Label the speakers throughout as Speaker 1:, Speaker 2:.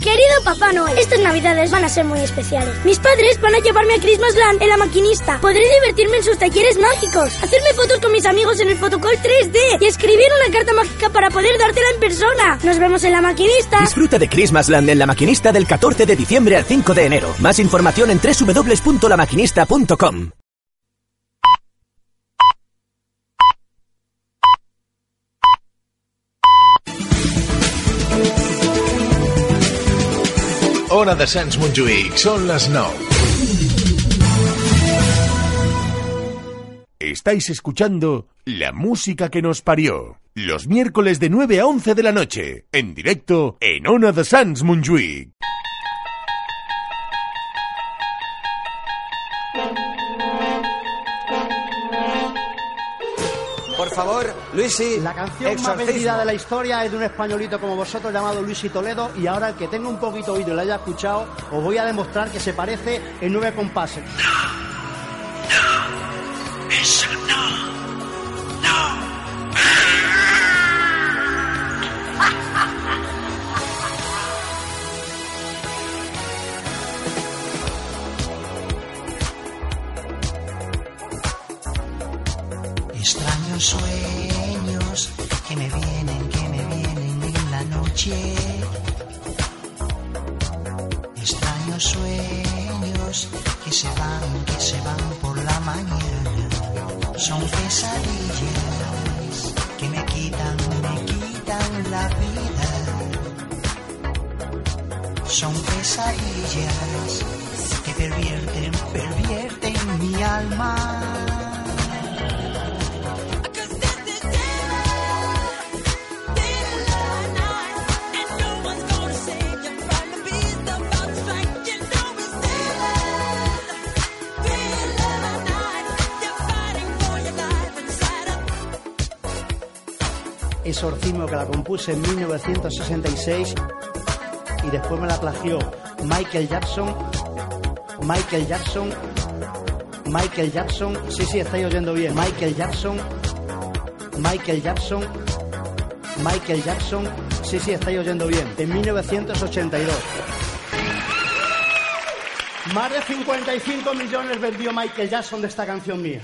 Speaker 1: Querido Papá Noel, estas navidades van a ser muy especiales. Mis padres van a llevarme a Christmasland en la maquinista. Podré divertirme en sus talleres mágicos, hacerme fotos con mis amigos en el Fotocall 3D y escribir una carta mágica para poder dártela en persona. Nos vemos en la maquinista.
Speaker 2: Disfruta de Christmasland en la maquinista del 14 de diciembre al 5 de enero. Más información en www.lamaquinista.com.
Speaker 3: Hora de Sants Montjuïc. Són les 9.
Speaker 4: Estáis escuchando la música que nos parió. Los miércoles de 9 a 11 de la noche, en directo en Ona de Sans Montjuïc.
Speaker 5: Por favor, Luisi.
Speaker 6: La canción más vendida de la historia es de un españolito como vosotros llamado Luis y Toledo y ahora el que tenga un poquito oído y lo haya escuchado os voy a demostrar que se parece en nueve compases.
Speaker 7: Extraños sueños que me vienen, que me vienen en la noche. Extraños sueños que se van, que se van por la mañana. Son pesadillas que me quitan, me quitan la vida. Son pesadillas que pervierten, pervierten mi alma.
Speaker 6: Exorcismo que la compuse en 1966 y después me la plagió Michael Jackson. Michael Jackson. Michael Jackson. Sí, sí, estáis oyendo bien. Michael Jackson. Michael Jackson. Michael Jackson. Sí, sí, estáis oyendo bien. De 1982. Más de 55 millones vendió Michael Jackson de esta canción mía.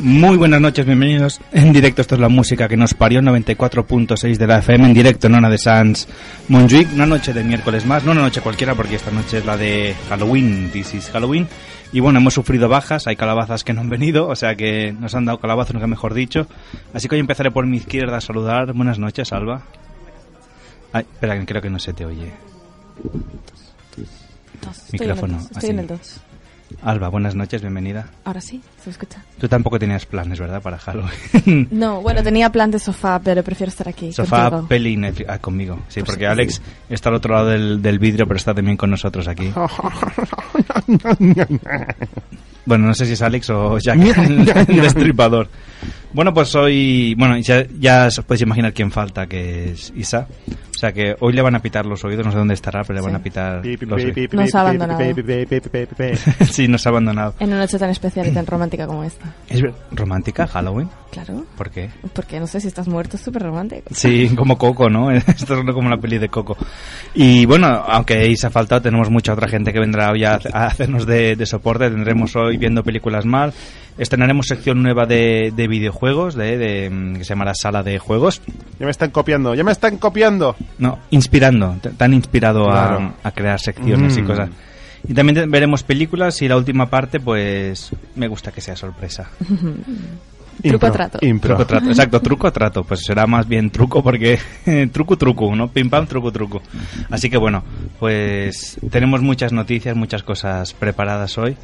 Speaker 8: Muy buenas noches, bienvenidos en directo. Esto es la música que nos parió 94.6 de la FM en directo en Ona de Sans Montjuic. Una noche de miércoles más, no una noche cualquiera porque esta noche es la de Halloween, this is Halloween. Y bueno, hemos sufrido bajas, hay calabazas que no han venido, o sea que nos han dado calabazas, nunca mejor dicho. Así que hoy empezaré por mi izquierda a saludar. Buenas noches, Alba. Ay, espera, que creo que no se te oye.
Speaker 9: Estoy en el
Speaker 8: Micrófono,
Speaker 9: dos, Estoy en el
Speaker 8: así.
Speaker 9: 2.
Speaker 8: Alba, buenas noches, bienvenida.
Speaker 9: Ahora sí, se escucha.
Speaker 8: Tú tampoco tenías planes, ¿verdad? Para Halloween.
Speaker 9: No, bueno, tenía plan de sofá, pero prefiero estar aquí.
Speaker 8: Sofá,
Speaker 9: contigo.
Speaker 8: peli y Netflix. Ah, conmigo. Sí,
Speaker 9: Por
Speaker 8: porque
Speaker 9: supuesto.
Speaker 8: Alex está al otro lado del, del vidrio, pero está también con nosotros aquí. Bueno, no sé si es Alex o Jack el destripador. Bueno, pues hoy. Bueno, ya, ya os podéis imaginar quién falta, que es Isa. O sea que hoy le van a pitar los oídos, no sé dónde estará, pero le van
Speaker 9: Sí.
Speaker 8: a pitar. los oídos.
Speaker 9: Nos ha abandonado.
Speaker 8: sí, nos ha abandonado.
Speaker 9: En una noche tan especial y tan romántica como esta.
Speaker 8: ¿Es ver- romántica Halloween?
Speaker 9: Claro.
Speaker 8: ¿Por qué?
Speaker 9: Porque no sé si estás muerto, es súper romántico.
Speaker 8: Sí, como Coco, ¿no? Esto es como la peli de Coco. Y bueno, aunque Isa ha faltado, tenemos mucha otra gente que vendrá hoy a, a hacernos de, de soporte. Tendremos hoy viendo películas mal. Estrenaremos sección nueva de, de videojuegos, de, de, mm, que se llamará Sala de Juegos.
Speaker 10: Ya me están copiando, ya me están copiando.
Speaker 8: No, inspirando, t- tan inspirado
Speaker 10: Claro.
Speaker 8: a, a crear secciones y
Speaker 10: Mm.
Speaker 8: cosas. Y también te- veremos películas y la última parte, pues me gusta que sea sorpresa.
Speaker 9: Truco
Speaker 10: Impro,
Speaker 9: o trato.
Speaker 10: Impro.
Speaker 8: Truco trato, exacto, truco trato, pues será más bien truco porque truco truco, ¿no? Pim pam, truco truco. Así que bueno, pues tenemos muchas noticias, muchas cosas preparadas hoy.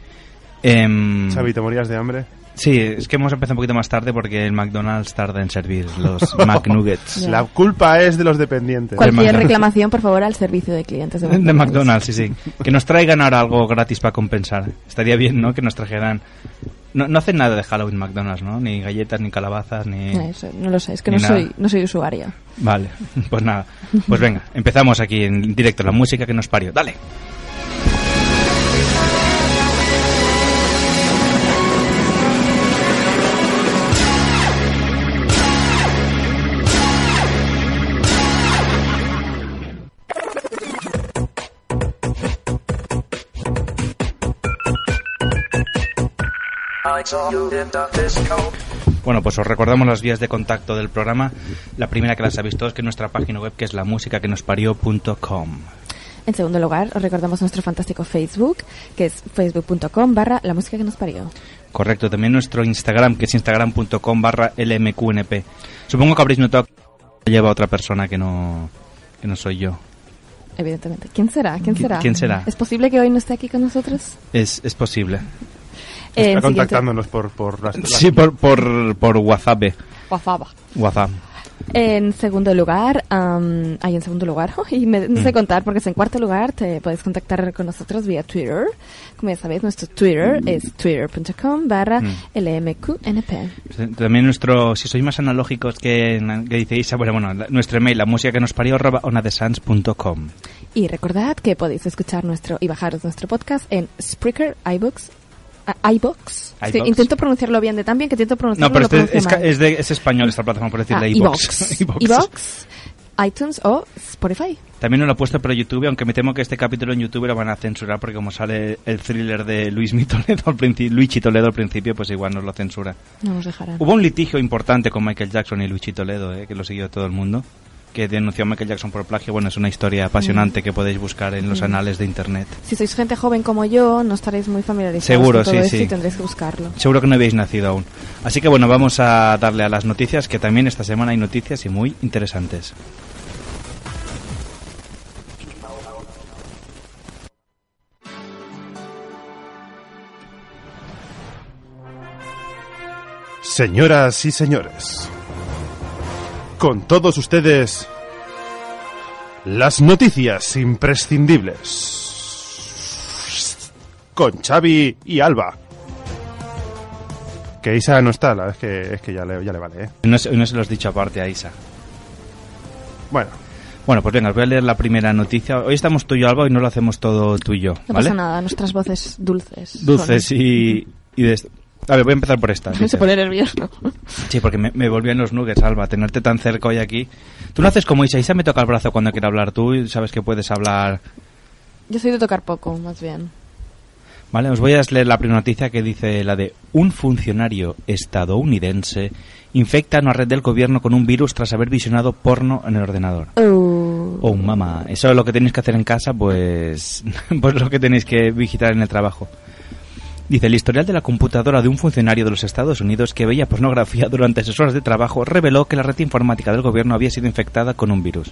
Speaker 8: Em,
Speaker 10: Xavi, ¿te morías de hambre?
Speaker 8: sí, es que hemos empezado un poquito más tarde porque el McDonald's tarda en servir los McNuggets.
Speaker 9: Ya.
Speaker 10: La culpa es de los dependientes.
Speaker 8: ¿Cuál?
Speaker 9: Cualquier
Speaker 8: McDonald's.
Speaker 9: reclamación, por favor, al servicio de clientes de McDonald's.
Speaker 8: De McDonald's, sí, sí. Que nos traigan ahora algo gratis para compensar. Estaría bien, ¿no? Que nos trajeran... No, no hacen nada de Halloween McDonald's, ¿no? Ni galletas, ni calabazas, ni...
Speaker 9: No, eso no lo sé, es que
Speaker 8: Ni
Speaker 9: no
Speaker 8: nada.
Speaker 9: soy, no soy usuaria.
Speaker 8: Vale, pues nada. Pues venga, empezamos aquí en directo la música que nos parió. Dale. Bueno, pues os recordamos las vías de contacto del programa. La primera que las habéis todos que es nuestra página web que es la música que nos parió.com.
Speaker 9: En segundo lugar, os recordamos nuestro fantástico Facebook, que es facebook.com barra la música que nos parió.
Speaker 8: Correcto, también nuestro Instagram, que es instagram.com barra lmqnp. Supongo que habréis notado que lleva otra persona que no, que no soy yo.
Speaker 9: Evidentemente. ¿Quién será? ¿Quién
Speaker 8: ¿Qui-
Speaker 9: será?
Speaker 8: quién será?
Speaker 9: ¿Es posible que hoy no esté aquí con nosotros?
Speaker 8: Es, es posible.
Speaker 9: Eh,
Speaker 10: Está
Speaker 9: en siguiente-
Speaker 10: contactándonos por, por las... las-
Speaker 8: Sí, por, por, por WhatsApp. eh.
Speaker 9: Guafaba.
Speaker 8: WhatsApp.
Speaker 9: En segundo lugar, am, ay, en segundo lugar, y me- no sé
Speaker 8: Mm.
Speaker 9: contar porque es en cuarto lugar, te puedes contactar con nosotros vía Twitter. Como ya sabéis, nuestro Twitter
Speaker 8: Mm.
Speaker 9: es twitter.com barra lmqnp.
Speaker 8: También nuestro, si sois más analógicos que, que diceis, ah, bueno, bueno, la- nuestro email, la música que nos parió, arroba onadesans.com.
Speaker 9: Y recordad que podéis escuchar nuestro y bajaros nuestro podcast en Spreaker, iBooks, ah, iBox. Es que
Speaker 8: iVoox.
Speaker 9: intento pronunciarlo bien de tan bien que intento pronunciarlo
Speaker 8: No, pero
Speaker 9: lo
Speaker 8: este-
Speaker 9: pronuncio
Speaker 8: es,
Speaker 9: mal.
Speaker 8: ca- es de, es español esta plataforma, por decirle
Speaker 9: Ah,
Speaker 8: iVoox.
Speaker 9: iVoox,
Speaker 8: iVoox.
Speaker 9: iVoox, iTunes o Spotify.
Speaker 8: También no lo he puesto por YouTube, aunque me temo que este capítulo en YouTube lo van a censurar porque como sale el thriller de Luis Mi Toledo al principio, Luigi Toledo al principio, pues igual nos lo censura.
Speaker 9: No nos dejarán.
Speaker 8: Hubo un litigio importante con Michael Jackson y Luigi Toledo, eh, que lo siguió todo el mundo, que denunció a Michael Jackson por plagio. Bueno, es una historia
Speaker 9: Mm.
Speaker 8: apasionante que podéis buscar en los anales de Internet.
Speaker 9: Si sois gente joven como yo, no estaréis muy familiarizados
Speaker 8: Seguro,
Speaker 9: con todo
Speaker 8: sí,
Speaker 9: esto
Speaker 8: sí.
Speaker 9: y tendréis que buscarlo.
Speaker 8: Seguro que no habéis nacido aún. Así que bueno, vamos a darle a las noticias, que también esta semana hay noticias y muy interesantes.
Speaker 10: Señoras y señores, con todos ustedes, las noticias imprescindibles. Con Xavi y Alba. Que Isa no está, la verdad es que, es que ya, le, ya le vale, ¿eh?
Speaker 8: No, se- no se los he dicho aparte a Isa.
Speaker 10: Bueno,
Speaker 8: Bueno, pues venga, os voy a leer la primera noticia. Hoy estamos tú y yo, Alba, y no lo hacemos todo tú y yo,
Speaker 9: No
Speaker 8: ¿vale?
Speaker 9: pasa nada, nuestras voces dulces.
Speaker 8: Dulces y, y de esto. A ver, voy a empezar por esta.
Speaker 9: Se
Speaker 8: dice.
Speaker 9: pone nervioso.
Speaker 8: Sí, porque me, me volvían los nuggets, Alba, tenerte tan cerca hoy aquí. Tú no haces como Isa, Isa me toca el brazo cuando quiero hablar, tú sabes que puedes hablar.
Speaker 9: Yo soy de tocar poco, más bien.
Speaker 8: Vale, os voy a leer la primera noticia que dice la de un funcionario estadounidense infecta a una red del gobierno con un virus tras haber visionado porno en el ordenador. Oh, mamá, eso es lo que tenéis que hacer en casa, pues, pues lo que tenéis que vigilar en el trabajo. Dice, el historial de la computadora de un funcionario de los Estados Unidos que veía pornografía durante sus horas de trabajo reveló que la red informática del gobierno había sido infectada con un virus.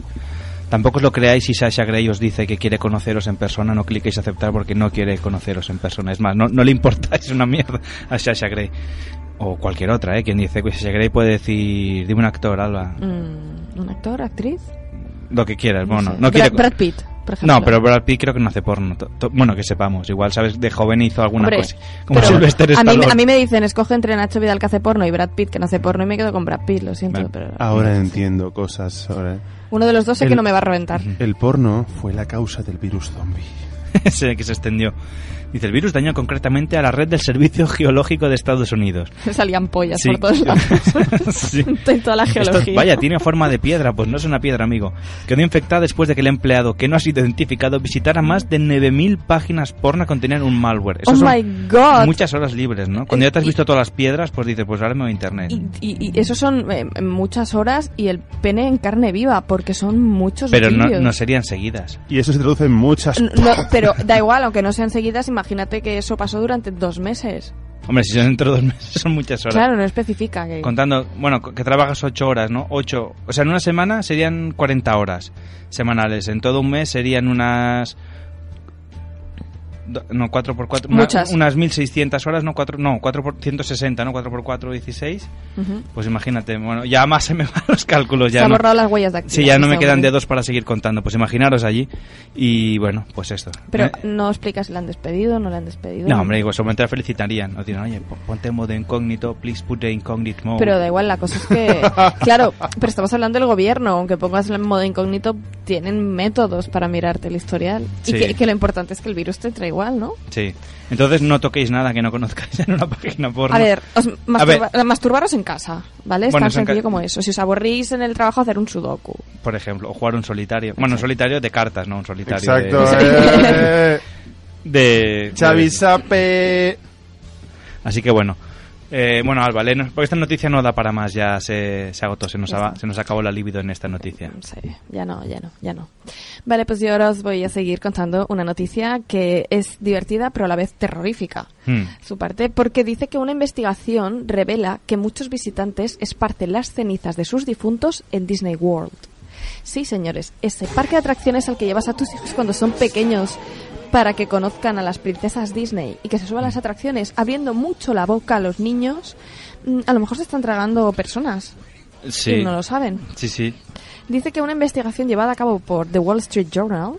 Speaker 8: Tampoco os lo creáis si Sasha Gray os dice que quiere conoceros en persona, no cliquéis aceptar porque no quiere conoceros en persona. Es más, no, no le importáis una mierda a Sasha Gray. O cualquier otra, ¿eh? Quien dice que Sasha Gray puede decir, dime un actor, Alba,
Speaker 9: Mm, ¿Un actor, actriz?
Speaker 8: lo que quieras. Bueno,
Speaker 9: sé.
Speaker 8: no quiere...
Speaker 9: Brad, Brad Pitt. por ejemplo.
Speaker 8: No, pero Brad Pitt creo que no hace porno. To- to- bueno, que sepamos. Igual, ¿sabes? De joven hizo alguna
Speaker 9: Hombre,
Speaker 8: cosa. Como
Speaker 9: pero
Speaker 8: Sylvester
Speaker 9: a mí,
Speaker 8: Stallone.
Speaker 9: a mí me dicen, escoge entre Nacho Vidal que hace porno y Brad Pitt que no hace porno y me quedo con Brad Pitt, lo siento.
Speaker 8: Vale.
Speaker 9: Pero
Speaker 10: Ahora entiendo cosas. Ahora. ¿eh?
Speaker 9: uno de los dos sé que
Speaker 10: El-
Speaker 9: no me va a reventar.
Speaker 10: El porno fue la causa del virus zombie.
Speaker 8: Ese que se extendió. Dice, el virus dañó concretamente a la red del Servicio Geológico de Estados Unidos.
Speaker 9: Salían pollas
Speaker 8: Sí.
Speaker 9: por todos lados.
Speaker 8: Sí.
Speaker 9: en toda la
Speaker 8: Esto,
Speaker 9: geología.
Speaker 8: vaya, tiene forma de piedra, pues no es una piedra, amigo. Quedó infectada después de que el empleado, que no ha sido identificado, visitara más de 9.000 páginas porno que contenían un malware. Eso
Speaker 9: Oh
Speaker 8: son
Speaker 9: my God.
Speaker 8: Muchas horas libres, ¿no? Cuando ya te has visto todas las piedras, pues dices, pues ahora me voy a internet.
Speaker 9: Y, y- y eso son eh, muchas horas y el pene en carne viva, porque son muchos
Speaker 8: Pero no,
Speaker 9: vídeos.
Speaker 8: no serían seguidas.
Speaker 10: Y eso se traduce en muchas.
Speaker 9: N- no, pero da igual, aunque no sean seguidas, imagínate que eso pasó durante dos meses.
Speaker 8: Hombre, si son entre dos meses, son muchas horas.
Speaker 9: Claro, no especifica que...
Speaker 8: Contando, bueno, co- que trabajas 8 horas, ¿no? 8. O sea, en una semana serían 40 horas semanales. En todo un mes serían unas. do- No, 4 por 4
Speaker 9: Muchas.
Speaker 8: Unas 1600 horas, no, 4, no, 4 por 160, ¿no? 4 por 4, 16.
Speaker 9: Ujú.
Speaker 8: Pues imagínate, bueno, ya más se me van los cálculos.
Speaker 9: Mm.
Speaker 8: Ya
Speaker 9: Se han
Speaker 8: no-
Speaker 9: borrado las huellas dactilares.
Speaker 8: Sí, ya no me
Speaker 9: hombre.
Speaker 8: quedan dedos para seguir contando. Pues imaginaros allí. Y bueno, pues esto.
Speaker 9: Pero
Speaker 8: Eh,
Speaker 9: no explicas si la han despedido, no la han despedido.
Speaker 8: no, hombre, igual solamente la felicitarían. No dirán, oye, po- ponte en modo incógnito, please put the incognito mode.
Speaker 9: Pero da igual, la cosa es que... claro, pero estamos hablando del gobierno. Aunque pongas en modo incógnito, tienen métodos para mirarte el historial.
Speaker 8: Sí.
Speaker 9: Y que, que lo importante es que el virus te entra igual, ¿no?
Speaker 8: Sí. Entonces no toquéis nada que no conozcáis en una página porno.
Speaker 9: A ver, os
Speaker 8: A ver.
Speaker 9: masturba- masturbaros en casa, ¿vale? Es
Speaker 8: Bueno,
Speaker 9: tan
Speaker 8: eso en
Speaker 9: sencillo
Speaker 8: ca-
Speaker 9: como eso. Si os aburrís en el trabajo, hacer un sudoku.
Speaker 8: Por ejemplo, o jugar un solitario. Bueno, un solitario de cartas, no un solitario
Speaker 10: Exacto.
Speaker 8: de...
Speaker 10: eh.
Speaker 8: de-
Speaker 10: Xavi
Speaker 8: de-
Speaker 10: Sape.
Speaker 8: Así que bueno. Eh, bueno, Alba, léenos, porque esta noticia no da para más, ya se, se agotó, se nos, aba- se nos acabó la libido en esta noticia.
Speaker 9: Sí, ya no, ya no, ya no. Vale, pues yo ahora os voy a seguir contando una noticia que es divertida, pero a la vez terrorífica.
Speaker 5: Mm.
Speaker 8: Hmm.
Speaker 9: Su parte, porque dice que una investigación revela que muchos visitantes esparcen las cenizas de sus difuntos en Disney World. Sí, señores, ese parque de atracciones al que llevas a tus hijos cuando son pequeños para que conozcan a las princesas Disney y que se suban a las atracciones abriendo mucho la boca a los niños, mm, a lo mejor se están tragando personas
Speaker 8: Sí.
Speaker 9: y no lo saben.
Speaker 8: Sí, sí.
Speaker 9: Dice que una investigación llevada a cabo por The Wall Street Journal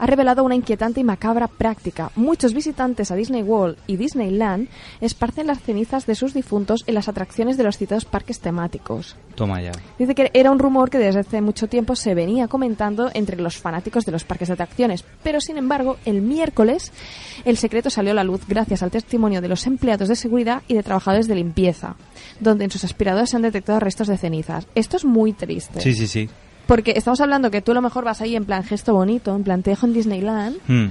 Speaker 9: ha revelado una inquietante y macabra práctica. Muchos visitantes a Disney World y Disneyland esparcen las cenizas de sus difuntos en las atracciones de los citados parques temáticos.
Speaker 8: Toma ya.
Speaker 9: Dice que era un rumor que desde hace mucho tiempo se venía comentando entre los fanáticos de los parques de atracciones, pero sin embargo, el miércoles el secreto salió a la luz gracias al testimonio de los empleados de seguridad y de trabajadores de limpieza, donde en sus aspiradores se han detectado restos de cenizas. Esto es muy triste.
Speaker 8: Sí, sí, sí.
Speaker 9: Porque estamos hablando que tú a lo mejor vas ahí en plan gesto bonito, en plan te dejo en Disneyland
Speaker 8: Hmm.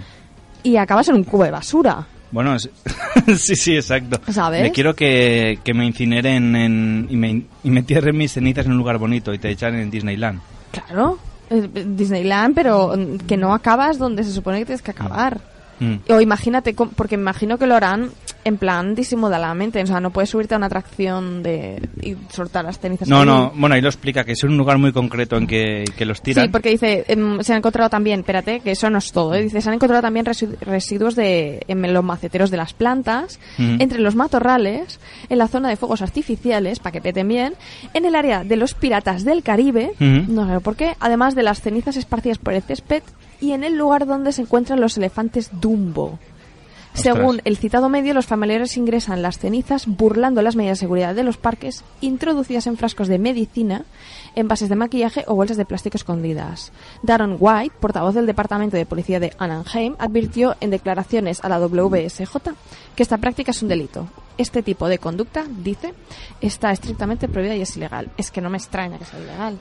Speaker 9: y acabas en un cubo de basura.
Speaker 8: Bueno, es- sí, sí, exacto.
Speaker 9: ¿Sabes?
Speaker 8: Me quiero que, que me incineren en- y, me, y me entierren mis cenizas en un lugar bonito y te echan en Disneyland.
Speaker 9: Claro, eh, Disneyland, pero mm, que no acabas donde se supone que tienes que acabar.
Speaker 8: Mm.
Speaker 9: O imagínate, com- porque imagino que lo harán en plan disimuladamente, o sea, no puedes subirte a una atracción de y soltar las cenizas.
Speaker 8: No,
Speaker 9: ahí.
Speaker 8: no, bueno, ahí lo explica, que es un lugar muy concreto en que, que los tiran.
Speaker 9: Sí, porque dice, em, se han encontrado también, espérate, que eso no es todo, ¿eh? dice, se han encontrado también resi- residuos de, en los maceteros de las plantas,
Speaker 8: Mm.
Speaker 9: entre los matorrales, en la zona de fuegos artificiales, para que peten bien, en el área de los piratas del Caribe,
Speaker 8: Mm.
Speaker 9: no sé por qué, además de las cenizas esparcidas por el césped y en el lugar donde se encuentran los elefantes Dumbo.
Speaker 8: Ostras.
Speaker 9: Según el citado medio, los familiares ingresan las cenizas burlando las medidas de seguridad de los parques, introducidas en frascos de medicina, envases de maquillaje o bolsas de plástico escondidas. Darren White, portavoz del Departamento de Policía de Anaheim, advirtió en declaraciones a la WSJ que esta práctica es un delito. Este tipo de conducta, dice, está estrictamente prohibida y es ilegal. Es que no me extraña que sea ilegal.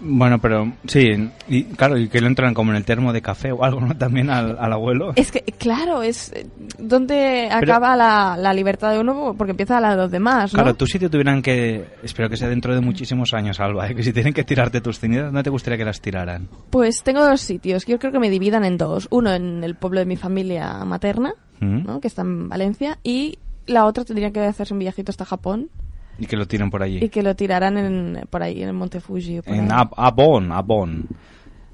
Speaker 8: Bueno, pero sí, y, claro, y que lo entran como en el termo de café o algo, ¿no? También al, al abuelo.
Speaker 9: Es que, claro, es eh, donde acaba la, la libertad de uno porque empieza la de los demás, ¿no?
Speaker 8: Claro, tú si te tuvieran que... Espero que sea dentro de muchísimos años, Alba, ¿eh? que si tienen que tirarte tus cenizas, no te gustaría que las tiraran.
Speaker 9: Pues tengo dos sitios. Yo creo que me dividan en dos. Uno en el pueblo de mi familia materna,
Speaker 8: Mm.
Speaker 9: ¿no? que está en Valencia, y la otra tendría que hacerse un viajito hasta Japón
Speaker 8: Y que lo tiren por allí.
Speaker 9: y que lo tiraran en, por ahí, en el Monte Fuji. o por
Speaker 8: En
Speaker 9: ahí.
Speaker 8: Ab- Abón, Abón.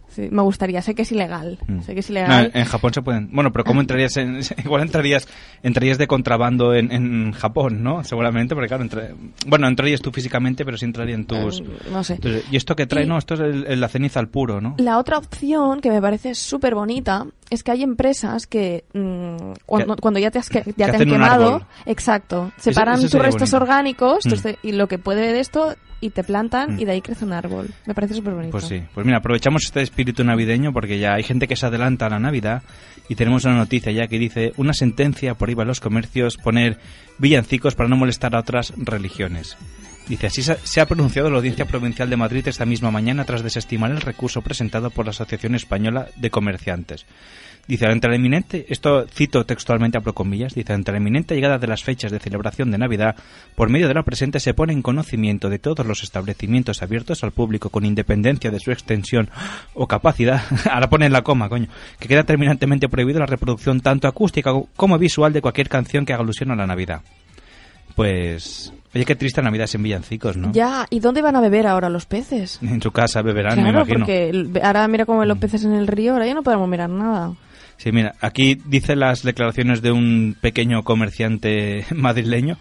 Speaker 9: sí, me gustaría. Sé que es ilegal.
Speaker 8: Mm.
Speaker 9: Sé que es
Speaker 8: No,
Speaker 9: ilegal.
Speaker 8: en, en Japón se pueden. Bueno, pero ¿cómo entrarías? En, igual entrarías, entrarías de contrabando en, en Japón, ¿no? Seguramente, porque claro, entra- bueno, entrarías tú físicamente, pero sí entrarían tus.
Speaker 9: no sé.
Speaker 8: tus- y esto que trae,
Speaker 9: Y-
Speaker 8: no, esto es el- el- la ceniza al puro, ¿no?
Speaker 9: La otra opción que me parece súper bonita es que hay empresas que mm, cuando,
Speaker 8: Que-
Speaker 9: cuando ya te, has que- ya
Speaker 8: que
Speaker 9: te han
Speaker 8: hacen un
Speaker 9: quemado,
Speaker 8: árbol.
Speaker 9: exacto,
Speaker 8: Ese-
Speaker 9: separan
Speaker 8: ese
Speaker 9: tus
Speaker 8: sería
Speaker 9: restos
Speaker 8: bonito.
Speaker 9: orgánicos
Speaker 8: Mm.
Speaker 9: tus de- y lo que puede de esto y te plantan
Speaker 8: Mm.
Speaker 9: y de ahí crece un árbol. Me parece súper bonito.
Speaker 8: Pues sí, pues mira, aprovechamos este espíritu navideño porque ya hay gente que se adelanta a la Navidad y tenemos una noticia ya que dice una sentencia prohíbe a los comercios poner villancicos para no molestar a otras religiones. Dice, así se se ha pronunciado la Audiencia Provincial de Madrid esta misma mañana tras desestimar el recurso presentado por la Asociación Española de Comerciantes. Dice, ante la inminente, esto cito textualmente, abro comillas, dice, ante la inminente llegada de las fechas de celebración de Navidad, por medio de la presente se pone en conocimiento de todos los establecimientos abiertos al público con independencia de su extensión o capacidad, ahora ponen la coma, coño, que queda terminantemente prohibido la reproducción tanto acústica como visual de cualquier canción que haga alusión a la Navidad. Pues, oye, qué triste Navidad sin villancicos, ¿no?
Speaker 9: Ya, ¿y dónde van a beber ahora los peces?
Speaker 8: En su casa beberán, Ah, me
Speaker 9: claro,
Speaker 8: imagino. Mm.
Speaker 9: porque l- ahora mira cómo ven los peces en el río, ahora ya no podemos mirar nada.
Speaker 8: Sí, mira, aquí dice las declaraciones de un pequeño comerciante madrileño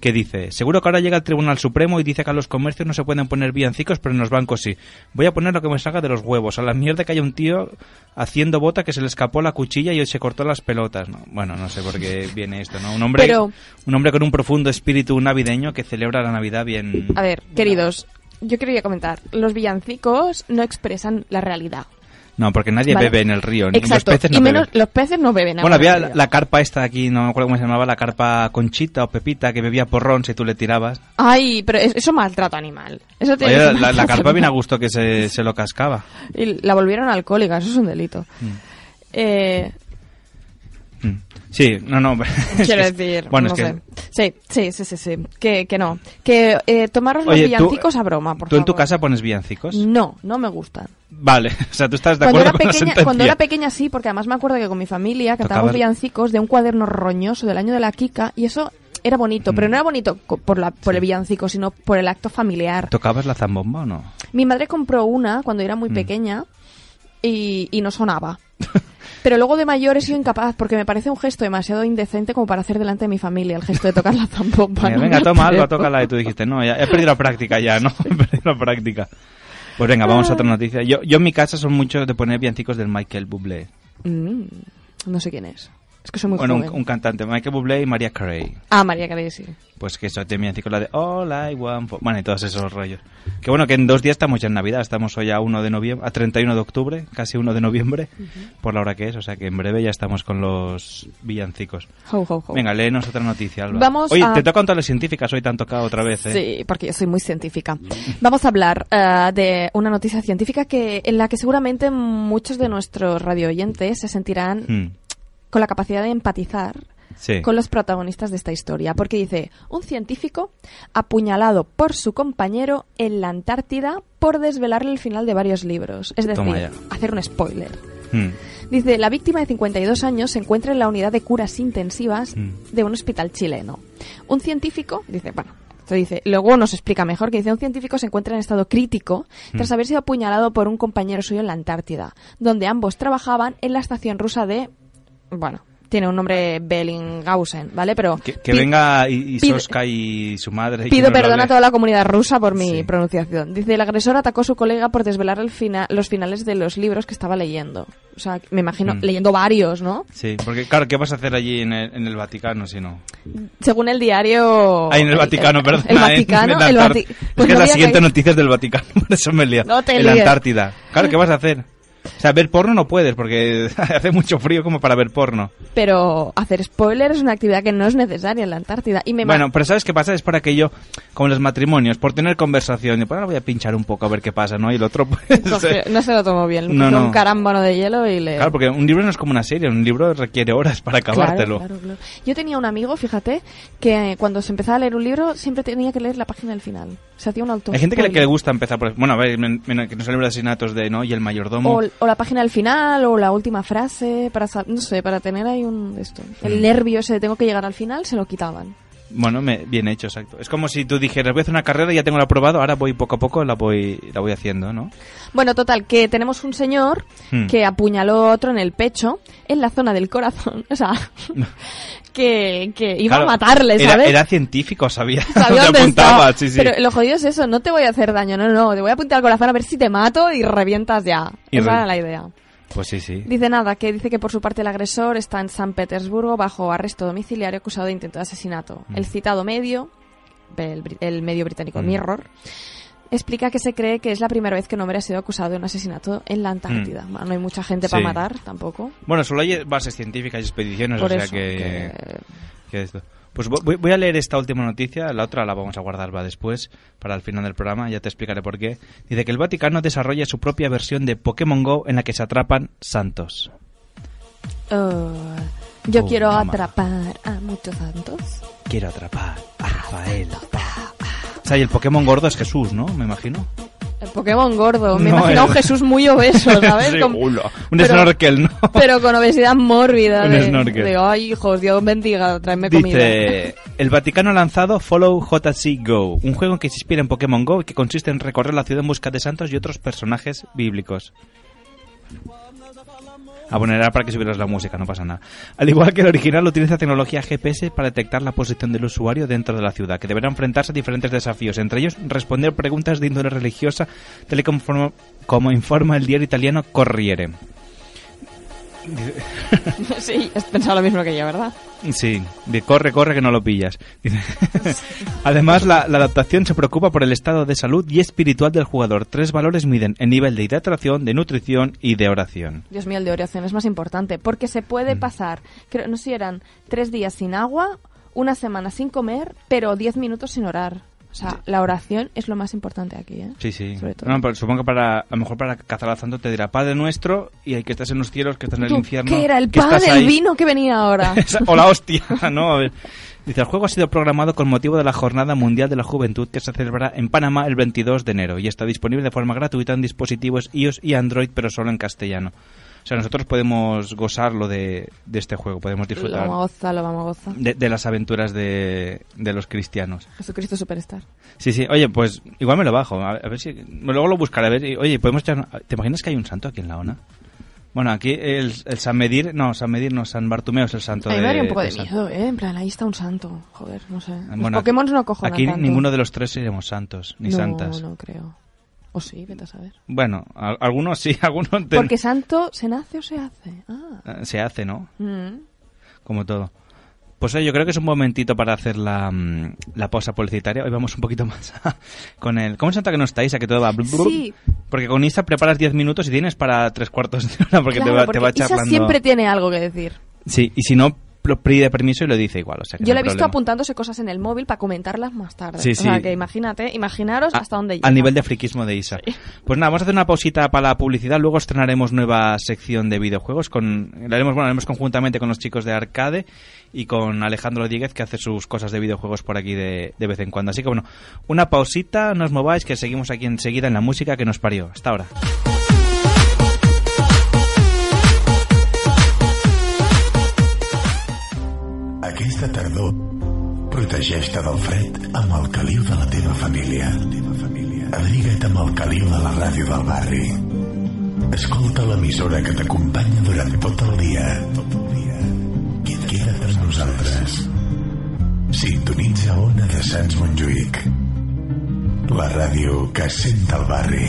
Speaker 8: que dice, seguro que ahora llega el Tribunal Supremo y dice que a los comercios no se pueden poner villancicos, pero en los bancos sí. Voy a poner lo que me salga de los huevos, a la mierda que hay un tío haciendo bota que se le escapó la cuchilla y se cortó las pelotas. ¿no? Bueno, no sé por qué viene esto, ¿no? Un hombre,
Speaker 9: Pero-
Speaker 8: un hombre con un profundo espíritu navideño que celebra la Navidad bien...
Speaker 9: A ver, queridos, yo quería comentar, los villancicos no expresan la realidad.
Speaker 8: No, porque nadie
Speaker 9: Vale.
Speaker 8: bebe en el río, ni-
Speaker 9: Exacto,
Speaker 8: los peces no
Speaker 9: y menos
Speaker 8: beben.
Speaker 9: los peces no beben.
Speaker 8: Bueno,
Speaker 9: agua del
Speaker 8: había
Speaker 9: río.
Speaker 8: la, la carpa esta aquí, no me acuerdo cómo se llamaba, la carpa conchita o pepita que bebía porrón si tú le tirabas.
Speaker 9: Ay, pero es- eso maltrato animal. Eso tiene
Speaker 8: Oye,
Speaker 9: que
Speaker 8: la,
Speaker 9: ser
Speaker 8: la- la
Speaker 9: maltrato
Speaker 8: carpa bien a
Speaker 9: animal.
Speaker 8: gusto que se, se lo cascaba.
Speaker 9: Y la volvieron alcohólica, eso es un delito.
Speaker 8: Mm.
Speaker 9: Eh,
Speaker 8: Sí, no, no. es
Speaker 9: quiero
Speaker 8: que es-
Speaker 9: decir,
Speaker 8: bueno,
Speaker 9: no
Speaker 8: es que
Speaker 9: sé. Sí, sí, sí, sí, sí. Que, que no. Que eh, tomaros los
Speaker 8: Oye, tú-
Speaker 9: villancicos a broma, por
Speaker 8: tú en tu
Speaker 9: favor.
Speaker 8: casa pones villancicos.
Speaker 9: No, no me gustan.
Speaker 8: Vale, o sea, tú estás de
Speaker 9: Cuando
Speaker 8: acuerdo
Speaker 9: era,
Speaker 8: con la
Speaker 9: pequeña,
Speaker 8: sentencia.
Speaker 9: cuando era pequeña sí, porque además me acuerdo que con mi familia cantábamos
Speaker 8: Tocabas-
Speaker 9: villancicos de un cuaderno roñoso del año de la Kika y eso era bonito,
Speaker 8: Mm.
Speaker 9: pero no era bonito co- por, la, por el villancico, sino por el acto familiar.
Speaker 8: ¿Tocabas la zambomba o no?
Speaker 9: Mi madre compró una cuando era
Speaker 8: Mm.
Speaker 9: muy pequeña y, y no sonaba. Pero luego de mayor he sido incapaz porque me parece un gesto demasiado indecente como para hacer delante de mi familia el gesto de tocar la zambomba.
Speaker 8: Eh,
Speaker 9: ¿no?
Speaker 8: venga, toma algo,
Speaker 9: Pero-
Speaker 8: tócala. Y tú dijiste, no, ya he perdido la práctica ya, ¿no? He perdido la práctica. Pues venga, vamos a otra noticia. Yo, yo en mi casa son muchos de poner villancicos del Michael Bublé.
Speaker 9: Mm, no sé quién es. Es que soy muy
Speaker 8: bueno, un,
Speaker 9: joven.
Speaker 8: un cantante, Michael Bublé y María Carey.
Speaker 9: Ah, María Carey, sí.
Speaker 8: Pues que eso tenía la de All I Want for- Bueno, y todos esos rollos. Que bueno, que en dos días estamos ya en Navidad. Estamos hoy a 1 de noviembre, a 31 de octubre, casi 1 de noviembre, por la hora que es. O sea que en breve ya estamos con los villancicos.
Speaker 9: Ho, ho, ho.
Speaker 8: Venga, léenos otra noticia, Alba.
Speaker 9: Vamos
Speaker 8: Oye,
Speaker 9: a-
Speaker 8: te tocan todas las científicas, hoy te han tocado otra vez, ¿eh?
Speaker 9: Sí, porque yo soy muy científica. Vamos a hablar eh, de una noticia científica que en la que seguramente muchos de nuestros radioyentes se sentirán
Speaker 8: Mm,
Speaker 9: con la capacidad de empatizar
Speaker 8: sí.
Speaker 9: con los protagonistas de esta historia, porque dice, un científico apuñalado por su compañero en la Antártida por desvelarle el final de varios libros, es
Speaker 8: Toma
Speaker 9: decir,
Speaker 8: ya.
Speaker 9: hacer un spoiler.
Speaker 8: Mm,
Speaker 9: Dice, la víctima de 52 años se encuentra en la unidad de curas intensivas
Speaker 8: Mm.
Speaker 9: de un hospital chileno. Un científico, dice, bueno, esto dice, luego nos explica mejor, que dice, un científico se encuentra en estado crítico
Speaker 8: Mm.
Speaker 9: tras haber sido apuñalado por un compañero suyo en la Antártida, donde ambos trabajaban en la estación rusa de, bueno, tiene un nombre Bellinghausen, ¿vale? Pero
Speaker 8: Que, que
Speaker 9: pi-
Speaker 8: venga I-
Speaker 9: pide-
Speaker 8: Isoska y su madre. y que
Speaker 9: Pido
Speaker 8: nos lo
Speaker 9: perdón a
Speaker 8: lea.
Speaker 9: toda la comunidad rusa por mi
Speaker 8: Sí.
Speaker 9: pronunciación. Dice, el agresor atacó a su colega por desvelar el fina- los finales de los libros que estaba leyendo. O sea, me imagino,
Speaker 8: Mm.
Speaker 9: leyendo varios, ¿no?
Speaker 8: Sí, porque claro, ¿qué vas a hacer allí en el, en el Vaticano si no?
Speaker 9: Según el diario... eh,
Speaker 8: Ahí en el Vaticano,
Speaker 9: Oh, el-
Speaker 8: perdón.
Speaker 9: El Vaticano, el Vati-
Speaker 8: es
Speaker 9: pues
Speaker 8: que es
Speaker 9: no
Speaker 8: la
Speaker 9: había
Speaker 8: siguiente
Speaker 9: caído.
Speaker 8: noticia es del Vaticano, por eso me lía.
Speaker 9: No te
Speaker 8: en la
Speaker 9: líes.
Speaker 8: Antártida. Claro, ¿qué vas a hacer? O sea, ver porno no puedes porque hace mucho frío como para ver porno.
Speaker 9: Pero hacer spoiler es una actividad que no es necesaria en la Antártida. Y me
Speaker 8: Bueno, pero ¿sabes qué pasa? Es para aquello, como los matrimonios, por tener conversación. Y pues ahora voy a pinchar un poco a ver qué pasa, ¿no? Y el otro, pues.
Speaker 9: Cogió- no se lo tomó bien.
Speaker 8: No,
Speaker 9: Cogió
Speaker 8: no.
Speaker 9: un carámbano de hielo y le...
Speaker 8: Claro, porque un libro no es como una serie, un libro requiere horas para acabártelo.
Speaker 9: Claro, claro, claro. Yo tenía un amigo, fíjate, que eh, cuando se empezaba a leer un libro siempre tenía que leer la página del final. Se hacía un auto.
Speaker 8: Hay gente que le, que le gusta empezar por. Bueno, a ver, men- men- que no son los asesinatos de, ¿no? Y el mayordomo.
Speaker 9: o, o la página del final o la última
Speaker 8: Mm.
Speaker 9: frase para sa- no sé para tener ahí un esto el nervio ese de tengo que llegar al final se lo quitaban
Speaker 8: Bueno, me- bien hecho, exacto. Es como si tú dijeras, voy a hacer una carrera, ya tengo la aprobado, ahora voy poco a poco, la voy, la voy haciendo, ¿no?
Speaker 9: Bueno, total, que tenemos un señor
Speaker 8: Hmm.
Speaker 9: que apuñaló a otro en el pecho, en la zona del corazón. O sea, que, que iba
Speaker 8: Claro,
Speaker 9: a matarle,
Speaker 8: era-
Speaker 9: ¿sabes?
Speaker 8: Era, científico, sabía.
Speaker 9: Sabía
Speaker 8: dónde
Speaker 9: dónde
Speaker 8: apuntaba,
Speaker 9: estaba.
Speaker 8: sí, sí.
Speaker 9: Pero lo jodido es eso, no te voy a hacer daño, no, no, te voy a apuntar al corazón a ver si te mato y revientas ya.
Speaker 8: Y
Speaker 9: Esa
Speaker 8: re-
Speaker 9: era la idea.
Speaker 8: Pues sí, sí.
Speaker 9: Dice nada, que dice que por su parte el agresor está en San Petersburgo bajo arresto domiciliario acusado de intento de asesinato. El citado medio, el, bri- el medio británico
Speaker 8: Mm.
Speaker 9: Mirror, explica que se cree que es la primera vez que un hombre ha sido acusado de un asesinato en la Antártida. Bueno, no hay mucha gente
Speaker 8: Mm. Sí.
Speaker 9: para matar tampoco.
Speaker 8: Bueno, solo hay bases científicas y expediciones,
Speaker 9: Por
Speaker 8: o sea
Speaker 9: eso,
Speaker 8: que...
Speaker 9: que-
Speaker 8: que esto. Pues vo- voy, voy a leer esta última noticia, la otra la vamos a guardar va después, para el final del programa, ya te explicaré por qué. Dice que el Vaticano desarrolla su propia versión de Pokémon GO en la que se atrapan santos.
Speaker 9: Oh, yo
Speaker 8: Oh,
Speaker 9: quiero
Speaker 8: mamá.
Speaker 9: atrapar a muchos santos.
Speaker 8: Quiero atrapar a Rafael. O sea, y el Pokémon gordo es Jesús, ¿no? Me imagino.
Speaker 9: El Pokémon gordo. Me
Speaker 8: No,
Speaker 9: imagino a un
Speaker 8: el-
Speaker 9: Jesús muy obeso, ¿sabes?
Speaker 8: Sí,
Speaker 9: Con-
Speaker 8: ulo. Un
Speaker 9: pero-
Speaker 8: snorkel, ¿no?
Speaker 9: Pero con obesidad mórbida.
Speaker 8: Un
Speaker 9: de,
Speaker 8: snorkel.
Speaker 9: de, ay, hijos, Dios bendiga, tráeme comida.
Speaker 8: Dice, el Vaticano ha lanzado Follow JC Go, un juego que se inspira en Pokémon Go y que consiste en recorrer la ciudad en busca de santos y otros personajes bíblicos. Ah, bueno, era para que subieras la música, no pasa nada. Al igual que el original, utiliza tecnología GPS para detectar la posición del usuario dentro de la ciudad, que deberá enfrentarse a diferentes desafíos, entre ellos responder preguntas de índole religiosa, tal y como, forma- como informa el diario italiano Corriere. Hmm.
Speaker 9: sí, has pensado lo mismo que yo, ¿verdad?
Speaker 8: Sí, de corre, corre que no lo pillas. Dice. Además, la, la adaptación se preocupa por el estado de salud y espiritual del jugador. Tres valores miden el nivel de hidratación, de nutrición y de oración.
Speaker 9: Dios mío, el de oración es más importante. Porque se
Speaker 8: Mm.
Speaker 9: puede pasar, creo, no sé si eran tres días sin agua, una semana sin comer, pero diez minutos sin orar. O sea, la oración es lo más importante aquí, ¿eh?
Speaker 8: Sí, sí.
Speaker 9: Sobre todo.
Speaker 8: No, pero supongo que para, a lo mejor para cazar al santo te dirá Padre nuestro y hay que estás en los cielos, que estás en el
Speaker 9: Tú,
Speaker 8: infierno.
Speaker 9: ¿Qué era? ¿El
Speaker 8: que
Speaker 9: pan,
Speaker 8: estás
Speaker 9: el
Speaker 8: ahí.
Speaker 9: vino que venía ahora?
Speaker 8: Esa- o la hostia, ¿no? A ver. Dice, el juego ha sido programado con motivo de la Jornada Mundial de la Juventud que se celebrará en Panamá el 22 de enero y está disponible de forma gratuita en dispositivos iOS y Android, pero solo en castellano. O sea, nosotros podemos gozarlo de, de este juego, podemos
Speaker 9: Lo
Speaker 8: disfrutar
Speaker 9: vamos a gozar, lo vamos a gozar.
Speaker 8: de, de las aventuras de, de los cristianos.
Speaker 9: Jesucristo Superstar.
Speaker 8: Sí, sí, oye, pues igual me lo bajo, a ver, a ver si... Luego lo buscaré, a ver, y- oye, podemos echar... ¿Te imaginas que hay un santo aquí en la ONA? Bueno, aquí el, el San Medir, no, San Medir no, San Bartumeo es el santo
Speaker 9: A mí
Speaker 8: de...
Speaker 9: me daría un poco de,
Speaker 8: San-
Speaker 9: miedo, ¿eh? En plan, ahí está un santo. Joder, no sé. Los
Speaker 8: Bueno,
Speaker 9: Pues Pokémon no cojo
Speaker 8: Aquí
Speaker 9: tanto.
Speaker 8: ninguno de los tres seremos santos, ni
Speaker 9: no,
Speaker 8: santas.
Speaker 9: No, creo. O Oh, sí, vete a saber.
Speaker 8: Bueno, a- algunos sí, algunos te-
Speaker 9: Porque santo, ¿se nace o se hace? Ah.
Speaker 8: eh, se hace, ¿no?
Speaker 9: Mm.
Speaker 8: Como todo. Pues oye, yo creo que es un momentito para hacer la, mm, la pausa publicitaria. Hoy vamos un poquito más a- con el... ¿Cómo se nota que no estáis? A que todo va... blub, blub?
Speaker 9: Sí.
Speaker 8: Porque con Insta preparas 10 minutos y tienes para tres cuartos de hora porque te
Speaker 9: Claro,
Speaker 8: va, te
Speaker 9: porque
Speaker 8: va
Speaker 9: Isa
Speaker 8: charlando.
Speaker 9: siempre tiene algo que decir.
Speaker 8: Sí, y si no, lo pide permiso y lo dice igual. O sea que
Speaker 9: Yo
Speaker 8: no
Speaker 9: la
Speaker 8: hay
Speaker 9: he visto
Speaker 8: problema.
Speaker 9: apuntándose cosas en el móvil para comentarlas más tarde.
Speaker 8: Sí,
Speaker 9: o sea
Speaker 8: sí. Ah,
Speaker 9: que imagínate, imaginaros
Speaker 8: A-
Speaker 9: hasta dónde llega.
Speaker 8: Al nivel de friquismo de Isa. Pues nada, vamos a hacer una pausita para la publicidad. Luego estrenaremos nueva sección de videojuegos. Con, la haremos, bueno, la haremos conjuntamente con los chicos de Arcade y con Alejandro Díguez, que hace sus cosas de videojuegos por aquí de, de vez en cuando. Así que bueno, una pausita, no os mováis, que seguimos aquí enseguida en la música que nos parió. Hasta ahora.
Speaker 3: Aquesta tardor protegeix-te del fred amb el caliu de la teva família. Abriga't amb el caliu de la ràdio del barri. Escolta l'emissora que t'acompanya durant tot el dia. Queda't amb nosaltres. Sintonitza Ona de Sants Montjuïc. La ràdio que sent el barri.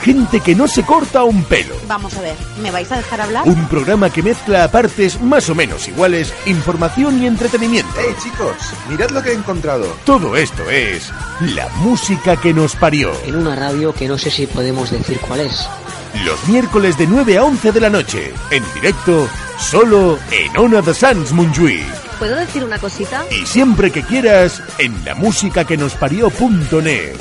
Speaker 4: Gente que no se corta un pelo.
Speaker 11: Vamos a ver, ¿me vais a dejar hablar?
Speaker 4: Un programa que mezcla a partes más o menos iguales información y entretenimiento.
Speaker 12: ¡Hey, chicos! Mirad lo que he encontrado.
Speaker 4: Todo esto es la música que nos parió.
Speaker 13: En una radio que no sé si podemos decir cuál es.
Speaker 4: Los miércoles de 9 a 11 de la noche. En directo, solo en Ona de Sans Montjuïc.
Speaker 14: ¿Puedo decir una cosita?
Speaker 4: Y siempre que quieras, en la música que nos parió.net.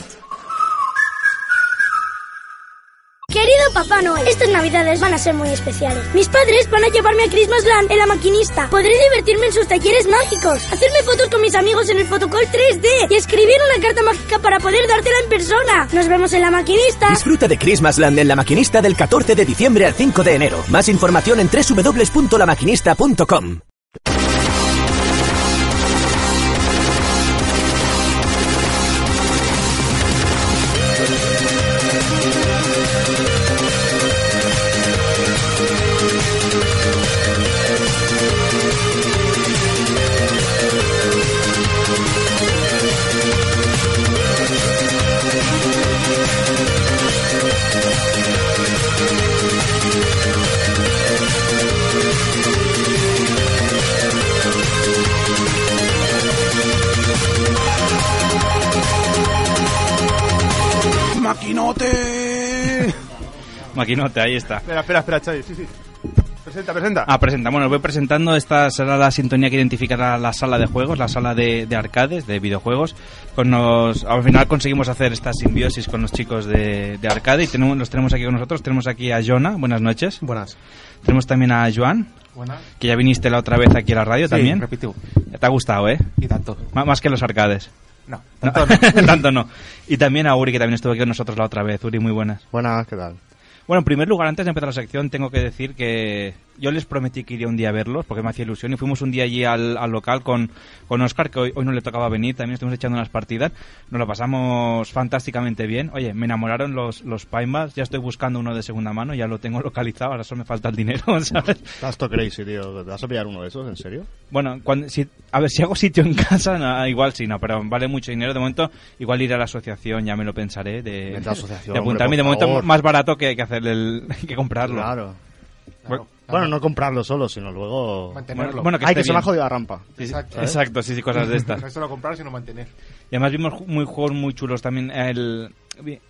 Speaker 1: Querido Papá Noel. Estas navidades van a ser muy especiales. Mis padres van a llevarme a Christmasland en la maquinista. Podré divertirme en sus talleres mágicos, hacerme fotos con mis amigos en el fotocall 3D y escribir una carta mágica para poder dártela en persona. Nos vemos en la maquinista.
Speaker 2: Disfruta de Christmasland en La Maquinista del 14 de diciembre al 5 de enero. Más información en www.lamaquinista.com.
Speaker 10: ¡Maquinote!
Speaker 8: Maquinote, ahí está.
Speaker 10: Espera, espera, espera, Xavi. Sí, sí. Presenta, presenta.
Speaker 8: Ah, presenta. Bueno, os voy presentando. Esta será la sintonía que identificará la sala de juegos, la sala de, de arcades, de videojuegos. Con los, al final conseguimos hacer esta simbiosis con los chicos de, de arcade y tenemos, los tenemos aquí con nosotros. Tenemos aquí a Jonah. Buenas noches.
Speaker 10: Buenas.
Speaker 8: Tenemos también a Joan.
Speaker 15: Buenas.
Speaker 8: Que ya viniste la otra vez aquí a la radio
Speaker 15: Sí,
Speaker 8: también.
Speaker 15: repitió.
Speaker 8: Ya te ha gustado, ¿eh?
Speaker 15: Y tanto.
Speaker 8: M- más que los arcades.
Speaker 15: No,
Speaker 8: tanto no. tanto no. Y también a Uri, que también estuvo aquí con nosotros la otra vez. Uri, muy buenas.
Speaker 10: Buenas, ¿qué tal?
Speaker 8: Bueno, en primer lugar, antes de empezar la sección, tengo que decir que yo les prometí que iría un día a verlos, porque me hacía ilusión, y fuimos un día allí al, al local con, con Oscar, que hoy, hoy no le tocaba venir, también estuvimos echando unas partidas, nos lo pasamos fantásticamente bien. Oye, me enamoraron los, los Pinebacks, ya estoy buscando uno de segunda mano, ya lo tengo localizado, ahora solo me falta el dinero, ¿sabes?
Speaker 10: Estás todo crazy, tío. ¿Te vas a pillar uno de esos, en serio?
Speaker 8: Bueno, cuando, si, a ver, si hago sitio en casa, no, ah, igual sí, no, pero vale mucho dinero. De momento, igual ir a la asociación, ya me lo pensaré, de,
Speaker 10: Vente a la asociación,
Speaker 8: de
Speaker 10: hombre,
Speaker 8: apuntarme.
Speaker 10: por
Speaker 8: de momento,
Speaker 10: favor.
Speaker 8: más barato que, que, hacer el, que comprarlo.
Speaker 10: Claro. Bueno, no comprarlo solo, sino luego...
Speaker 15: Mantenerlo.
Speaker 8: Bueno, que
Speaker 10: Ay,
Speaker 8: esté
Speaker 10: que se me ha
Speaker 8: bien.
Speaker 10: jodido la rampa.
Speaker 8: Sí, sí. Exacto. Exacto, sí, sí, cosas de estas.
Speaker 15: No es solo comprar, sino mantener.
Speaker 8: Y además vimos ju- muy juegos muy chulos también. El,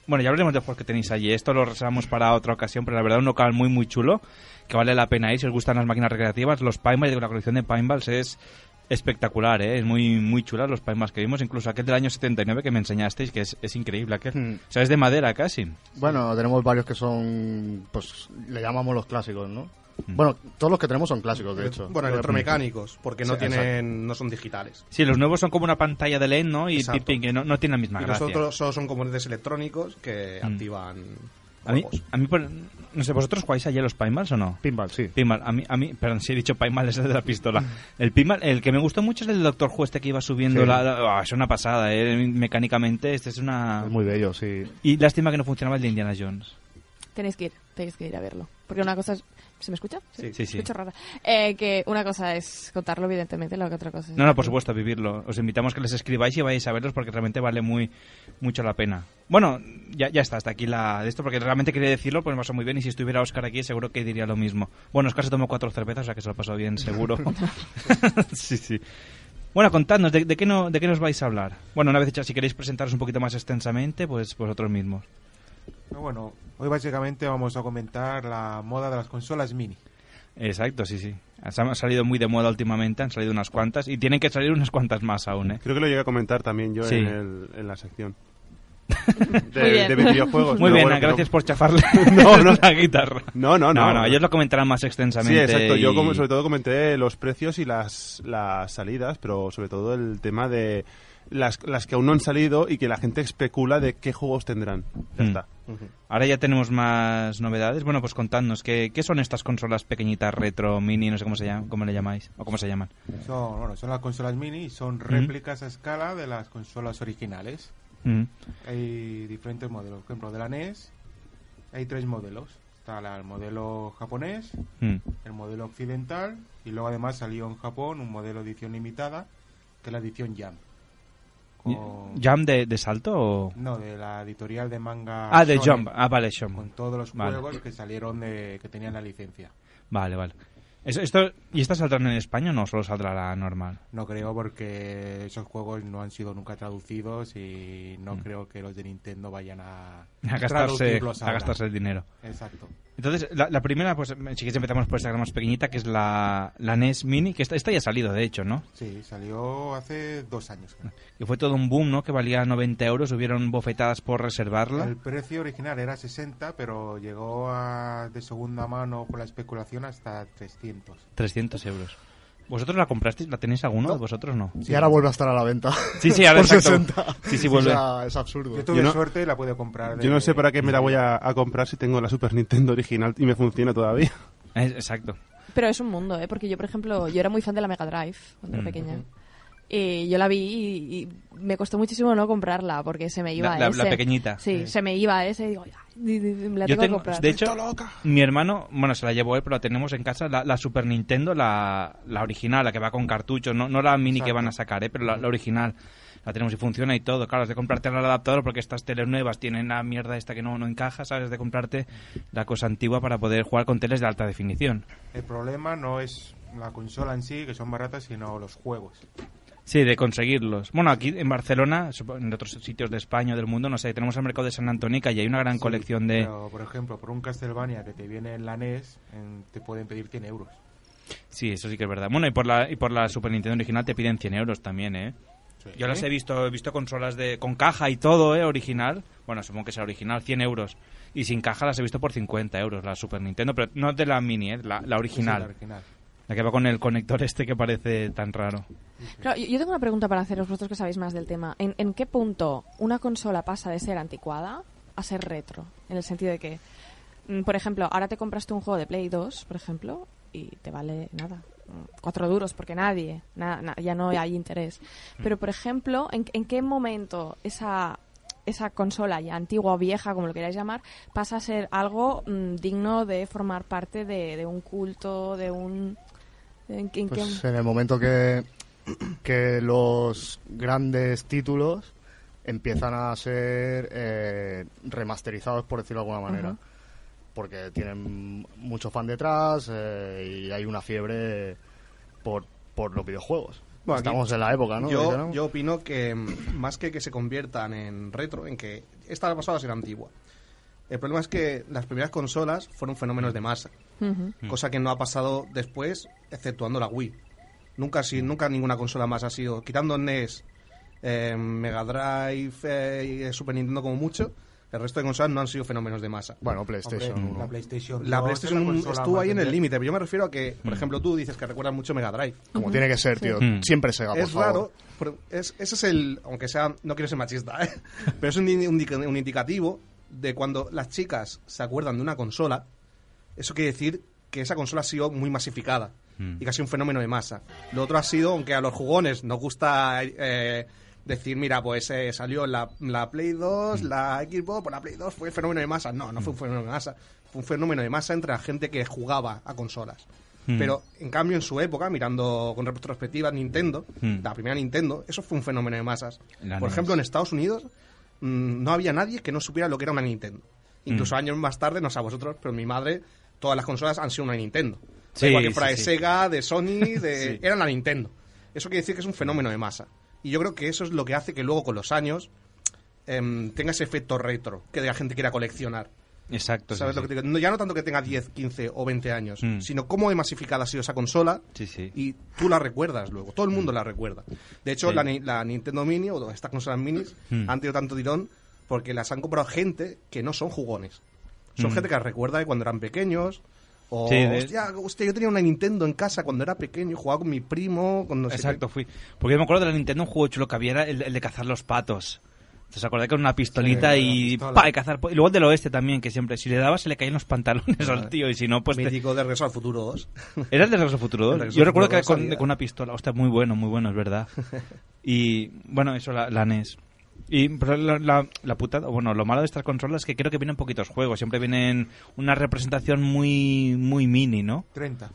Speaker 8: bueno, ya hablaremos de los juegos que tenéis allí. Esto lo reservamos para otra ocasión, pero la verdad un local muy, muy chulo que vale la pena ir si os gustan las máquinas recreativas. Los Pineballs, la colección de Pineballs es espectacular, ¿eh? es muy muy chula los Pineballs que vimos. Incluso aquel del año 79 que me enseñasteis, que es, es increíble. Aquel.
Speaker 15: Mm.
Speaker 10: Hmm.
Speaker 8: O sea, es de madera casi.
Speaker 10: Bueno, tenemos varios que son... Pues le llamamos los clásicos, ¿no? Bueno, todos los que tenemos son clásicos, de hecho.
Speaker 15: Bueno, electromecánicos, porque no
Speaker 10: Sí,
Speaker 15: tienen,
Speaker 10: exacto.
Speaker 15: no son digitales.
Speaker 8: Sí, los nuevos son como una pantalla de LED, ¿no? Y
Speaker 15: Exacto.
Speaker 8: pim, pim, que no, no tiene la misma
Speaker 15: y los
Speaker 8: gracia. Mm.
Speaker 15: otros solo son componentes electrónicos que activan.
Speaker 8: A mí, a mí por- no sé, ¿vosotros jugáis ayer los Pinballs o no?
Speaker 10: Pinball, sí.
Speaker 8: Pinball, a mí, a mí, perdón, si he dicho Pinball es el de la pistola. El Pinball, el que me gustó mucho es el del Doctor Who, este que iba subiendo
Speaker 10: Sí.
Speaker 8: la... la- ah, es una pasada, ¿eh? mecánicamente, este es una...
Speaker 10: Es muy bello, sí.
Speaker 8: Y lástima que no funcionaba el de Indiana Jones.
Speaker 9: Tenéis que ir, tenéis que ir a verlo. Porque una cosa es... ¿Se me escucha?
Speaker 8: Sí, sí, sí.
Speaker 9: Escucho rara. Eh, que una cosa es contarlo, evidentemente, la otra cosa es...
Speaker 8: No, no, por supuesto, vivirlo. Os invitamos que les escribáis y vayáis a verlos porque realmente vale muy mucho la pena. Bueno, ya, ya está, hasta aquí la de esto, porque realmente quería decirlo, pues me pasó muy bien y si estuviera Oscar aquí seguro que diría lo mismo. Bueno, Oscar se tomó cuatro cervezas, o sea que se lo ha pasado bien, seguro. sí, sí. Bueno, contadnos, ¿de, de qué no, ¿de qué nos vais a hablar? Bueno, una vez hecha, si queréis presentaros un poquito más extensamente, pues vosotros mismos.
Speaker 15: Pero bueno, hoy básicamente vamos a comentar la moda de las consolas mini.
Speaker 8: Exacto, sí, sí. Han sa- han salido muy de moda últimamente, han salido unas cuantas y tienen que salir unas cuantas más aún, ¿eh?
Speaker 16: Creo que lo llegué a comentar también yo
Speaker 8: Sí.
Speaker 16: en, el- en la sección. De,
Speaker 8: Muy bien.
Speaker 16: de videojuegos.
Speaker 8: Muy
Speaker 16: pero
Speaker 8: bien,
Speaker 16: bueno, que
Speaker 8: gracias
Speaker 16: no-
Speaker 8: por chafarle
Speaker 16: No, no.
Speaker 8: la guitarra.
Speaker 16: No, no, no.
Speaker 8: ellos lo comentarán más
Speaker 16: Sí,
Speaker 8: extensamente.
Speaker 16: exacto. Yo
Speaker 8: y-
Speaker 16: como, sobre todo comenté los precios y las, las salidas, pero sobre todo el tema de las, las que aún no han salido y que la gente especula de qué juegos tendrán. Ya
Speaker 8: Mm.
Speaker 16: está.
Speaker 8: Ahora ya tenemos más novedades. Bueno, pues contadnos, ¿qué, qué son estas consolas pequeñitas retro, mini, no sé cómo, se llama, cómo le llamáis? ¿O cómo se llaman?
Speaker 15: Son, bueno, son las consolas mini y son
Speaker 8: Ujú.
Speaker 15: réplicas a escala de las consolas originales.
Speaker 8: Mm.
Speaker 15: Hay diferentes modelos. Por ejemplo, de la NES hay tres modelos. Está la- el modelo japonés,
Speaker 8: Mm.
Speaker 15: el modelo occidental y luego además salió en Japón un modelo edición limitada que es la edición Jam. Con-
Speaker 8: ¿Jam de, de salto o...?
Speaker 15: No, de la editorial de manga.
Speaker 8: Ah, de
Speaker 15: Shonen,
Speaker 8: Jump. Ah, vale, Jump.
Speaker 15: Con todos los
Speaker 8: Vale.
Speaker 15: juegos que salieron de que tenían la licencia.
Speaker 8: Vale, vale. Eso- esto, ¿Y estas saldrán en español o solo saldrá la normal?
Speaker 15: No creo porque esos juegos no han sido nunca traducidos y no creo que los de Nintendo vayan a,
Speaker 8: A gastarse,
Speaker 15: traducirlos
Speaker 8: a
Speaker 15: ahora.
Speaker 8: gastarse el dinero.
Speaker 15: Exacto.
Speaker 8: Entonces, la, la primera, pues si que empezamos por esta que es más pequeñita, que es la, la NES Mini, que esta, esta ya ha salido, de hecho, ¿no?
Speaker 15: Sí, salió hace dos años. creo.
Speaker 8: Que fue todo un boom, ¿no? Que valía 90 euros, hubieron bofetadas por reservarla.
Speaker 15: El precio original era 60, pero llegó a- de segunda mano con la especulación hasta 300.
Speaker 8: 300 euros. ¿Vosotros la comprasteis? ¿La tenéis alguno? de ¿Vosotros no?
Speaker 10: Y ahora vuelve a estar a la venta.
Speaker 8: Sí, sí, ahora
Speaker 10: Por
Speaker 8: exacto.
Speaker 10: 60.
Speaker 8: Sí, sí, vuelve.
Speaker 10: O sea, es absurdo.
Speaker 15: Yo tuve
Speaker 16: Yo no-
Speaker 15: suerte y la pude comprar.
Speaker 16: Yo no
Speaker 15: de-
Speaker 16: sé para qué me la voy a, a comprar si tengo la Super Nintendo original y me funciona todavía.
Speaker 8: Exacto.
Speaker 9: Pero es un mundo, ¿eh? Porque yo, por ejemplo, yo era muy fan de la Mega Drive cuando
Speaker 8: Mm.
Speaker 9: era pequeña. Y yo la vi y, y me costó muchísimo no comprarla porque se me iba
Speaker 8: La- la-
Speaker 9: ese.
Speaker 8: la pequeñita.
Speaker 9: Sí,
Speaker 8: Sí.
Speaker 9: se me iba ese y digo, "Ay, di- di- la tengo,
Speaker 8: Yo
Speaker 9: que
Speaker 8: tengo,
Speaker 9: comprar.
Speaker 8: de hecho, mi hermano, bueno, se la llevó él, pero la tenemos en casa, la, la Super Nintendo, la, la original, la que va con cartuchos, no, no la mini que
Speaker 15: Exacto.
Speaker 8: van a sacar, ¿eh? pero la, la original. La tenemos y funciona y todo. Claro, has de comprarte el adaptador porque estas teles nuevas tienen la mierda esta que no, no encaja, ¿sabes? Has de comprarte la cosa antigua para poder jugar con teles de alta definición.
Speaker 15: El problema no es la consola en sí, que son baratas, sino los juegos.
Speaker 8: Sí, de conseguirlos. Bueno, aquí en Barcelona, supo- en otros sitios de España o del mundo, no sé, tenemos el mercado de San Antónica y hay una gran
Speaker 15: Sí,
Speaker 8: colección de...
Speaker 15: Pero, por ejemplo, por un Castlevania que te viene en la NES, en- te pueden pedir 100 euros.
Speaker 8: Sí, eso sí que es verdad. Bueno, y por la, y por la Super Nintendo original te piden 100 euros también, ¿eh? Yo las he visto, he visto consolas de con caja y todo, ¿eh? Original. Bueno, supongo que sea original, 100 euros. Y sin caja las he visto por 50 euros, la Super Nintendo, pero no de la mini, ¿eh? La, la original.
Speaker 15: Sí, la original.
Speaker 8: La que va con el conector este que parece tan raro.
Speaker 9: Claro, yo yo tengo una pregunta para haceros vosotros que sabéis más del tema. ¿En, en qué punto una consola pasa de ser anticuada a ser retro? En el sentido de que, mm, por ejemplo, ahora te compraste un juego de Play 2, por ejemplo, y te vale nada, mm, cuatro duros, porque nadie, na- na- ya no hay interés. Pero, por ejemplo, ¿en, en qué momento esa esa consola ya antigua o vieja, como lo queráis llamar, pasa a ser algo mm, digno de formar parte de, de un culto, de un... ¿en qué- en qué-
Speaker 10: Pues en el momento que, que los grandes títulos empiezan a ser eh, remasterizados, por decirlo de alguna manera.
Speaker 9: Ajá.
Speaker 10: Porque tienen mucho fan detrás eh, y hay una fiebre por, por los videojuegos.
Speaker 17: Bueno, aquí-
Speaker 10: Estamos en la época, ¿no? Dice,
Speaker 17: Yo,
Speaker 10: ¿no?
Speaker 17: yo opino que mm, más que que se conviertan en retro, en que esta pasada será antigua. El problema es que las primeras consolas fueron fenómenos de masa,
Speaker 10: Mm.
Speaker 17: cosa que no ha pasado después, exceptuando la Wii. Nunca, ha sido-
Speaker 10: Mm.
Speaker 17: nunca ninguna consola más ha sido, quitando NES, eh, Mega Drive eh, y eh, Super Nintendo como mucho, el resto de consolas no han sido fenómenos de masa.
Speaker 10: Bueno,
Speaker 15: Hombre, la PlayStation 2
Speaker 17: La
Speaker 15: es la
Speaker 17: PlayStation
Speaker 15: consola
Speaker 17: estuvo
Speaker 15: más
Speaker 17: ahí en el
Speaker 15: vendida.
Speaker 17: límite, pero yo me refiero a que, por ejemplo, tú dices que recuerdas mucho Mega Drive.
Speaker 10: Mm. Como tiene que ser, tío.
Speaker 8: Hmm.
Speaker 17: Mm.
Speaker 10: Siempre Sega, Ah, por
Speaker 17: Es
Speaker 10: favor.
Speaker 17: raro, pero es, ese es el, aunque sea, no quiero ser machista, ¿eh? pero es un, indi- un indica- un indicativo de cuando las chicas se acuerdan de una consola, eso quiere decir que esa consola ha sido muy masificada
Speaker 8: Mm.
Speaker 17: y casi un fenómeno de masa. Lo otro ha sido, aunque a los jugones nos gusta eh, decir, mira, pues eh, salió la, la Play 2, la Xbox, pues la Play 2 fue fenómeno de masa. No, no fue un fenómeno de masa. Fue un fenómeno de masa entre la gente que jugaba a consolas.
Speaker 10: Hmm.
Speaker 18: Mm.
Speaker 17: Pero, en cambio, en su época, mirando con retrospectiva Nintendo,
Speaker 8: Hmm.
Speaker 18: Mm.
Speaker 17: la primera Nintendo, eso fue un fenómeno de masas.
Speaker 18: La
Speaker 17: Por
Speaker 8: E
Speaker 18: NES.
Speaker 17: ejemplo, en Estados Unidos mm, no había nadie que no supiera lo que era una Nintendo.
Speaker 8: Mm.
Speaker 17: Incluso años más tarde, no sé a vosotros, pero mi madre, todas las consolas han sido una Nintendo.
Speaker 8: Sí,
Speaker 17: Da igual que
Speaker 8: sí,
Speaker 17: fuera de
Speaker 8: sí.
Speaker 17: Sega, de Sony, de...
Speaker 8: Sí.
Speaker 17: eran la Nintendo. Eso quiere decir que es un fenómeno de masa. Y yo creo que eso es lo que hace que luego con los años em, tenga ese efecto retro, que la gente quiera coleccionar.
Speaker 8: Exacto. sí, sí.
Speaker 17: ¿Sabes lo que te digo? No, ya no tanto que tenga 10, 15 o 20 años,
Speaker 8: Mm.
Speaker 17: sino cómo de masificada ha sido esa consola
Speaker 8: Sí, sí.
Speaker 17: y tú la recuerdas luego. Todo el mundo la recuerda. De hecho,
Speaker 8: Sí.
Speaker 17: la, ni- la Nintendo Mini o estas consolas minis
Speaker 8: Mm.
Speaker 17: han tenido tanto tirón porque las han comprado gente que no son jugones. Son
Speaker 8: Mm.
Speaker 17: gente que recuerda de cuando eran pequeños. O,
Speaker 8: Sí, de-
Speaker 17: hostia, hostia, yo tenía una Nintendo en casa cuando era pequeño, jugaba con mi primo. Con no sé qué".
Speaker 8: Exacto, fui. Porque yo me acuerdo de la Nintendo un juego chulo que había, era el, el de cazar los patos. ¿Os acordáis con una pistolita
Speaker 17: Sí,
Speaker 8: y,
Speaker 17: la pistola.
Speaker 8: pa, y cazar? po- Y luego el del oeste también, que siempre, si le dabas se le caían los pantalones al tío y si no, pues... te-
Speaker 17: Ah, Mítico de Regreso al Futuro 2.
Speaker 8: Era el de Regreso al Futuro
Speaker 17: El
Speaker 8: 2.
Speaker 17: Regreso
Speaker 8: Yo
Speaker 17: al
Speaker 8: recuerdo que
Speaker 17: Futuro
Speaker 8: era con,
Speaker 17: 2 salía.
Speaker 8: con una pistola. Hostia, muy bueno, muy bueno, es verdad. Y bueno, eso, la, la NES. Y pero la, la, la putada, bueno, lo malo de estas consolas es que creo que vienen poquitos juegos. Siempre vienen una representación muy, muy mini, ¿no?
Speaker 15: 30.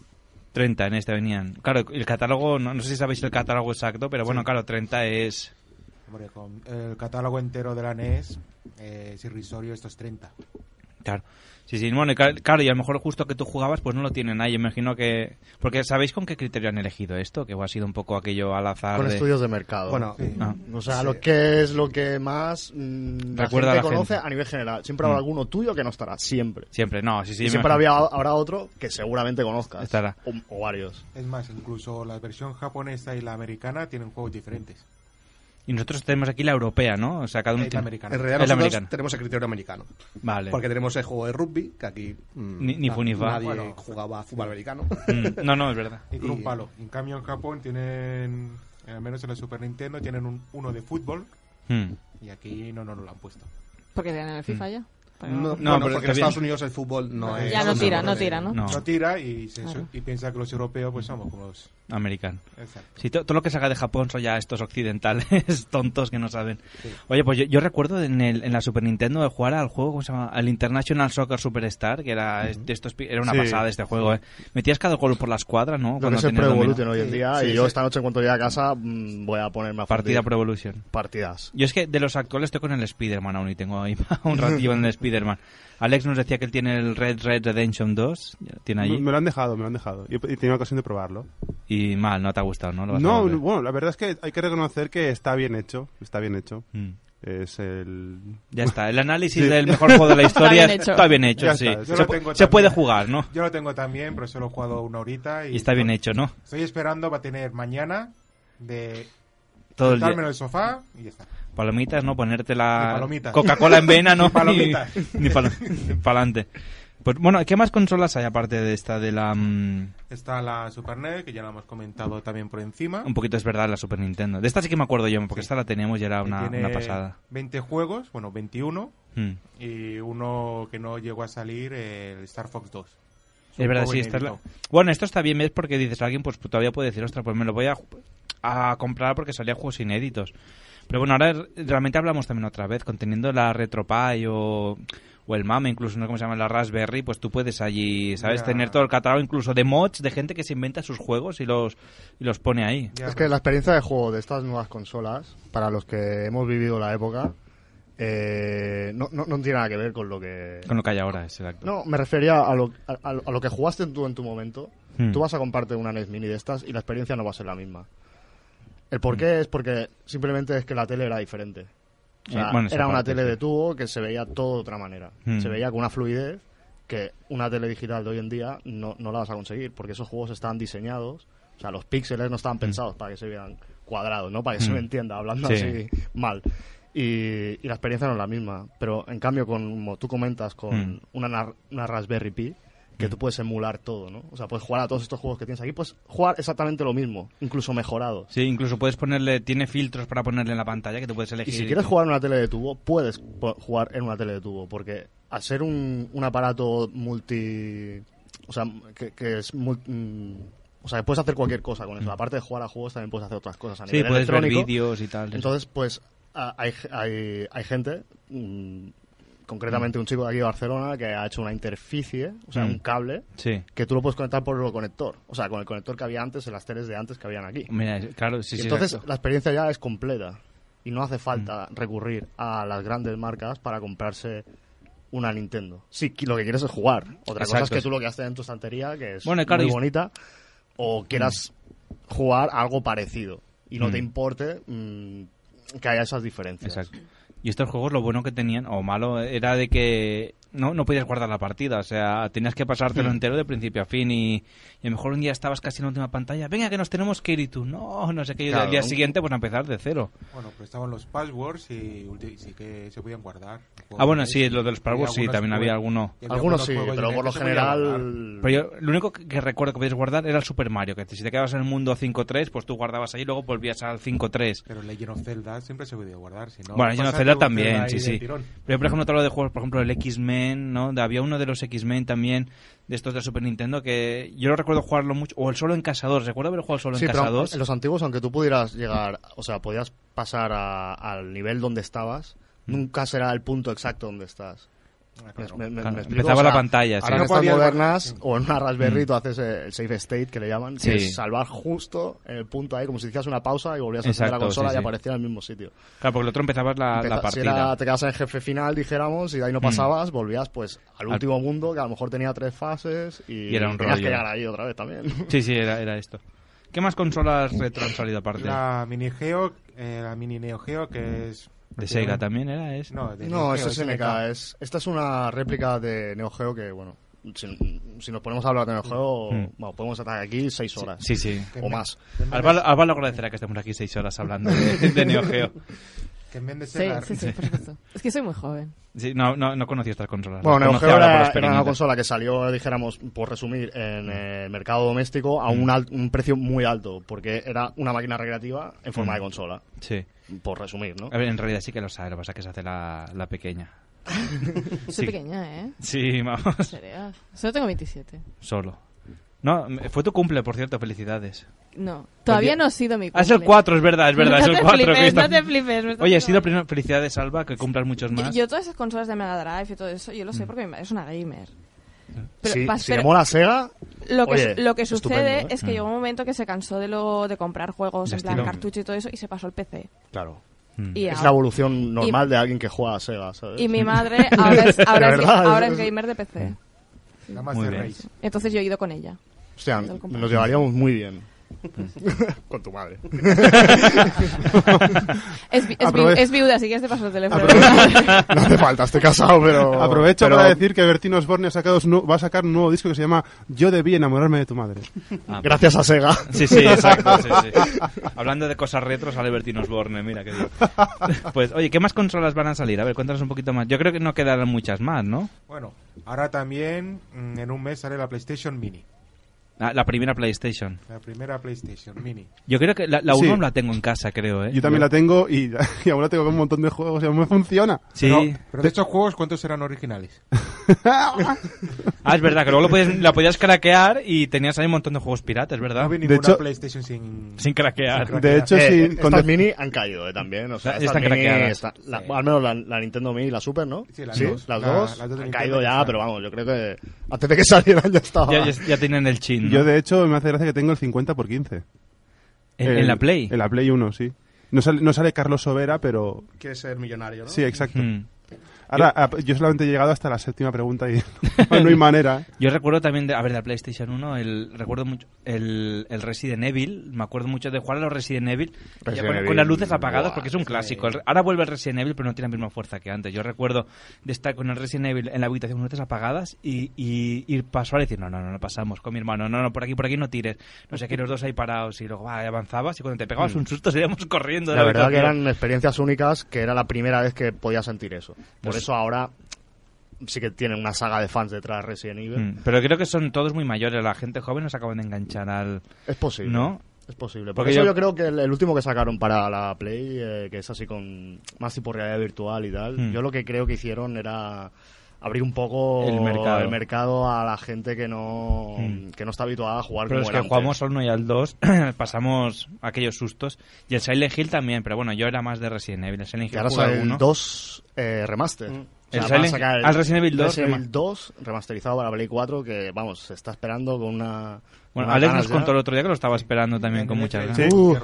Speaker 8: 30 en este venían. Claro, el catálogo, no, no sé si sabéis el catálogo exacto, pero bueno,
Speaker 15: Sí.
Speaker 8: claro, 30 es...
Speaker 15: E Hombre, con el catálogo entero de la NES eh, es irrisorio estos 30.
Speaker 8: Claro. Sí, sí, bueno, y ca- claro, y a lo mejor justo que tú jugabas, pues no lo tienen ahí. Imagino que. Porque ¿sabéis con qué criterio han elegido esto? Que ha sido un poco aquello al azar.
Speaker 10: Con
Speaker 8: de-
Speaker 10: estudios de mercado.
Speaker 8: Bueno, ah.
Speaker 10: O sea,
Speaker 8: Sí.
Speaker 10: lo que es lo que más mm, la
Speaker 8: Recuerda
Speaker 10: gente
Speaker 8: a la
Speaker 10: conoce
Speaker 8: gente.
Speaker 10: a nivel general. Siempre habrá
Speaker 8: Mm.
Speaker 10: alguno tuyo que no estará, siempre.
Speaker 8: Siempre, no, sí, sí.
Speaker 10: Y
Speaker 8: me
Speaker 10: siempre
Speaker 8: imagino.
Speaker 10: había- habrá otro que seguramente conozcas.
Speaker 8: Estará.
Speaker 10: O, o varios.
Speaker 15: Es más, incluso la versión japonesa y la americana tienen juegos diferentes.
Speaker 8: Y nosotros tenemos aquí la europea, ¿no? O sea, cada uno
Speaker 15: Es la
Speaker 8: tiene-
Speaker 15: americana.
Speaker 17: En realidad
Speaker 8: Es la
Speaker 17: nosotros
Speaker 8: americana.
Speaker 17: tenemos el criterio americano.
Speaker 8: Vale.
Speaker 17: Porque tenemos el juego de rugby, que aquí mm,
Speaker 8: Ni- ni
Speaker 17: na-
Speaker 8: fu ni fa.
Speaker 17: nadie
Speaker 8: Bueno.
Speaker 17: jugaba a fútbol americano.
Speaker 8: Mm, no, no, es verdad.
Speaker 15: Y con un palo. En cambio, en Japón tienen, eh, al menos en la Super Nintendo, tienen un, uno de fútbol.
Speaker 8: Hmm.
Speaker 15: Y aquí no, no, no lo han puesto.
Speaker 9: Porque tienen el
Speaker 15: Mm.
Speaker 9: FIFA ya. Pero-
Speaker 17: No,
Speaker 8: Mm. No,
Speaker 17: bueno,
Speaker 8: pero
Speaker 17: porque en
Speaker 8: también-
Speaker 17: Estados Unidos el fútbol no
Speaker 9: Ya
Speaker 17: es...
Speaker 9: no tira, no tira, ¿no?
Speaker 8: No.
Speaker 15: No tira y, se-
Speaker 9: Claro.
Speaker 15: y piensa que los europeos pues somos como los...
Speaker 8: Americano.
Speaker 15: Exacto.
Speaker 8: Sí, to- todo lo que salga de Japón son ya estos occidentales tontos que no saben. Oye, pues yo, yo recuerdo en, el- en la Super Nintendo de jugar al juego, ¿cómo se llama? Al International Soccer Superstar, que era es- de estos, pi- era una
Speaker 10: Sí.
Speaker 8: pasada este juego, ¿eh? Metías cada gol por la escuadra, ¿no?
Speaker 10: Lo que es el
Speaker 8: tenías
Speaker 10: Pro
Speaker 8: dominio.
Speaker 10: Evolution hoy en día.
Speaker 8: Sí,
Speaker 10: y yo
Speaker 8: sí.
Speaker 10: esta noche, en cuanto llegue a casa, mm, voy a ponerme a
Speaker 8: Partida
Speaker 10: fundir
Speaker 8: Pro Evolution.
Speaker 10: Partidas.
Speaker 8: Yo es que de los actuales estoy con el Spider-Man aún y tengo ahí un ratillo en el Spider-Man. Alex nos decía que él tiene el Red Red Redemption 2, ya tiene
Speaker 16: Me,
Speaker 8: allí,
Speaker 16: me lo han dejado, me lo han dejado. Y he, y he tenido ocasión de probarlo.
Speaker 8: y mal, no te ha gustado, ¿no? Lo vas a
Speaker 16: No,
Speaker 8: volver.
Speaker 16: bueno, la verdad es que hay que reconocer que está bien hecho. Está bien hecho. Es el.
Speaker 8: Mm. Ya está, el análisis del mejor juego de la Está historia bien hecho. está bien hecho,
Speaker 16: Ya
Speaker 8: sí.
Speaker 16: está.
Speaker 8: Se
Speaker 15: Yo lo
Speaker 8: pu-
Speaker 15: tengo
Speaker 8: se puede
Speaker 15: también.
Speaker 8: jugar, ¿no?
Speaker 15: Yo lo tengo también, pero solo he jugado una horita. Y,
Speaker 8: Y está bien hecho, ¿no?
Speaker 15: Estoy esperando para tener mañana de
Speaker 8: Todo el día.
Speaker 15: sentarme en el sofá y ya está.
Speaker 8: Palomitas, ¿no? Ponerte
Speaker 15: Ni
Speaker 8: la
Speaker 15: palomitas.
Speaker 8: Coca-Cola en vena, ¿no?
Speaker 15: Ni palomitas.
Speaker 8: Ni pa'lante. Pues bueno, ¿qué más consolas hay aparte de esta de la... mm,
Speaker 15: Está la Super NES, que ya la hemos comentado también por encima.
Speaker 8: un poquito es verdad, la Super Nintendo? De esta sí que me acuerdo yo, porque esta la teníamos y era
Speaker 15: que
Speaker 8: una,
Speaker 15: tiene
Speaker 8: una pasada.
Speaker 15: 20 juegos, bueno, 21.
Speaker 8: Mm.
Speaker 15: Y uno que no llegó a salir, el Star Fox 2.
Speaker 8: Es verdad, sí, esta
Speaker 15: está
Speaker 8: es la- Bueno, esto está bien, ¿ves? Porque dices, alguien pues todavía puede decir, ostras, pues me lo voy a, ju- a comprar porque salía juegos inéditos. Pero bueno, ahora r- realmente hablamos también otra vez, conteniendo la RetroPie o, o el MAME, incluso, ¿no? ¿Cómo se llama? La Raspberry, pues tú puedes allí, ¿sabes?
Speaker 10: Ya.
Speaker 8: Tener todo el catálogo incluso de mods, de gente que se inventa sus juegos y los, y los pone ahí.
Speaker 10: es que la experiencia de juego de estas nuevas consolas, para los que hemos vivido la época, eh, no, no, no tiene nada que ver con lo que...
Speaker 8: Con lo que hay ahora, es exacto.
Speaker 10: No, me refería a lo, a, a lo- a lo que jugaste tú en tu momento.
Speaker 8: Hmm.
Speaker 10: Tú vas a comprarte una NES Mini de estas y la experiencia no va a ser la misma. El
Speaker 8: Hmm.
Speaker 10: porqué es porque simplemente es que la tele era diferente. O sea,
Speaker 8: Eh, bueno, esa
Speaker 10: era una
Speaker 8: parte,
Speaker 10: tele
Speaker 8: sí.
Speaker 10: de tubo que se veía todo de otra manera.
Speaker 8: Hmm.
Speaker 10: Se veía con una fluidez que una tele digital de hoy en día no, no la vas a conseguir porque esos juegos están diseñados. O sea, los píxeles no estaban pensados para que se vean cuadrados, ¿no? Para que se
Speaker 8: Hmm.
Speaker 10: me entienda, hablando
Speaker 8: Sí.
Speaker 10: así mal. Y, y la experiencia no es la misma. Pero en cambio, con- como tú comentas, con
Speaker 8: Mm.
Speaker 10: una, nar- una Raspberry Pi, que tú puedes emular todo, ¿no? O sea, puedes jugar a todos estos juegos que tienes aquí, puedes jugar exactamente lo mismo, incluso mejorado.
Speaker 8: Sí, incluso puedes ponerle, tiene filtros para ponerle en la pantalla que tú puedes elegir.
Speaker 10: Y si quieres jugar en una tele de tubo, puedes po- jugar en una tele de tubo, porque al ser un, un aparato multi. O sea, que, que es. mul- mm, o sea, que puedes hacer cualquier cosa con eso. Aparte de jugar a juegos, también puedes hacer otras cosas. A
Speaker 8: Mm. Sí,
Speaker 10: nivel
Speaker 8: puedes ver
Speaker 10: electrónico.
Speaker 8: vídeos y tal.
Speaker 10: Entonces, pues, a- hay, hay, hay gente. mm, concretamente un chico de aquí de Barcelona que ha hecho una interficie, o sea,
Speaker 8: Mm.
Speaker 10: un cable,
Speaker 8: Sí.
Speaker 10: que tú lo puedes conectar por el conector. O sea, con el conector que había antes en las teles de antes que habían aquí.
Speaker 8: Mira, claro, sí,
Speaker 10: Y
Speaker 8: sí,
Speaker 10: Entonces,
Speaker 8: exacto.
Speaker 10: la experiencia ya es completa. Y no hace falta recurrir a las grandes marcas para comprarse una Nintendo. Sí, qui- lo que quieres es jugar. Otra cosa es
Speaker 8: Exacto.
Speaker 10: que tú lo que has tenido en tu estantería, que es
Speaker 8: Bueno, y claro,
Speaker 10: muy
Speaker 8: y-
Speaker 10: bonita, o quieras jugar a algo parecido. Y no
Speaker 8: Mm.
Speaker 10: te importe mm, que haya esas diferencias.
Speaker 8: Exacto. Y estos juegos lo bueno que tenían, o malo, era de que no, no podías guardar la partida. O sea, tenías que pasártelo
Speaker 10: Hmm.
Speaker 8: entero de principio a fin. Y, y a lo mejor un día estabas casi en la última pantalla. Venga, que nos tenemos que ir. Y tú, no, no sé qué. Y al
Speaker 15: Claro.
Speaker 8: día siguiente, pues a empezar de cero.
Speaker 15: Bueno, pero estaban los passwords y ulti- sí que se podían guardar.
Speaker 8: Ah, bueno, sí, lo de los
Speaker 15: Y
Speaker 8: passwords sí,
Speaker 15: algunos
Speaker 8: también había
Speaker 15: jue-
Speaker 8: alguno.
Speaker 15: y había juegos directos que se podían guardar.
Speaker 8: Pero yo, lo único que, que recuerdo que podías guardar era el Super Mario. Que si te quedabas en el mundo 5-3, pues tú guardabas ahí y luego volvías al 5-3.
Speaker 15: Pero Legend of Zelda siempre se podía guardar. Si no,
Speaker 8: bueno, yo no
Speaker 15: pásate
Speaker 8: Zelda
Speaker 15: un
Speaker 8: también,
Speaker 15: ahí
Speaker 8: sí,
Speaker 15: de
Speaker 8: sí.
Speaker 15: tirón.
Speaker 8: Pero yo, por ejemplo, te hablo de juegos, por ejemplo, el X-Men, ¿no? De- había uno de los X-Men también, de estos de Super Nintendo, que yo no recuerdo jugarlo mucho. O el solo en Cazador, recuerdo haber jugado solo
Speaker 10: Sí,
Speaker 8: en
Speaker 10: pero
Speaker 8: Cazador.
Speaker 10: en los antiguos, aunque tú pudieras llegar, o sea, podías
Speaker 8: Mm.
Speaker 10: pasar a- al nivel donde estabas, nunca será el punto exacto donde estás.
Speaker 8: claro.
Speaker 10: Me- me-
Speaker 8: Claro,
Speaker 10: me explico,
Speaker 8: empezaba
Speaker 10: o sea,
Speaker 8: la pantalla, sí.
Speaker 10: Ahora en
Speaker 8: No
Speaker 10: estas
Speaker 8: podía-
Speaker 10: modernas, o en una Raspberry,
Speaker 8: Mm.
Speaker 10: tú haces eh, el save state que le llaman,
Speaker 8: Sí.
Speaker 10: que es salvar justo en el punto ahí, como si hicieras una pausa y volvías a encender la
Speaker 8: Exacto,
Speaker 10: consola
Speaker 8: sí,
Speaker 10: y
Speaker 8: sí.
Speaker 10: aparecía en el mismo sitio.
Speaker 8: Claro, porque el otro empezabas la, la
Speaker 10: Empeza- si
Speaker 8: partida.
Speaker 10: era- te quedas en el jefe final, dijéramos, y de ahí no
Speaker 8: Mm.
Speaker 10: pasabas, volvías pues al
Speaker 8: Al-
Speaker 10: último mundo, que a lo mejor tenía tres fases y,
Speaker 8: Y era un
Speaker 10: tenías
Speaker 8: rollo.
Speaker 10: que llegar ahí otra vez también.
Speaker 8: Sí, sí, era, era esto. ¿Qué más consolas retro han salido aparte?
Speaker 15: La mini Geo, eh, la mini Neo Geo,
Speaker 8: Mm.
Speaker 15: que es.
Speaker 8: ¿De Sega también era? Es...
Speaker 15: No, de
Speaker 10: No,
Speaker 15: Neo
Speaker 10: eso
Speaker 15: Geo,
Speaker 10: es SNK. Es, esta es una réplica de Neo Geo que, bueno, si, si nos ponemos a hablar de Neo Geo,
Speaker 8: Mm.
Speaker 10: bueno, podemos estar aquí seis horas.
Speaker 8: Sí, sí.
Speaker 10: O más.
Speaker 8: Álvaro, Álvaro agradecerá que estemos aquí seis horas hablando de, de Neo Geo.
Speaker 15: Que en vez de
Speaker 9: Sí,
Speaker 15: ser la-
Speaker 9: sí, sí, por supuesto. Es que soy muy joven.
Speaker 8: Sí, no, no, no conocía estas consolas.
Speaker 10: Bueno,
Speaker 8: Las
Speaker 10: Neo
Speaker 8: conocía
Speaker 10: Geo
Speaker 8: ahora por
Speaker 10: era,
Speaker 8: las
Speaker 10: era una
Speaker 8: pequeñitas.
Speaker 10: consola que salió, dijéramos, por resumir, en el mercado doméstico a un, al- un precio muy alto, porque era una máquina recreativa en forma
Speaker 8: Mm.
Speaker 10: de consola.
Speaker 8: Sí.
Speaker 10: Por resumir, ¿no?
Speaker 8: A ver, en realidad sí que lo sabe, lo que pasa es que se hace la, la pequeña.
Speaker 9: Soy pequeña, ¿eh?
Speaker 8: Sí,
Speaker 9: ¿En
Speaker 8: vamos.
Speaker 9: serio? Solo tengo 27.
Speaker 8: Solo. No, fue tu cumple, por cierto, felicidades.
Speaker 9: No, todavía no ha sido mi
Speaker 8: Ah,
Speaker 9: cumple.
Speaker 8: es el 4, es verdad, es verdad,
Speaker 9: No
Speaker 8: es el
Speaker 9: te
Speaker 8: 4.
Speaker 9: flipes,
Speaker 8: Cristo.
Speaker 9: no te flipes, me estás
Speaker 8: Oye, ha sido primero felicidades, Alba, que cumplas muchos
Speaker 9: Yo-
Speaker 8: más.
Speaker 9: Yo todas esas consolas de Mega Drive y todo eso, yo lo sé porque mi madre es una gamer. Pero
Speaker 10: si,
Speaker 9: pas-
Speaker 10: Mm. si le
Speaker 9: pero-
Speaker 10: mola Sega,
Speaker 9: Lo que,
Speaker 10: oye,
Speaker 9: lo que
Speaker 10: estupendo,
Speaker 9: sucede
Speaker 10: ¿eh?
Speaker 9: es que llegó un momento que se cansó de lo de comprar juegos
Speaker 10: De
Speaker 9: en plan
Speaker 10: estilo.
Speaker 9: cartucho y todo eso y se pasó al PC.
Speaker 10: Claro.
Speaker 15: Mm.
Speaker 9: Y
Speaker 10: es
Speaker 9: ahora-
Speaker 10: la evolución
Speaker 9: y-
Speaker 10: normal de alguien que juega a Sega, ¿sabes?
Speaker 9: Y mi madre ahora es, ahora
Speaker 10: Pues De
Speaker 9: es-
Speaker 10: verdad,
Speaker 9: ahora
Speaker 10: es-
Speaker 9: es gamer de PC.
Speaker 15: más
Speaker 10: Muy
Speaker 15: de
Speaker 10: bien.
Speaker 15: Rage.
Speaker 9: Entonces yo he ido con ella.
Speaker 10: Hostia,
Speaker 9: He ido al comprar.
Speaker 10: nos llevaríamos muy bien. Con tu madre.
Speaker 9: Es, vi- es, vi-
Speaker 16: Aprove-
Speaker 9: es viuda, así que es de paso el teléfono.
Speaker 10: No hace falta, estoy casado, pero.
Speaker 16: Aprovecho
Speaker 10: pero-
Speaker 16: para decir que Bertino Osborne ha sacado su nu- va a sacar un nuevo disco que se llama Yo debí enamorarme de tu madre.
Speaker 10: Gracias a Sega.
Speaker 8: Ah. Sí, sí, exacto. sí, sí. Hablando de cosas retro, sale Bertino Osborne, mira que bien. Pues, oye, ¿qué más consolas van a salir? A ver, cuéntanos un poquito más. Yo creo que no quedarán muchas más, ¿no?
Speaker 15: Bueno, ahora también mm, en un mes sale la PlayStation Mini.
Speaker 8: La, la primera PlayStation.
Speaker 15: La primera PlayStation Mini.
Speaker 8: Yo creo que la, la
Speaker 16: Sí.
Speaker 8: 1 la tengo en casa, creo, ¿eh?
Speaker 16: Yo también la tengo y, y ahora tengo un montón de juegos y aún me funciona.
Speaker 8: Sí.
Speaker 15: Pero, pero de estos juegos, ¿cuántos eran originales?
Speaker 8: Ah, es verdad, que luego lo podías- la podías craquear y tenías ahí un montón de juegos piratas, ¿verdad?
Speaker 15: No vi ninguna PlayStation sin...
Speaker 8: sin craquear.
Speaker 16: De hecho,
Speaker 10: Eh,
Speaker 16: sí,
Speaker 10: estas
Speaker 16: con de-
Speaker 10: mini han caído eh, también. O sea,
Speaker 8: Ya
Speaker 10: estas
Speaker 8: están
Speaker 10: mini
Speaker 8: craqueadas.
Speaker 10: está- la- Al menos la, la Nintendo Mini y la Super, ¿no?
Speaker 15: Sí, las dos.
Speaker 10: las
Speaker 15: La-
Speaker 10: dos
Speaker 15: las dos de
Speaker 10: han
Speaker 15: Nintendo
Speaker 10: caído
Speaker 15: ya
Speaker 10: ya,
Speaker 15: están.
Speaker 10: pero vamos, yo creo que antes de que salieran ya estaba.
Speaker 8: Ya, ya- ya tienen el chin. ¿no?
Speaker 16: Yo, de hecho, me hace gracia que tengo el 50 por 15.
Speaker 8: ¿En- en la Play?
Speaker 16: En la Play 1, sí. No sale, no sale Carlos Sobera, pero...
Speaker 17: Quiere ser millonario, ¿no?
Speaker 16: Sí, exacto.
Speaker 8: Hmm.
Speaker 16: Ahora, a- yo solamente he llegado hasta la séptima pregunta y no hay manera.
Speaker 8: Yo recuerdo también, de, a ver, de la PlayStation 1, el, recuerdo mucho el, el Resident Evil, me acuerdo mucho de jugar a los Resident Evil, ya
Speaker 16: Resident
Speaker 8: con, con
Speaker 16: Evil,
Speaker 8: las luces apagadas
Speaker 16: buah,
Speaker 8: porque es un
Speaker 16: sí.
Speaker 8: clásico. El- Ahora vuelve el Resident Evil, pero no tiene la misma fuerza que antes. Yo recuerdo de estar con el Resident Evil en la habitación con luces apagadas y, y ir paso a decir, no, no, no, no pasamos con mi hermano, no, no, por aquí, por aquí no tires. No sé qué, los dos ahí parados y luego va, avanzabas y cuando te pegabas
Speaker 10: Mm.
Speaker 8: un susto salíamos corriendo. de
Speaker 10: La verdad que
Speaker 8: habitación.
Speaker 10: eran experiencias únicas, que era la primera vez que podía sentir eso. Por
Speaker 8: Pues-
Speaker 10: eso ahora sí que tienen una saga de fans detrás de Resident Evil.
Speaker 8: Mm, Pero creo que son todos muy mayores, la gente joven nos acaban de enganchar al...
Speaker 10: Es posible.
Speaker 8: ¿No?
Speaker 10: Es posible. Por
Speaker 8: Porque
Speaker 10: eso
Speaker 8: yo-
Speaker 10: yo... creo que el, el último que sacaron para la Play, eh, que es así con más tipo realidad virtual y tal,
Speaker 8: Hmm.
Speaker 10: yo lo que creo que hicieron era abrir un poco
Speaker 8: El mercado.
Speaker 10: el mercado a la gente que no,
Speaker 8: Hmm.
Speaker 10: que no está habituada a jugar
Speaker 8: Pero
Speaker 10: como
Speaker 8: es
Speaker 10: era
Speaker 8: que
Speaker 10: antes.
Speaker 8: jugamos al 1 y al 2, pasamos aquellos sustos. Y el Silent Hill también, pero bueno, yo era más de Resident Evil. El Silent
Speaker 10: Que
Speaker 8: Hill
Speaker 10: ahora
Speaker 8: jugué
Speaker 10: sale el
Speaker 8: uno.
Speaker 10: 2 eh, remaster. O sea,
Speaker 8: El
Speaker 10: van a
Speaker 8: Silent-
Speaker 10: sacar
Speaker 8: al Resident Evil 2
Speaker 10: Resident Evil 2 remasterizado para Play 4 que, vamos, se está esperando con una...
Speaker 8: Bueno,
Speaker 10: unas
Speaker 8: Alex
Speaker 10: ganas
Speaker 8: nos
Speaker 10: ya.
Speaker 8: contó el otro día que lo estaba esperando también con muchas ganas.
Speaker 16: Uh,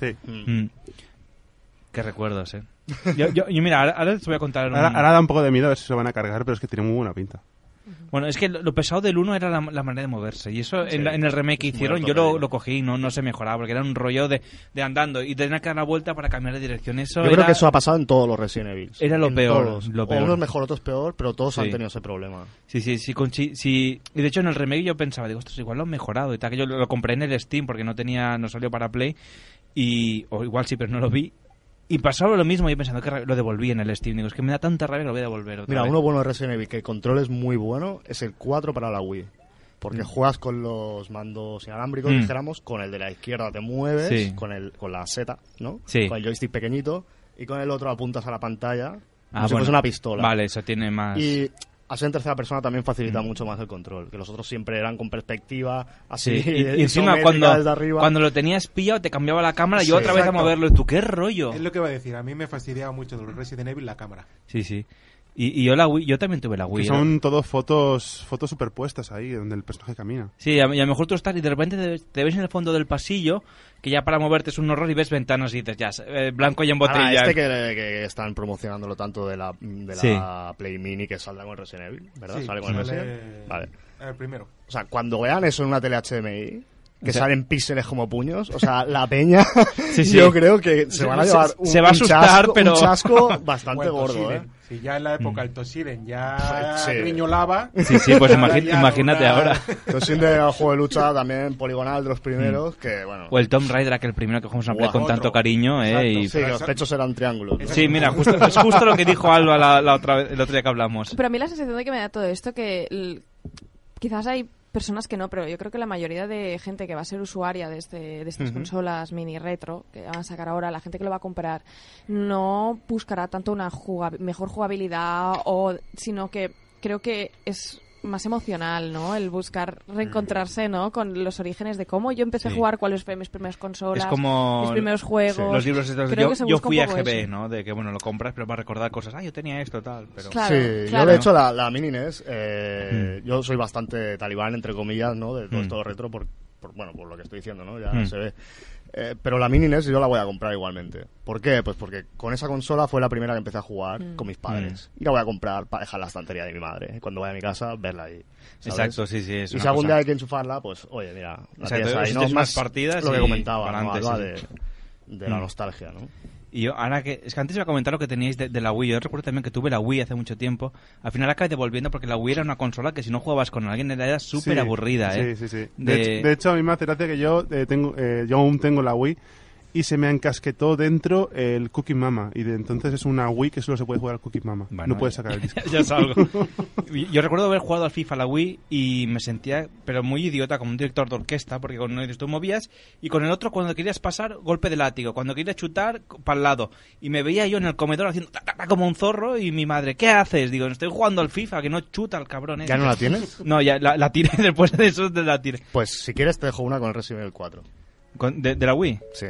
Speaker 16: sí.
Speaker 8: Mm. Qué recuerdos, eh. Yo, yo- yo, mira, ahora, ahora les voy a contar. un-
Speaker 16: Ahora, ahora da un poco de miedo a ver si se lo van a cargar, pero es que tiene muy buena pinta.
Speaker 8: Bueno, es que lo, lo pesado del 1 era la, la manera de moverse. Y eso
Speaker 16: Sí.
Speaker 8: en, la- en el remake que
Speaker 16: Es muy
Speaker 8: hicieron, yo
Speaker 16: ortopédico.
Speaker 8: lo, lo cogí y no, no se mejoraba, porque era un rollo de, de andando y tenía que dar la vuelta para cambiar de dirección. Eso
Speaker 10: Yo creo
Speaker 8: era-
Speaker 10: que eso ha pasado en todos los Resident Evil.
Speaker 8: Era lo
Speaker 10: En
Speaker 8: peor,
Speaker 10: todos.
Speaker 8: lo
Speaker 10: O
Speaker 8: peor.
Speaker 10: unos mejor, otros peor, pero todos
Speaker 8: Sí.
Speaker 10: han tenido ese problema.
Speaker 8: Sí, sí, sí, con chi- sí. Y de hecho en el remake yo pensaba, digo, ostras, igual lo han mejorado y tal. Que yo lo, lo compré en el Steam porque no tenía, no salió para Play. Y, o igual sí, pero no lo vi. Y pasaba lo mismo, yo pensando que ra- lo devolví en el Steam. Digo, es que me da tanta rabia que lo voy a devolver. otra
Speaker 10: Mira,
Speaker 8: vez.
Speaker 10: uno bueno de Resident Evil que el control es muy bueno es el 4 para la Wii. Porque juegas con los mandos inalámbricos,
Speaker 8: Mm.
Speaker 10: dijéramos, con el de la izquierda te mueves,
Speaker 8: Sí.
Speaker 10: con, el, con la Z, ¿no?
Speaker 8: Sí.
Speaker 10: Con el joystick pequeñito, y con el otro apuntas a la pantalla,
Speaker 8: Ah,
Speaker 10: como si
Speaker 8: bueno.
Speaker 10: fuese una pistola.
Speaker 8: Vale, eso tiene más. Mm.
Speaker 10: Y así en tercera persona también facilita mucho más el control, que los otros siempre eran con perspectiva, así,
Speaker 8: Sí, y- y, encima
Speaker 10: isométrica
Speaker 8: cuando,
Speaker 10: desde arriba.
Speaker 8: cuando lo tenías pillado te cambiaba la cámara y
Speaker 10: Sí.
Speaker 8: otra vez a
Speaker 10: Exacto.
Speaker 8: moverlo. ¿Y tú qué rollo?
Speaker 15: Es lo que va a decir. A mí me fastidiaba mucho de los Resident Evil la cámara.
Speaker 8: Sí, sí. Y, y yo, la Wii- yo también tuve la Wii. ¿eh?
Speaker 16: Que
Speaker 8: era-
Speaker 16: son todos fotos, fotos superpuestas ahí, donde el personaje camina.
Speaker 8: Sí, a, y a lo mejor tú estás y de repente te, te ves en el fondo del pasillo que ya para moverte es un horror y ves ventanas y dices, ya, eh, blanco y en botella.
Speaker 10: Ahora, este que, que están promocionándolo tanto de la, de la Play Mini que saldrá con Resident Evil, ¿verdad?
Speaker 15: Sí,
Speaker 10: ¿Sale con el
Speaker 15: sale
Speaker 10: Resident Evil? Vale.
Speaker 15: El primero.
Speaker 10: O sea, cuando vean eso en una tele HDMI, que
Speaker 15: O sea-
Speaker 10: salen píxeles como puños, o sea, la peña,
Speaker 8: Sí, sí.
Speaker 10: yo creo que se van a llevar
Speaker 8: se-
Speaker 10: un,
Speaker 8: se va a
Speaker 10: un
Speaker 8: asustar,
Speaker 10: chasco,
Speaker 8: pero- Mm.
Speaker 10: un chasco bastante
Speaker 15: O el
Speaker 10: gordo, ¿eh?
Speaker 15: Toshiren. Si ya en la época el Toshiren ya
Speaker 10: Sí.
Speaker 15: riñolaba.
Speaker 8: Sí, sí, pues
Speaker 15: ahora
Speaker 8: imagi-
Speaker 15: ya
Speaker 8: imagínate
Speaker 15: una-
Speaker 8: ahora.
Speaker 10: Entonces, el juego de lucha también poligonal de los primeros,
Speaker 8: Mm.
Speaker 10: que bueno.
Speaker 8: O el Tomb Raider, aquel primero que jugamos en la Play
Speaker 10: Buah,
Speaker 8: con
Speaker 10: otro.
Speaker 8: tanto cariño, eh. y-
Speaker 10: Sí, que los pechos eran triángulos. ¿no?
Speaker 8: Sí, mira, justo, es justo lo que dijo Alba la, la otra vez- el otro día que hablamos.
Speaker 9: Pero a mí la sensación de que me da todo esto, que l- quizás hay personas que no, pero yo creo que la mayoría de gente que va a ser usuaria de, este, de estas
Speaker 19: Ujú.
Speaker 9: consolas mini retro que van a sacar ahora, la gente que lo va a comprar, no buscará tanto una juga- mejor jugabilidad, o, sino que creo que es más emocional, ¿no? El buscar reencontrarse, ¿no? Con los orígenes de cómo yo empecé a
Speaker 8: Sí.
Speaker 9: jugar, cuáles fueron mis primeras consolas,
Speaker 8: es como
Speaker 9: mis primeros juegos.
Speaker 8: sí, los libros estos.
Speaker 9: Creo
Speaker 8: Yo,
Speaker 9: que se
Speaker 8: yo
Speaker 9: busca un
Speaker 8: fui a E,
Speaker 9: poco
Speaker 8: GB
Speaker 9: eso.
Speaker 8: no de que bueno lo compras pero vas a recordar cosas ah yo tenía esto tal pero
Speaker 9: Claro,
Speaker 10: sí, yo de hecho la, la Mini NES, eh, yo soy bastante talibán, entre comillas, ¿no? De todo
Speaker 8: Mm.
Speaker 10: esto retro, por, por- bueno, por lo que estoy diciendo, ¿no? Ya
Speaker 8: Mm.
Speaker 10: se ve. Eh, pero la Mini NES yo la voy a comprar igualmente. ¿Por qué? Pues porque con esa consola fue la primera que empecé a jugar
Speaker 8: Mm.
Speaker 10: con mis padres. Y la voy a comprar para dejar en la estantería de mi madre. Y Cuando vaya a mi casa, verla ahí. ¿sabes?
Speaker 8: Exacto, sí, sí, es
Speaker 10: y
Speaker 8: una
Speaker 10: si algún
Speaker 8: cosa-
Speaker 10: día hay que enchufarla, pues oye, mira, la
Speaker 8: Exacto,
Speaker 10: tienes ahí,
Speaker 8: existen
Speaker 10: ¿no?
Speaker 8: unas partidas
Speaker 10: Lo que
Speaker 8: y
Speaker 10: comentaba, ¿no?
Speaker 8: pa'lante,
Speaker 10: Alba,
Speaker 8: sí.
Speaker 10: de, de la
Speaker 8: Mm.
Speaker 10: nostalgia, ¿no?
Speaker 8: y yo ahora que es que antes iba a comentar lo que teníais de, de la Wii yo recuerdo también que tuve la Wii hace mucho tiempo al final acabé devolviendo porque la Wii era una consola que si no jugabas con alguien era súper
Speaker 16: Sí,
Speaker 8: aburrida eh
Speaker 16: Sí, sí, sí. De,
Speaker 8: De-
Speaker 16: hecho- de hecho, a mí me hace gracia que yo, eh, tengo, eh, yo aún tengo la Wii y se me encasquetó dentro el Cookie Mama. Y de entonces es una Wii que solo se puede jugar al Cookie Mama.
Speaker 8: Bueno, eh,
Speaker 16: no puedes sacar el disco.
Speaker 8: ya es algo. Yo- Yo recuerdo haber jugado al FIFA la Wii y me sentía, pero muy idiota, como un director de orquesta, porque con uno dices, tú movías y con el otro, cuando querías pasar, golpe de látigo, cuando querías chutar, para el lado. Y me veía yo en el comedor haciendo ta, ta, ta, como un zorro y mi madre, ¿qué haces? Digo, estoy jugando al FIFA, que no chuta el cabrón. ese".
Speaker 10: ¿Ya no la tienes?
Speaker 8: No, ya la, la tiré después de eso, de la tiré.
Speaker 10: Pues si quieres te dejo una con el Resident Evil 4.
Speaker 8: ¿Con- de, de la Wii?
Speaker 10: Sí.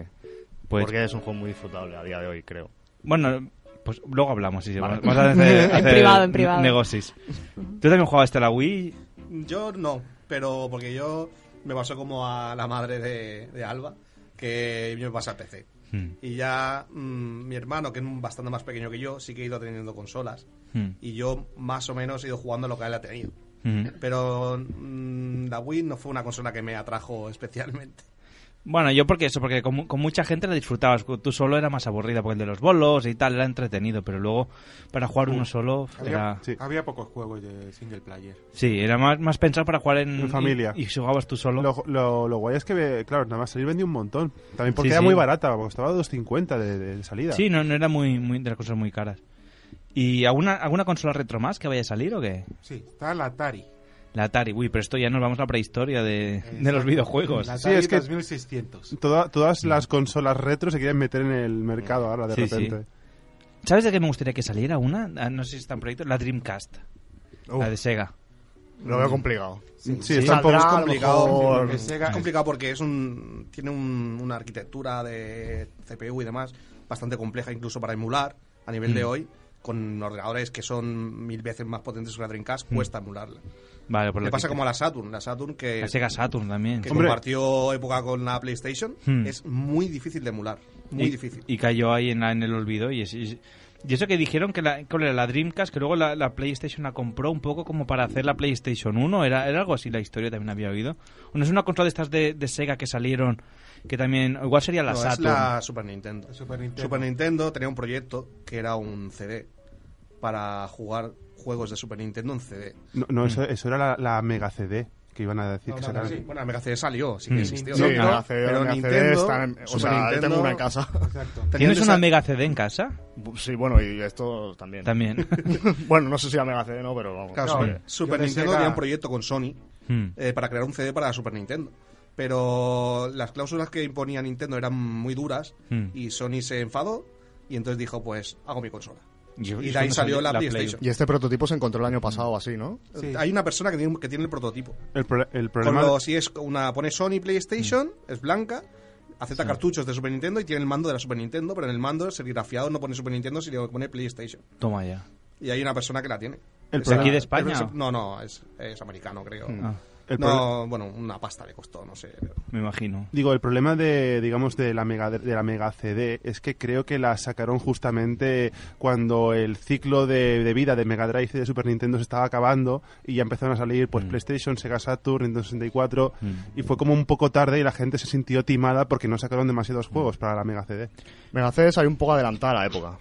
Speaker 8: Pues-
Speaker 10: Porque es un juego muy disfrutable a día de hoy, creo.
Speaker 8: Bueno, pues luego hablamos, sí, sí,
Speaker 10: Vale.
Speaker 8: Vamos a hacer,
Speaker 10: En
Speaker 8: hacer
Speaker 10: privado, en privado.
Speaker 8: negocios. ¿Tú también jugabas a la Wii?
Speaker 17: Yo no, pero porque yo me pasó como a la madre de, de Alba, que yo me pasé a PC.
Speaker 8: Hmm.
Speaker 17: Y ya mm, mi hermano, que es un- bastante más pequeño que yo, sí que ha ido teniendo consolas.
Speaker 8: Hmm.
Speaker 17: Y yo más o menos he ido jugando lo que él ha tenido.
Speaker 8: Ujú.
Speaker 17: Pero mm, la Wii no fue una consola que me atrajo especialmente.
Speaker 8: Bueno, yo porque eso, porque con, mu- con mucha gente la disfrutabas, con- tú solo era más aburrida, porque el de los bolos y tal era entretenido, pero luego para jugar uno solo
Speaker 15: Mm. Había,
Speaker 8: era...
Speaker 15: había pocos juegos de single player.
Speaker 8: Sí, era más, más pensado para jugar en,
Speaker 16: En familia.
Speaker 8: Y, y si jugabas tú solo.
Speaker 16: Lo, lo- lo guay es que, eh, claro, nada más salir vendía un montón. También porque
Speaker 8: Sí,
Speaker 16: era
Speaker 8: sí.
Speaker 16: muy barata, costaba 2.50 de, de salida.
Speaker 8: Sí, no, no era muy, muy de las cosas muy caras. ¿Y alguna, alguna consola retro más que vaya a salir o qué?
Speaker 15: Sí, está la Atari.
Speaker 8: La Atari, uy, pero esto ya nos vamos a la prehistoria de, de los
Speaker 15: Exacto.
Speaker 8: videojuegos.
Speaker 15: La
Speaker 16: Sí,
Speaker 15: Atari
Speaker 16: es que-
Speaker 15: 2600.
Speaker 16: Toda- todas las consolas retro se quieren meter en el mercado ahora de
Speaker 8: Mm. Sí, sí.
Speaker 16: repente.
Speaker 8: ¿Sabes de qué me gustaría que saliera una? Ah, No sé si está en proyecto, la Dreamcast. La de Sega.
Speaker 10: Lo veo complicado.
Speaker 17: Mm. Saldrá,
Speaker 10: Saldrá,
Speaker 17: es
Speaker 10: a lo
Speaker 17: complicado.
Speaker 10: mejor-
Speaker 17: Es Sega- es complicado porque es un tiene un- una arquitectura de CPU y demás bastante compleja incluso para emular a nivel de
Speaker 8: Mm.
Speaker 17: hoy con ordenadores que son mil veces más potentes que la Dreamcast
Speaker 8: Mm.
Speaker 17: cuesta emularla.
Speaker 8: Vale, por
Speaker 17: Le
Speaker 8: lo
Speaker 17: pasa
Speaker 8: que-
Speaker 17: como a la Saturn, la Saturn que,
Speaker 8: La Sega Saturn también.
Speaker 17: que compartió época con la PlayStation
Speaker 8: Mm.
Speaker 17: es muy difícil de emular, muy
Speaker 8: y,
Speaker 17: difícil.
Speaker 8: Y cayó ahí en, la- en el olvido. Y, es- y- y eso que dijeron que la, ¿cuál era? la Dreamcast, que luego la, la PlayStation la compró un poco como para hacer la PlayStation 1, era, era algo así, la historia también había oído. Bueno, es una consola de estas de, de Sega que salieron, que también, igual sería la
Speaker 17: No, es
Speaker 8: Saturn.
Speaker 17: la Super Nintendo. Super
Speaker 15: Nintendo.
Speaker 17: tenía un proyecto que era un CD para jugar juegos de Super Nintendo en CD.
Speaker 16: No, no, eso,
Speaker 8: Mm.
Speaker 16: eso era la, la Mega CD que iban a decir
Speaker 17: No,
Speaker 16: que
Speaker 17: no,
Speaker 16: sacaran.
Speaker 17: sí. Bueno, la Mega CD salió, sí que
Speaker 16: Mm.
Speaker 17: existió.
Speaker 16: Sí,
Speaker 17: pero,
Speaker 16: la CD,
Speaker 17: pero
Speaker 16: la
Speaker 17: Nintendo,
Speaker 16: CD están
Speaker 10: en- o
Speaker 17: Super
Speaker 10: sea, yo
Speaker 17: Nintendo-
Speaker 10: tengo una en casa.
Speaker 17: Exacto.
Speaker 8: ¿Tienes
Speaker 10: Tenían
Speaker 8: una
Speaker 10: esa-
Speaker 8: Mega CD en casa?
Speaker 10: Sí, bueno, y esto también.
Speaker 8: También.
Speaker 10: bueno, no sé si la Mega CD no, pero vamos.
Speaker 17: Claro,
Speaker 10: No,
Speaker 17: Super,
Speaker 10: eh,
Speaker 17: Super
Speaker 10: yo de
Speaker 17: Nintendo
Speaker 10: Sega-
Speaker 17: tenía un proyecto con Sony
Speaker 8: Hmm.
Speaker 17: eh, para crear un CD para Super Nintendo. Pero las cláusulas que imponía Nintendo eran muy duras
Speaker 8: Hmm.
Speaker 17: y Sony se enfadó y entonces dijo, pues hago mi consola.
Speaker 8: Y- y
Speaker 17: Y, de ahí
Speaker 8: cuando
Speaker 17: salió
Speaker 8: salió
Speaker 17: la,
Speaker 8: la Play.
Speaker 17: PlayStation.
Speaker 10: Y este prototipo se encontró el año pasado así, ¿no?
Speaker 17: Hay una persona que tiene, que tiene el prototipo.
Speaker 16: El, pro- el problema. Mm.
Speaker 17: Con lo- si es una, pone Sony PlayStation, es blanca, acepta cartuchos de Super Nintendo y tiene el mando de la Super Nintendo, pero en el mando serigrafiado no pone Super Nintendo, sino que pone PlayStation.
Speaker 8: Toma ya.
Speaker 17: y hay una persona que la tiene.
Speaker 8: ¿El
Speaker 17: Esa-
Speaker 8: aquí de España?
Speaker 17: es- no, no, es, es americano, creo.
Speaker 16: Ah. El
Speaker 17: no,
Speaker 16: problema-
Speaker 17: bueno, una pasta le costó, no sé.
Speaker 8: Me imagino.
Speaker 16: Digo, el problema de, digamos, de la mega de la mega CD es que creo que la sacaron justamente cuando el ciclo de, de vida de Mega Drive y de Super Nintendo se estaba acabando y ya empezaron a salir pues PlayStation, Sega Saturn, Nintendo 64
Speaker 8: Mm.
Speaker 16: y fue como un poco tarde y la gente se sintió timada porque no sacaron
Speaker 8: Mm.
Speaker 16: demasiados juegos para la mega CD.
Speaker 10: Mega CD salió un poco adelantada a la época,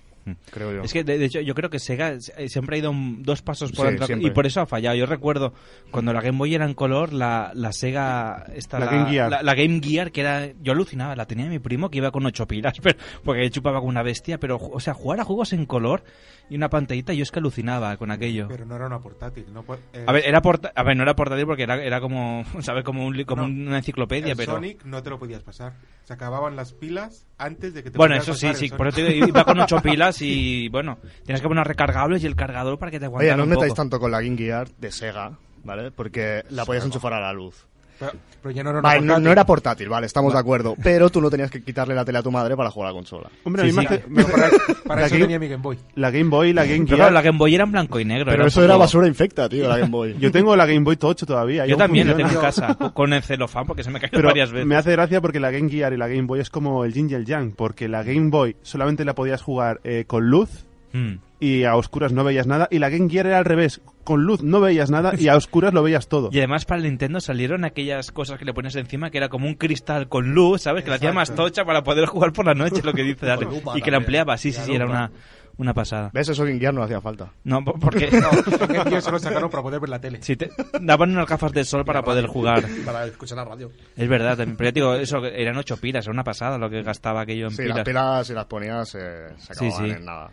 Speaker 10: creo yo.
Speaker 8: Es que, de, de hecho, yo creo que Sega eh, siempre ha ido un- dos pasos por
Speaker 10: Sí,
Speaker 8: atrás
Speaker 10: siempre.
Speaker 8: y por eso ha fallado. Yo recuerdo cuando la Game Boy era en color, la, la Sega... esta,
Speaker 16: La Game Gear.
Speaker 8: La, la Game Gear, que era... Yo alucinaba, la tenía mi primo que iba con ocho pilas, pero, porque chupaba como una bestia, pero, o sea, jugar a juegos en color y una pantallita, yo es que alucinaba con aquello.
Speaker 15: Pero no era una portátil. No, po- eh,
Speaker 8: A ver, era porta- a ver, no era portátil porque era, era como, ¿sabes? Como, un li- como una enciclopedia,
Speaker 15: el
Speaker 8: pero...
Speaker 15: Sonic no te lo podías pasar. Se acababan las pilas antes de que te
Speaker 8: Bueno,
Speaker 15: pudieras
Speaker 8: eso sí,
Speaker 15: pasar el
Speaker 8: sí.
Speaker 15: Sonic.
Speaker 8: Por eso te digo, iba con ocho pilas y, bueno, tienes que poner recargables y el cargador para que te aguantara
Speaker 10: Oye, no os
Speaker 8: un
Speaker 10: metáis
Speaker 8: poco.
Speaker 10: tanto con la Game Gear de Sega, ¿vale? Porque la podías enchufar a la luz.
Speaker 15: Pero, pero ya no era una
Speaker 10: Vale, no,
Speaker 15: portátil.
Speaker 10: no era portátil, vale, estamos
Speaker 15: Va.
Speaker 10: de acuerdo. Pero tú no tenías que quitarle la tele a tu madre para jugar a la consola.
Speaker 16: Hombre,
Speaker 10: Sí,
Speaker 16: a
Speaker 10: sí.
Speaker 16: mí me hace-
Speaker 10: Pero para-
Speaker 15: para
Speaker 10: La
Speaker 15: eso
Speaker 10: Game-
Speaker 15: tenía mi Game Boy.
Speaker 16: La Game Boy, la Game
Speaker 8: Pero
Speaker 16: Gear...
Speaker 8: claro, la Game Boy era en blanco y negro.
Speaker 10: Pero
Speaker 8: un
Speaker 10: eso era
Speaker 8: poco-
Speaker 10: basura infecta, tío, la Game Boy.
Speaker 16: Yo tengo la Game Boy Tocho todavía. y
Speaker 8: Yo
Speaker 16: aún
Speaker 8: también la
Speaker 16: funciona.
Speaker 8: tengo en casa, co- con el celofán, porque se me cayó
Speaker 16: Pero
Speaker 8: varias veces.
Speaker 16: me hace gracia porque la Game Gear y la Game Boy es como el Yin y el Yang, porque la Game Boy solamente la podías jugar eh, con luz
Speaker 8: Mm.
Speaker 16: y a oscuras no veías nada, y la Game Gear era al revés, con luz no veías nada y a oscuras lo veías todo.
Speaker 8: Y además para el Nintendo salieron aquellas cosas que le pones encima que era como un cristal con luz, ¿sabes? Que la hacía más
Speaker 10: Exacto.
Speaker 8: tocha para poder jugar por la noche, lo que dice Ale.
Speaker 10: Con lupa
Speaker 8: Y que
Speaker 10: también.
Speaker 8: la ampliaba, sí, sí,
Speaker 10: La
Speaker 8: sí, era
Speaker 10: lupa.
Speaker 8: una, una pasada.
Speaker 10: ¿Ves? Eso Game Gear no hacía falta.
Speaker 8: No, po- porque...
Speaker 15: La Game Gear solo sacaron para poder ver la tele.
Speaker 8: Si te daban unas gafas de sol para poder jugar.
Speaker 17: Para escuchar la radio.
Speaker 8: Es verdad, también. Pero ya te digo, eso que eran ocho pilas, era una pasada lo que gastaba aquello en
Speaker 10: Sí,
Speaker 8: pilas.
Speaker 10: las pilas, si las ponías, eh, se
Speaker 8: Sí,
Speaker 10: acababan
Speaker 8: sí.
Speaker 10: en nada.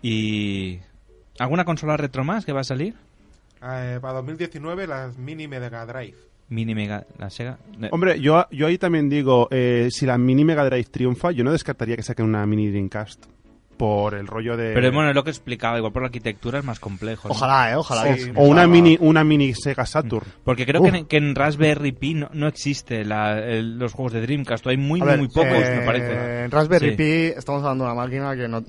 Speaker 8: Y... ¿Alguna consola retro más que va a salir?
Speaker 15: Eh, para 2019 las mini Mega Drive.
Speaker 8: Mini Mega, la Sega. Eh,
Speaker 16: Hombre, yo, yo ahí también digo, eh, si la mini Mega Drive triunfa, yo no descartaría que saquen una mini Dreamcast por el rollo de...
Speaker 8: Pero bueno, es lo que explicaba, igual por la arquitectura es más complejo. ¿no?
Speaker 10: Eh, Ojalá, eh, ojalá.
Speaker 16: o, o una mini una mini Sega Saturn.
Speaker 8: Porque creo que en, que en Raspberry Pi no, no existe la- el- los juegos de Dreamcast. o Hay muy,
Speaker 10: A ver,
Speaker 8: muy pocos,
Speaker 10: eh,
Speaker 8: me parece.
Speaker 10: En Raspberry
Speaker 8: Sí.
Speaker 10: Pi estamos hablando de una máquina que no,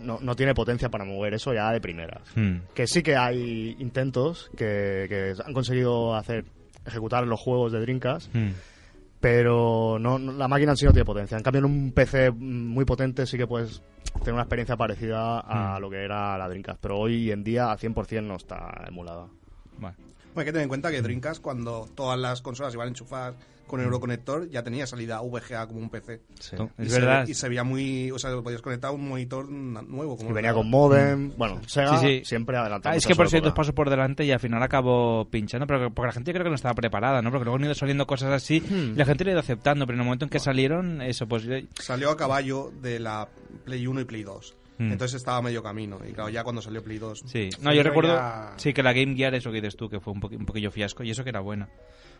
Speaker 10: no, no tiene potencia para mover eso ya de primera.
Speaker 8: Hmm.
Speaker 10: Que sí que hay intentos que, que han conseguido hacer ejecutar los juegos de Dreamcast,
Speaker 8: Hmm.
Speaker 10: pero no, no- la máquina en sí no tiene potencia. En cambio, en un PC muy potente sí que puedes tener una experiencia parecida
Speaker 8: Hmm.
Speaker 10: a lo que era la Dreamcast, pero hoy en día al 100% no está emulada.
Speaker 17: Bueno, Pues hay que tener en cuenta que Dreamcast, cuando todas las consolas iban a enchufar con euroconector, ya tenía salida VGA como un PC.
Speaker 10: Mm. Sí.
Speaker 17: Y
Speaker 8: Es
Speaker 17: se ve-
Speaker 8: verdad.
Speaker 17: y se veía muy. O sea, podías conectar un monitor na- nuevo. Como
Speaker 10: Y venía
Speaker 17: ordenador.
Speaker 10: con modem,
Speaker 16: Mm.
Speaker 10: bueno, Sega
Speaker 8: Mm. Sí, sí.
Speaker 10: siempre adelantado.
Speaker 8: Ah, es que por eso hay dos pasos por delante y al final acabó pinchando, pero que- porque la gente creo que no estaba preparada, ¿no? Porque luego han ido saliendo cosas así
Speaker 10: Hmm.
Speaker 8: y la gente lo ha ido aceptando, pero en el momento en que salieron, eso, pues... eh,
Speaker 17: Salió a caballo de la Play 1 y Play 2.
Speaker 8: Mm.
Speaker 17: Entonces estaba a medio camino. Y claro, ya cuando salió Play 2.
Speaker 8: Sí, no, yo recuerdo... Sí, que la Game Gear, eso que dices tú, que fue un, poqu- un poquillo fiasco y eso que era buena.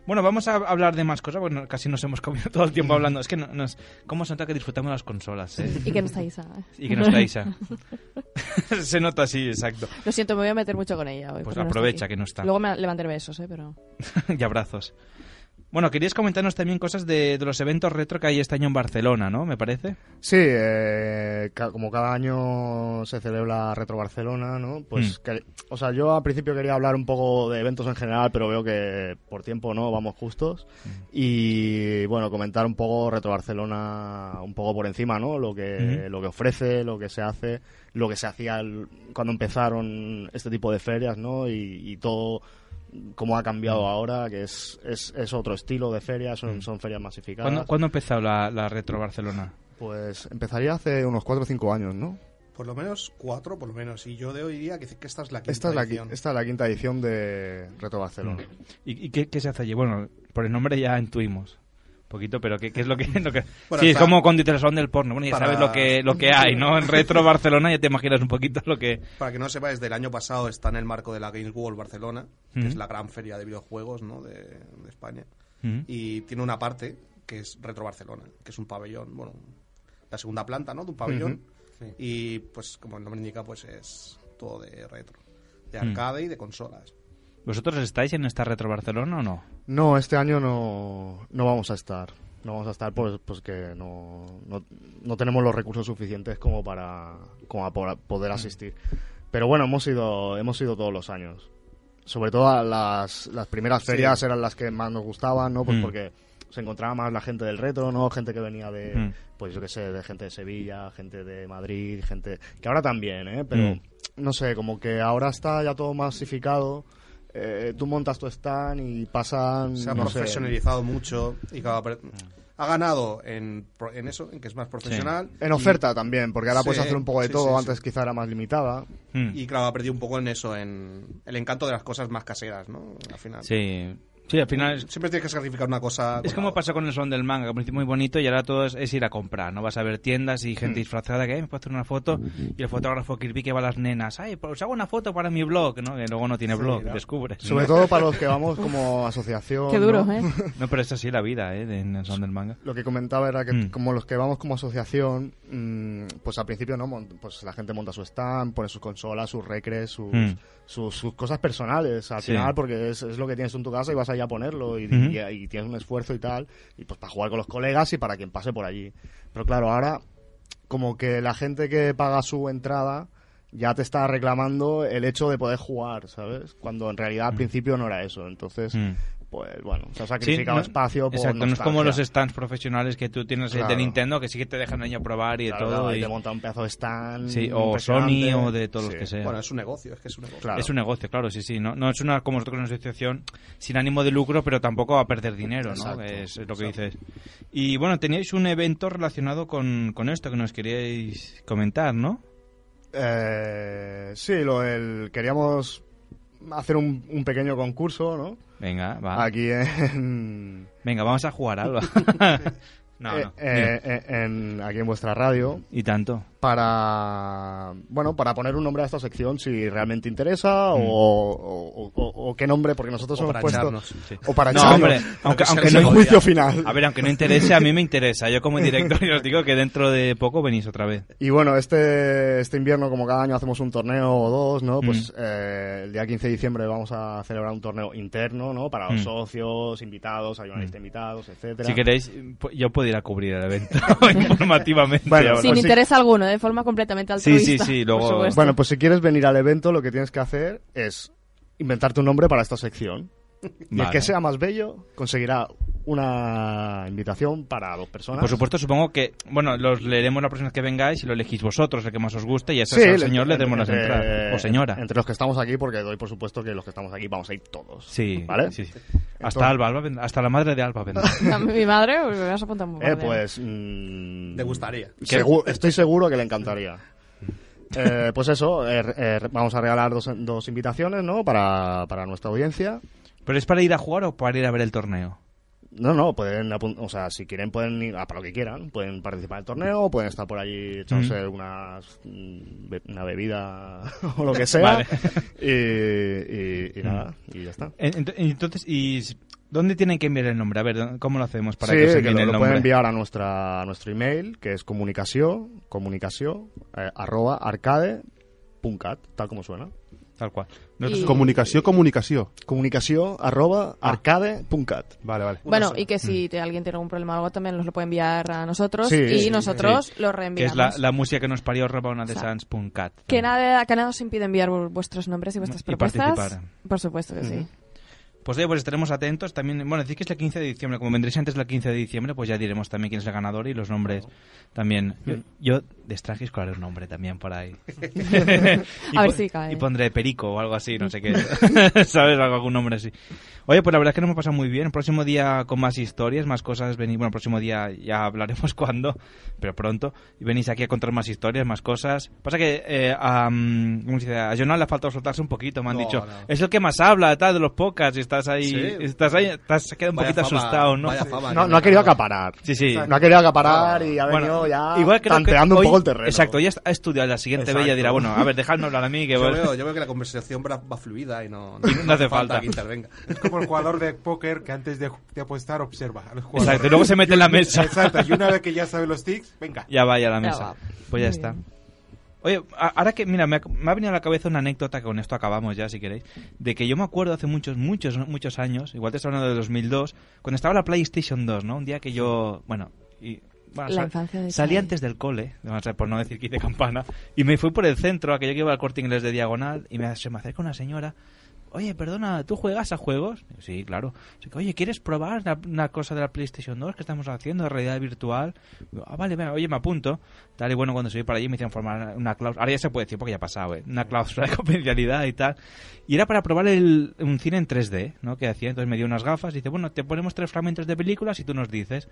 Speaker 8: Bueno, vamos a hablar de más cosas, bueno, casi nos hemos comido todo el tiempo
Speaker 10: Mm.
Speaker 8: hablando. Es que no- nos... ¿Cómo se nota que disfrutamos las consolas, eh?
Speaker 9: Y que no está Isa.
Speaker 8: Y que no está Isa. se nota así, exacto.
Speaker 9: Lo siento, me voy a meter mucho con ella hoy.
Speaker 8: Pues
Speaker 9: porque no está
Speaker 8: aprovecha
Speaker 9: aquí.
Speaker 8: que no está.
Speaker 9: Luego me levantaré besos, ¿eh? Pero...
Speaker 8: y abrazos. Bueno, querías comentarnos también cosas de, de los eventos retro que hay este año en Barcelona, ¿no? Me parece.
Speaker 10: Sí, eh, ca- como cada año se celebra Retro Barcelona, ¿no? Pues, que- o sea, yo al principio quería hablar un poco de eventos en general, pero veo que por tiempo no, vamos justos. Y bueno, comentar un poco Retro Barcelona, un poco por encima, ¿no? Lo que,
Speaker 8: Ujú.
Speaker 10: lo que ofrece, lo que se hace, lo que se hacía el- cuando empezaron este tipo de ferias, ¿no? Y, y todo cómo ha cambiado ahora, que es, es, es otro estilo de ferias, son, son ferias masificadas.
Speaker 8: ¿Cuándo, cuándo empezó la, la Retro Barcelona?
Speaker 10: Pues empezaría hace unos 4 o 5 años, ¿no?
Speaker 17: Por lo menos cuatro, por lo menos. Y yo de hoy diría que, que esta es la quinta.
Speaker 10: Esta es, la, qui-
Speaker 17: edición.
Speaker 10: esta es la quinta edición de Reto Barcelona.
Speaker 8: ¿Y, y qué, qué se hace allí? Bueno, por el nombre ya intuimos un poquito, pero ¿qué, qué es lo que...? lo que-
Speaker 17: Bueno,
Speaker 8: sí, es
Speaker 17: está-
Speaker 8: como cuando te son del porno. Bueno, ya
Speaker 17: Para-
Speaker 8: sabes lo que, lo que hay, ¿no? En Retro Barcelona ya te imaginas un poquito lo que...
Speaker 17: Para que no sepa, desde el año pasado está en el marco de la Games World Barcelona, que
Speaker 8: Ujú.
Speaker 17: es la gran feria de videojuegos ¿no? de, de España.
Speaker 8: Ujú.
Speaker 17: Y tiene una parte que es Retro Barcelona, que es un pabellón, bueno, la segunda planta ¿no? de un pabellón.
Speaker 15: Ujú. Sí.
Speaker 17: Y pues, como el nombre indica, pues es todo de retro, de
Speaker 8: Mm.
Speaker 17: arcade y de consolas.
Speaker 8: ¿Vosotros estáis en esta Retro Barcelona o no?
Speaker 10: No, este año no, no vamos a estar. No vamos a estar pues, pues que no, no, no tenemos los recursos suficientes como para, como a poder asistir. Pero bueno, hemos ido, hemos ido todos los años. Sobre todo a las, las primeras
Speaker 17: Sí.
Speaker 10: ferias eran las que más nos gustaban, ¿no? Pues
Speaker 17: Mm.
Speaker 10: porque se encontraba más la gente del retro, ¿no? Gente que venía de,
Speaker 17: Mm.
Speaker 10: pues yo qué sé, de gente de Sevilla, gente de Madrid, gente... Que ahora también, ¿eh? Pero
Speaker 17: Mm.
Speaker 10: no sé, como que ahora está ya todo masificado. eh, tú montas tu stand y pasan...
Speaker 17: Se ha
Speaker 10: Mm, no sé,
Speaker 17: profesionalizado mucho y cada per-
Speaker 8: Mm.
Speaker 17: ha ganado en, pro- en eso, en que es más profesional.
Speaker 10: En
Speaker 17: y-
Speaker 10: oferta también, porque ahora pues
Speaker 17: Sí,
Speaker 10: puedes hacer un poco de
Speaker 17: sí,
Speaker 10: todo,
Speaker 17: sí, sí.
Speaker 10: antes quizá era más limitada.
Speaker 8: Mm.
Speaker 17: Y claro, ha perdido un poco en eso, en el encanto de las cosas más caseras, ¿no? Al final.
Speaker 8: Sí. Sí, al final es,
Speaker 17: Siempre tienes que sacrificar una cosa.
Speaker 8: es como pasa con el salón del manga, que al principio muy bonito y ahora todo es, es ir a comprar, ¿no? Vas a ver tiendas y gente
Speaker 10: Mm.
Speaker 8: disfrazada que, "Eh, ¿me puedo hacer una foto? Y el fotógrafo Kirby que va a las nenas, ¡ay, pues hago una foto para mi blog! ¿no? Que luego no tiene
Speaker 10: Sí,
Speaker 8: blog,
Speaker 10: ¿no?
Speaker 8: descubres.
Speaker 10: Sobre todo para los que vamos como asociación.
Speaker 9: Qué duro,
Speaker 10: ¿no?
Speaker 9: ¿eh?
Speaker 8: No, pero es así la vida, ¿eh? de- En el salón del manga.
Speaker 10: Lo que comentaba era que
Speaker 8: Mm.
Speaker 10: como los que vamos como asociación, mm, pues al principio no, Mon- pues la gente monta su stand, pone sus consolas, sus recres, sus,
Speaker 8: Mm.
Speaker 10: sus, sus cosas personales al
Speaker 8: Sí.
Speaker 10: final, porque es, es lo que tienes tú en tu casa y vas allá a ponerlo y,
Speaker 8: Ujú.
Speaker 10: y- y tienes un esfuerzo y tal, y pues para jugar con los colegas y para quien pase por allí. Pero claro, ahora como que la gente que paga su entrada ya te está reclamando el hecho de poder jugar, ¿sabes? Cuando en realidad al
Speaker 8: Mm.
Speaker 10: principio no era eso. Entonces, pues bueno, se ha sacrificado
Speaker 8: no-
Speaker 10: espacio por
Speaker 8: Exacto, no es como los
Speaker 10: nostalgia.
Speaker 8: stands profesionales que tú tienes eh, de
Speaker 10: Claro.
Speaker 8: Nintendo, que sí que te dejan ahí a probar y de
Speaker 10: Claro,
Speaker 8: todo.
Speaker 10: ahí
Speaker 8: y-
Speaker 10: te monta un pedazo de stand
Speaker 8: Sí, o
Speaker 10: impresionante.
Speaker 8: Sony o de todos los que sea.
Speaker 17: Bueno, es un negocio, es que es un negocio.
Speaker 8: Es un negocio, claro, sí, sí. No, no es una, como nosotros, una asociación sin ánimo de lucro, pero tampoco va a perder dinero, ¿no?
Speaker 17: Exacto,
Speaker 8: Es, es lo que dices. Y bueno, teníais un evento relacionado con, con esto que nos queríais comentar, ¿no?
Speaker 10: Eh, sí, lo del- queríamos hacer un, un pequeño concurso, ¿no?
Speaker 8: Venga, va.
Speaker 10: Aquí en...
Speaker 8: Venga, vamos a jugar algo. no,
Speaker 10: Eh,
Speaker 8: no.
Speaker 10: eh, eh, en- aquí en vuestra radio.
Speaker 8: Y tanto.
Speaker 10: Para, bueno, para poner un nombre a esta sección si realmente interesa
Speaker 8: Mm.
Speaker 10: o, o- o- o qué nombre, porque nosotros
Speaker 17: O
Speaker 10: hemos
Speaker 17: para
Speaker 10: puesto...
Speaker 17: echarnos, sí.
Speaker 10: O para
Speaker 8: No,
Speaker 10: echarnos.
Speaker 8: hombre, aunque, aunque
Speaker 10: no
Speaker 8: no
Speaker 10: hay juicio final.
Speaker 8: A ver, aunque no interese, a mí me interesa. Yo como director os digo que dentro de poco venís otra vez.
Speaker 10: Y bueno, este, este invierno, como cada año hacemos un torneo o dos, ¿no? Pues
Speaker 8: Mm.
Speaker 10: eh, el día 15 de diciembre vamos a celebrar un torneo interno, ¿no? Para los
Speaker 8: Mm.
Speaker 10: socios, invitados, ayunaristas invitados, etcétera.
Speaker 8: Si queréis, pu- yo puedo ir a cubrir el evento informativamente.
Speaker 10: Bueno,
Speaker 9: Sin
Speaker 10: pues sí.
Speaker 9: interés alguno, de forma completamente
Speaker 8: Sí,
Speaker 9: altruista.
Speaker 8: sí, sí, luego-
Speaker 9: por supuesto.
Speaker 10: Bueno, pues si quieres venir al evento, lo que tienes que hacer es inventarte un nombre para esta sección. Y el
Speaker 8: Vale.
Speaker 10: que sea más bello conseguirá una invitación para dos personas.
Speaker 8: Por supuesto, supongo que, bueno, los leeremos la próxima vez que vengáis y lo elegís vosotros, el que más os guste, y a ese
Speaker 10: Sí,
Speaker 8: al señor le
Speaker 10: entre-
Speaker 8: demos las
Speaker 10: entre-
Speaker 8: entradas. O señora.
Speaker 10: Entre los que estamos aquí, porque doy por supuesto que los que estamos aquí vamos a ir todos.
Speaker 8: Sí,
Speaker 10: ¿Vale?
Speaker 8: sí, sí. Hasta Alba, Alba vendrá- hasta la madre de Alba vendrá.
Speaker 9: A mi madre pues, me vas a apuntar muy
Speaker 10: Eh,
Speaker 9: mal,
Speaker 10: pues. mm,
Speaker 17: Te gustaría.
Speaker 10: segu- estoy seguro que le encantaría. Eh, pues eso, eh, eh, vamos a regalar dos, dos invitaciones, ¿no? Para, para nuestra audiencia.
Speaker 8: ¿Pero es para ir a jugar o para ir a ver el torneo?
Speaker 10: No, no, pueden, apun- o sea, si quieren pueden ir a para lo que quieran, pueden participar del torneo, pueden estar por allí echándose unas, mm, be- una bebida o lo que sea.
Speaker 8: Vale.
Speaker 10: Y, y- y nada, y ya está.
Speaker 8: Mm. En- ent- Entonces, ¿y s- dónde tienen que enviar el nombre? A ver, ¿cómo lo hacemos para
Speaker 10: sí,
Speaker 8: que os
Speaker 10: que
Speaker 8: envíen
Speaker 10: lo,
Speaker 8: el
Speaker 10: lo
Speaker 8: nombre?
Speaker 10: pueden enviar a nuestra a nuestro email que es comunicación comunicación eh, arroba arcade puncat, tal como suena
Speaker 8: tal cual
Speaker 16: Nosotros- Y- Comunicació,
Speaker 10: comunicación comunicación arroba arcade puncat
Speaker 16: vale vale
Speaker 9: Bueno, y que
Speaker 10: Mm.
Speaker 8: Mm.
Speaker 9: si te- alguien tiene algún problema o algo, también nos lo puede enviar a nosotros
Speaker 8: Sí,
Speaker 9: y
Speaker 8: sí,
Speaker 9: nosotros
Speaker 8: sí.
Speaker 9: lo
Speaker 8: Que
Speaker 9: reenviamos.
Speaker 8: es la, la música que nos parió Rabona de Sans.cat.
Speaker 9: Que nada, que nada os impide enviar vu- vuestros nombres y vuestras
Speaker 8: Y
Speaker 9: propuestas.
Speaker 8: participar.
Speaker 9: Por supuesto que sí.
Speaker 8: Ujú. Pues oye, pues estaremos atentos también. Bueno, decís que es el 15 de diciembre. Como vendréis antes del 15 de diciembre, pues ya diremos también quién es el ganador y los nombres también. Yo, yo distraje escolar un nombre también por ahí. Y
Speaker 9: A ver
Speaker 8: po-
Speaker 9: si cae.
Speaker 8: Y pondré Perico o algo así, no sé qué. ¿Sabes? Algo- Algún nombre así. Oye, pues la verdad es que nos hemos pasado muy bien. El próximo día con más historias, más cosas. Venid, bueno, el próximo día ya hablaremos cuándo, pero pronto. Y venís aquí a contar más historias, más cosas. Pasa que eh, a, mm, ¿cómo se dice? a Jonah le ha faltado soltarse un poquito. Me han
Speaker 17: No,
Speaker 8: dicho,
Speaker 17: no.
Speaker 8: es el que más habla, tal, de los podcasts. Y estás ahí,
Speaker 17: Sí.
Speaker 8: estás ahí, estás quedado un
Speaker 17: Vaya
Speaker 8: poquito
Speaker 17: fama,
Speaker 8: asustado, ¿no?
Speaker 17: vaya fama
Speaker 10: no, no ha querido acaparar
Speaker 8: Sí, sí.
Speaker 10: no ha querido acaparar y ha venido ya
Speaker 8: igual creo que
Speaker 10: tanteando un
Speaker 8: hoy-
Speaker 10: poco el terreno
Speaker 8: Exacto, ya ha estudiado la siguiente
Speaker 17: Exacto.
Speaker 8: bella dirá, bueno, a ver, dejadme hablar a mí que
Speaker 17: yo,
Speaker 8: voy-
Speaker 17: veo, yo veo que la conversación va, va fluida y no,
Speaker 8: No hace falta.
Speaker 17: que intervenga.
Speaker 15: Es como el jugador de póker que antes de, de apostar observa al jugador.
Speaker 8: Exacto, y luego se mete en la mesa.
Speaker 15: Exacto, y una vez que ya sabe los tics, venga.
Speaker 8: Ya vaya a la
Speaker 15: Ya
Speaker 8: mesa.
Speaker 15: va.
Speaker 8: Pues ya
Speaker 15: Muy
Speaker 8: está. Oye, a- ahora que, mira, me ha, me ha venido a la cabeza una anécdota que con esto acabamos ya, si queréis, de que yo me acuerdo hace muchos, muchos, muchos años, igual te estoy hablando de 2002, cuando estaba la PlayStation 2, ¿no? Un día que yo, bueno, y
Speaker 7: la
Speaker 8: sal-
Speaker 7: infancia de
Speaker 8: salí
Speaker 7: Xavi.
Speaker 8: antes del cole, o sea, por no decir que hice campana, y me fui por el centro, aquello que iba al corte inglés de diagonal, y me, se me acerca una señora. Oye, perdona, ¿tú juegas a juegos? Digo, Sí, claro. Así que, Oye, ¿quieres probar la- una cosa de la PlayStation 2 que estamos haciendo de realidad virtual? Digo, ah, vale, venga, oye, me apunto. Tal y bueno, cuando subí para allí me hicieron formar una cláusula. Ahora ya se puede decir porque ya ha pasado, ¿eh? Una cláusula de confidencialidad y tal. Y era para probar el, un cine en 3D, ¿no? Que hacía. Entonces me dio unas gafas y dice, bueno, te ponemos tres fragmentos de películas y tú nos dices.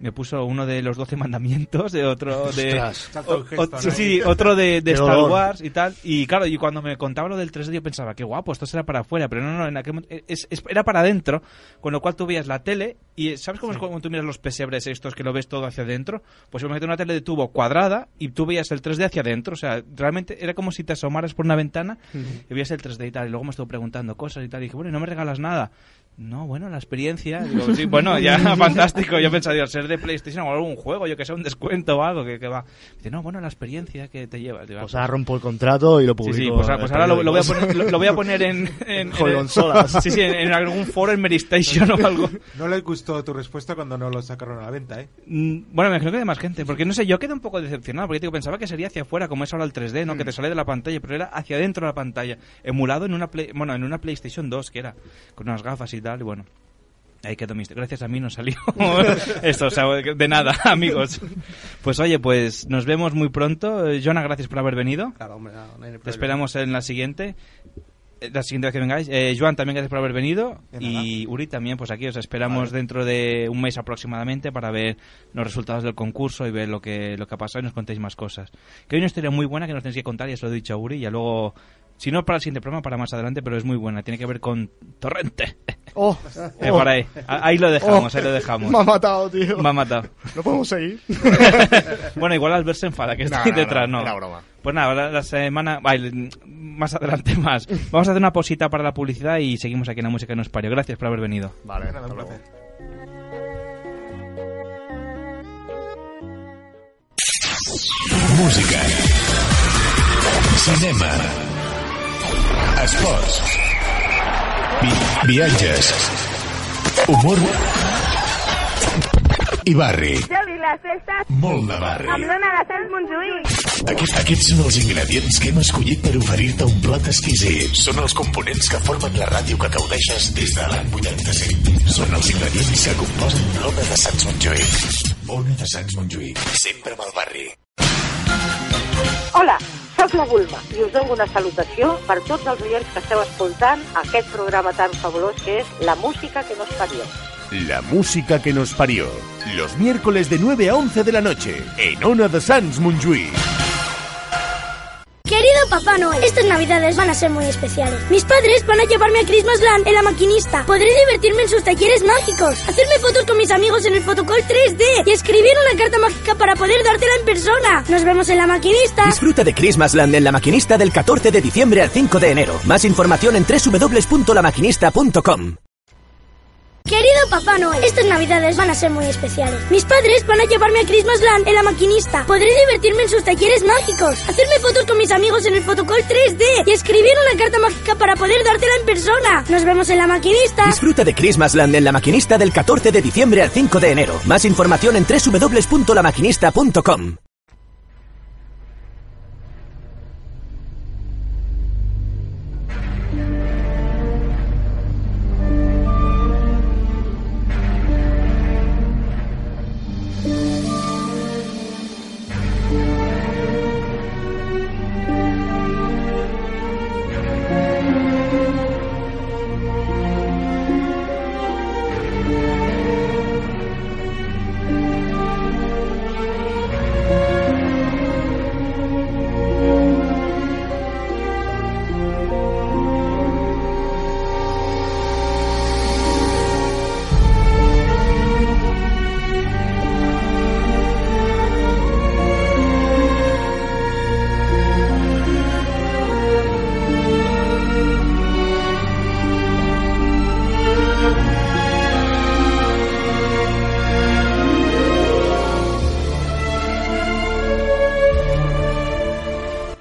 Speaker 8: Me puso uno de los 12 mandamientos, de otro de.
Speaker 15: Ostras.
Speaker 8: o- o-
Speaker 15: Charlton
Speaker 8: sí,
Speaker 15: Heston,
Speaker 8: sí,
Speaker 15: ¿eh?
Speaker 8: otro de, de
Speaker 15: Qué
Speaker 8: Star
Speaker 15: dolor.
Speaker 8: Wars y tal. Y claro, y cuando me contaba lo del 3D, yo pensaba, qué guapo, esto será para afuera. Pero no, no, en aquel momento- es- es- era para adentro, con lo cual tú veías la tele y ¿sabes cómo es cuando tú miras los pesebres estos que lo ves todo hacia adentro? Pues imagínate una tele de tubo cuadrada y tú veías el 3D hacia adentro. O sea, realmente era como si te asomaras por una ventana y veías el 3D y tal. Y luego me estuvo preguntando cosas y tal. Y dije, bueno, ¿y no me regalas nada. No, bueno, la experiencia. Digo, sí, bueno, ya, fantástico. Yo pensaba, dios, ser de PlayStation o algún juego, yo que sé, un descuento o algo que, que va. Dice, no, bueno, la experiencia que te llevas. Digo,
Speaker 10: Pues ahora rompo el contrato y lo
Speaker 8: Sí,
Speaker 10: publico.
Speaker 8: sí, pues, ahora- pues ahora lo, lo voy a poner, lo, lo voy a poner en, en,
Speaker 10: Con
Speaker 8: en-
Speaker 10: consolas.
Speaker 8: Sí, sí, en, en algún foro en Meristation o algo.
Speaker 15: No le gustó tu respuesta cuando no lo sacaron a la venta, ¿eh?
Speaker 8: Mm, Bueno, me imagino que de más gente, porque no sé, yo quedé un poco decepcionado, porque digo, pensaba que sería hacia afuera, como es ahora el 3D, ¿no? Que te sale de la pantalla, pero era hacia adentro de la pantalla, emulado en una, Play- bueno, en una PlayStation 2, que era, con unas gafas y tal, y bueno. Ahí quedó mi historia. Gracias a mí no salió esto, o sea, de nada, amigos. Pues oye, pues nos vemos muy pronto. Eh, Jonah, gracias por haber venido.
Speaker 17: Claro, hombre, no, no hay problema.
Speaker 8: Te esperamos en la siguiente. eh, La siguiente vez que vengáis. Eh, Joan, también gracias por haber venido. Y Uri también, pues aquí os esperamos dentro de un mes aproximadamente para ver los resultados del concurso y ver lo que, lo que ha pasado y nos contéis más cosas. Que hay una historia muy buena que nos tenéis que contar, ya se lo he dicho a Uri, ya luego, si no para el siguiente programa, para más adelante, pero es muy buena. Tiene que ver con Torrente.
Speaker 10: Oh,
Speaker 8: Eh,
Speaker 10: oh.
Speaker 8: por ahí. A- ahí lo dejamos, ahí lo dejamos.
Speaker 10: Me ha matado, tío.
Speaker 8: Me ha matado.
Speaker 10: No podemos seguir.
Speaker 8: bueno, igual Albert se enfada que está
Speaker 10: No,
Speaker 8: ahí
Speaker 10: no,
Speaker 8: detrás,
Speaker 10: no,
Speaker 8: ¿no?
Speaker 10: era broma.
Speaker 8: Pues nada, la, la semana... va, el- más adelante más. Vamos a hacer una posita para la publicidad y seguimos aquí en la música que nos parió. Gracias por haber venido.
Speaker 10: Vale,
Speaker 15: Nada, un placer.
Speaker 3: Música. Cinema. Esports. Vi viatges. Humor. I barri.
Speaker 8: Eh,
Speaker 5: Jordi, les festes...
Speaker 3: Molt de barri.
Speaker 5: Amb l'Ona de Sants Montjuïc.
Speaker 3: Aquest, aquests són els ingredients que hem escollit per oferir-te un plat exquisit. Són els components que formen la ràdio que gaudeixes des de l'any 85. Són els ingredients que composen l'Ona de Sants Montjuïc. Ona de Sants Montjuïc, sempre amb el barri.
Speaker 14: Hola, sóc la Bulma i us dono una salutació per tots els oients que esteu escoltant aquest programa tan fabulós que és La música que nos parió.
Speaker 4: La música que nos parió. Los miércoles de 9 a 11 de la noche en Ona de Sans Montjuïc.
Speaker 1: Querido Papá Noel, estas navidades van a ser muy especiales. Mis padres van a llevarme a Christmasland en la maquinista. Podré divertirme en sus talleres mágicos, hacerme fotos con mis amigos en el fotocall 3D y escribir una carta mágica para poder dártela en persona. Nos vemos en la maquinista.
Speaker 2: Disfruta de Christmasland en La Maquinista del 14 de diciembre al 5 de enero. Más información en www.lamaquinista.com.
Speaker 1: Querido Papá Noel, estas navidades van a ser muy especiales. Mis padres van a llevarme a Christmasland en la maquinista. Podré divertirme en sus talleres mágicos, hacerme fotos con mis amigos en el fotocall 3D y escribir una carta mágica para poder dártela en persona. Nos vemos en la maquinista.
Speaker 2: Disfruta de Christmasland en La Maquinista del 14 de diciembre al 5 de enero. Más información en www.lamaquinista.com.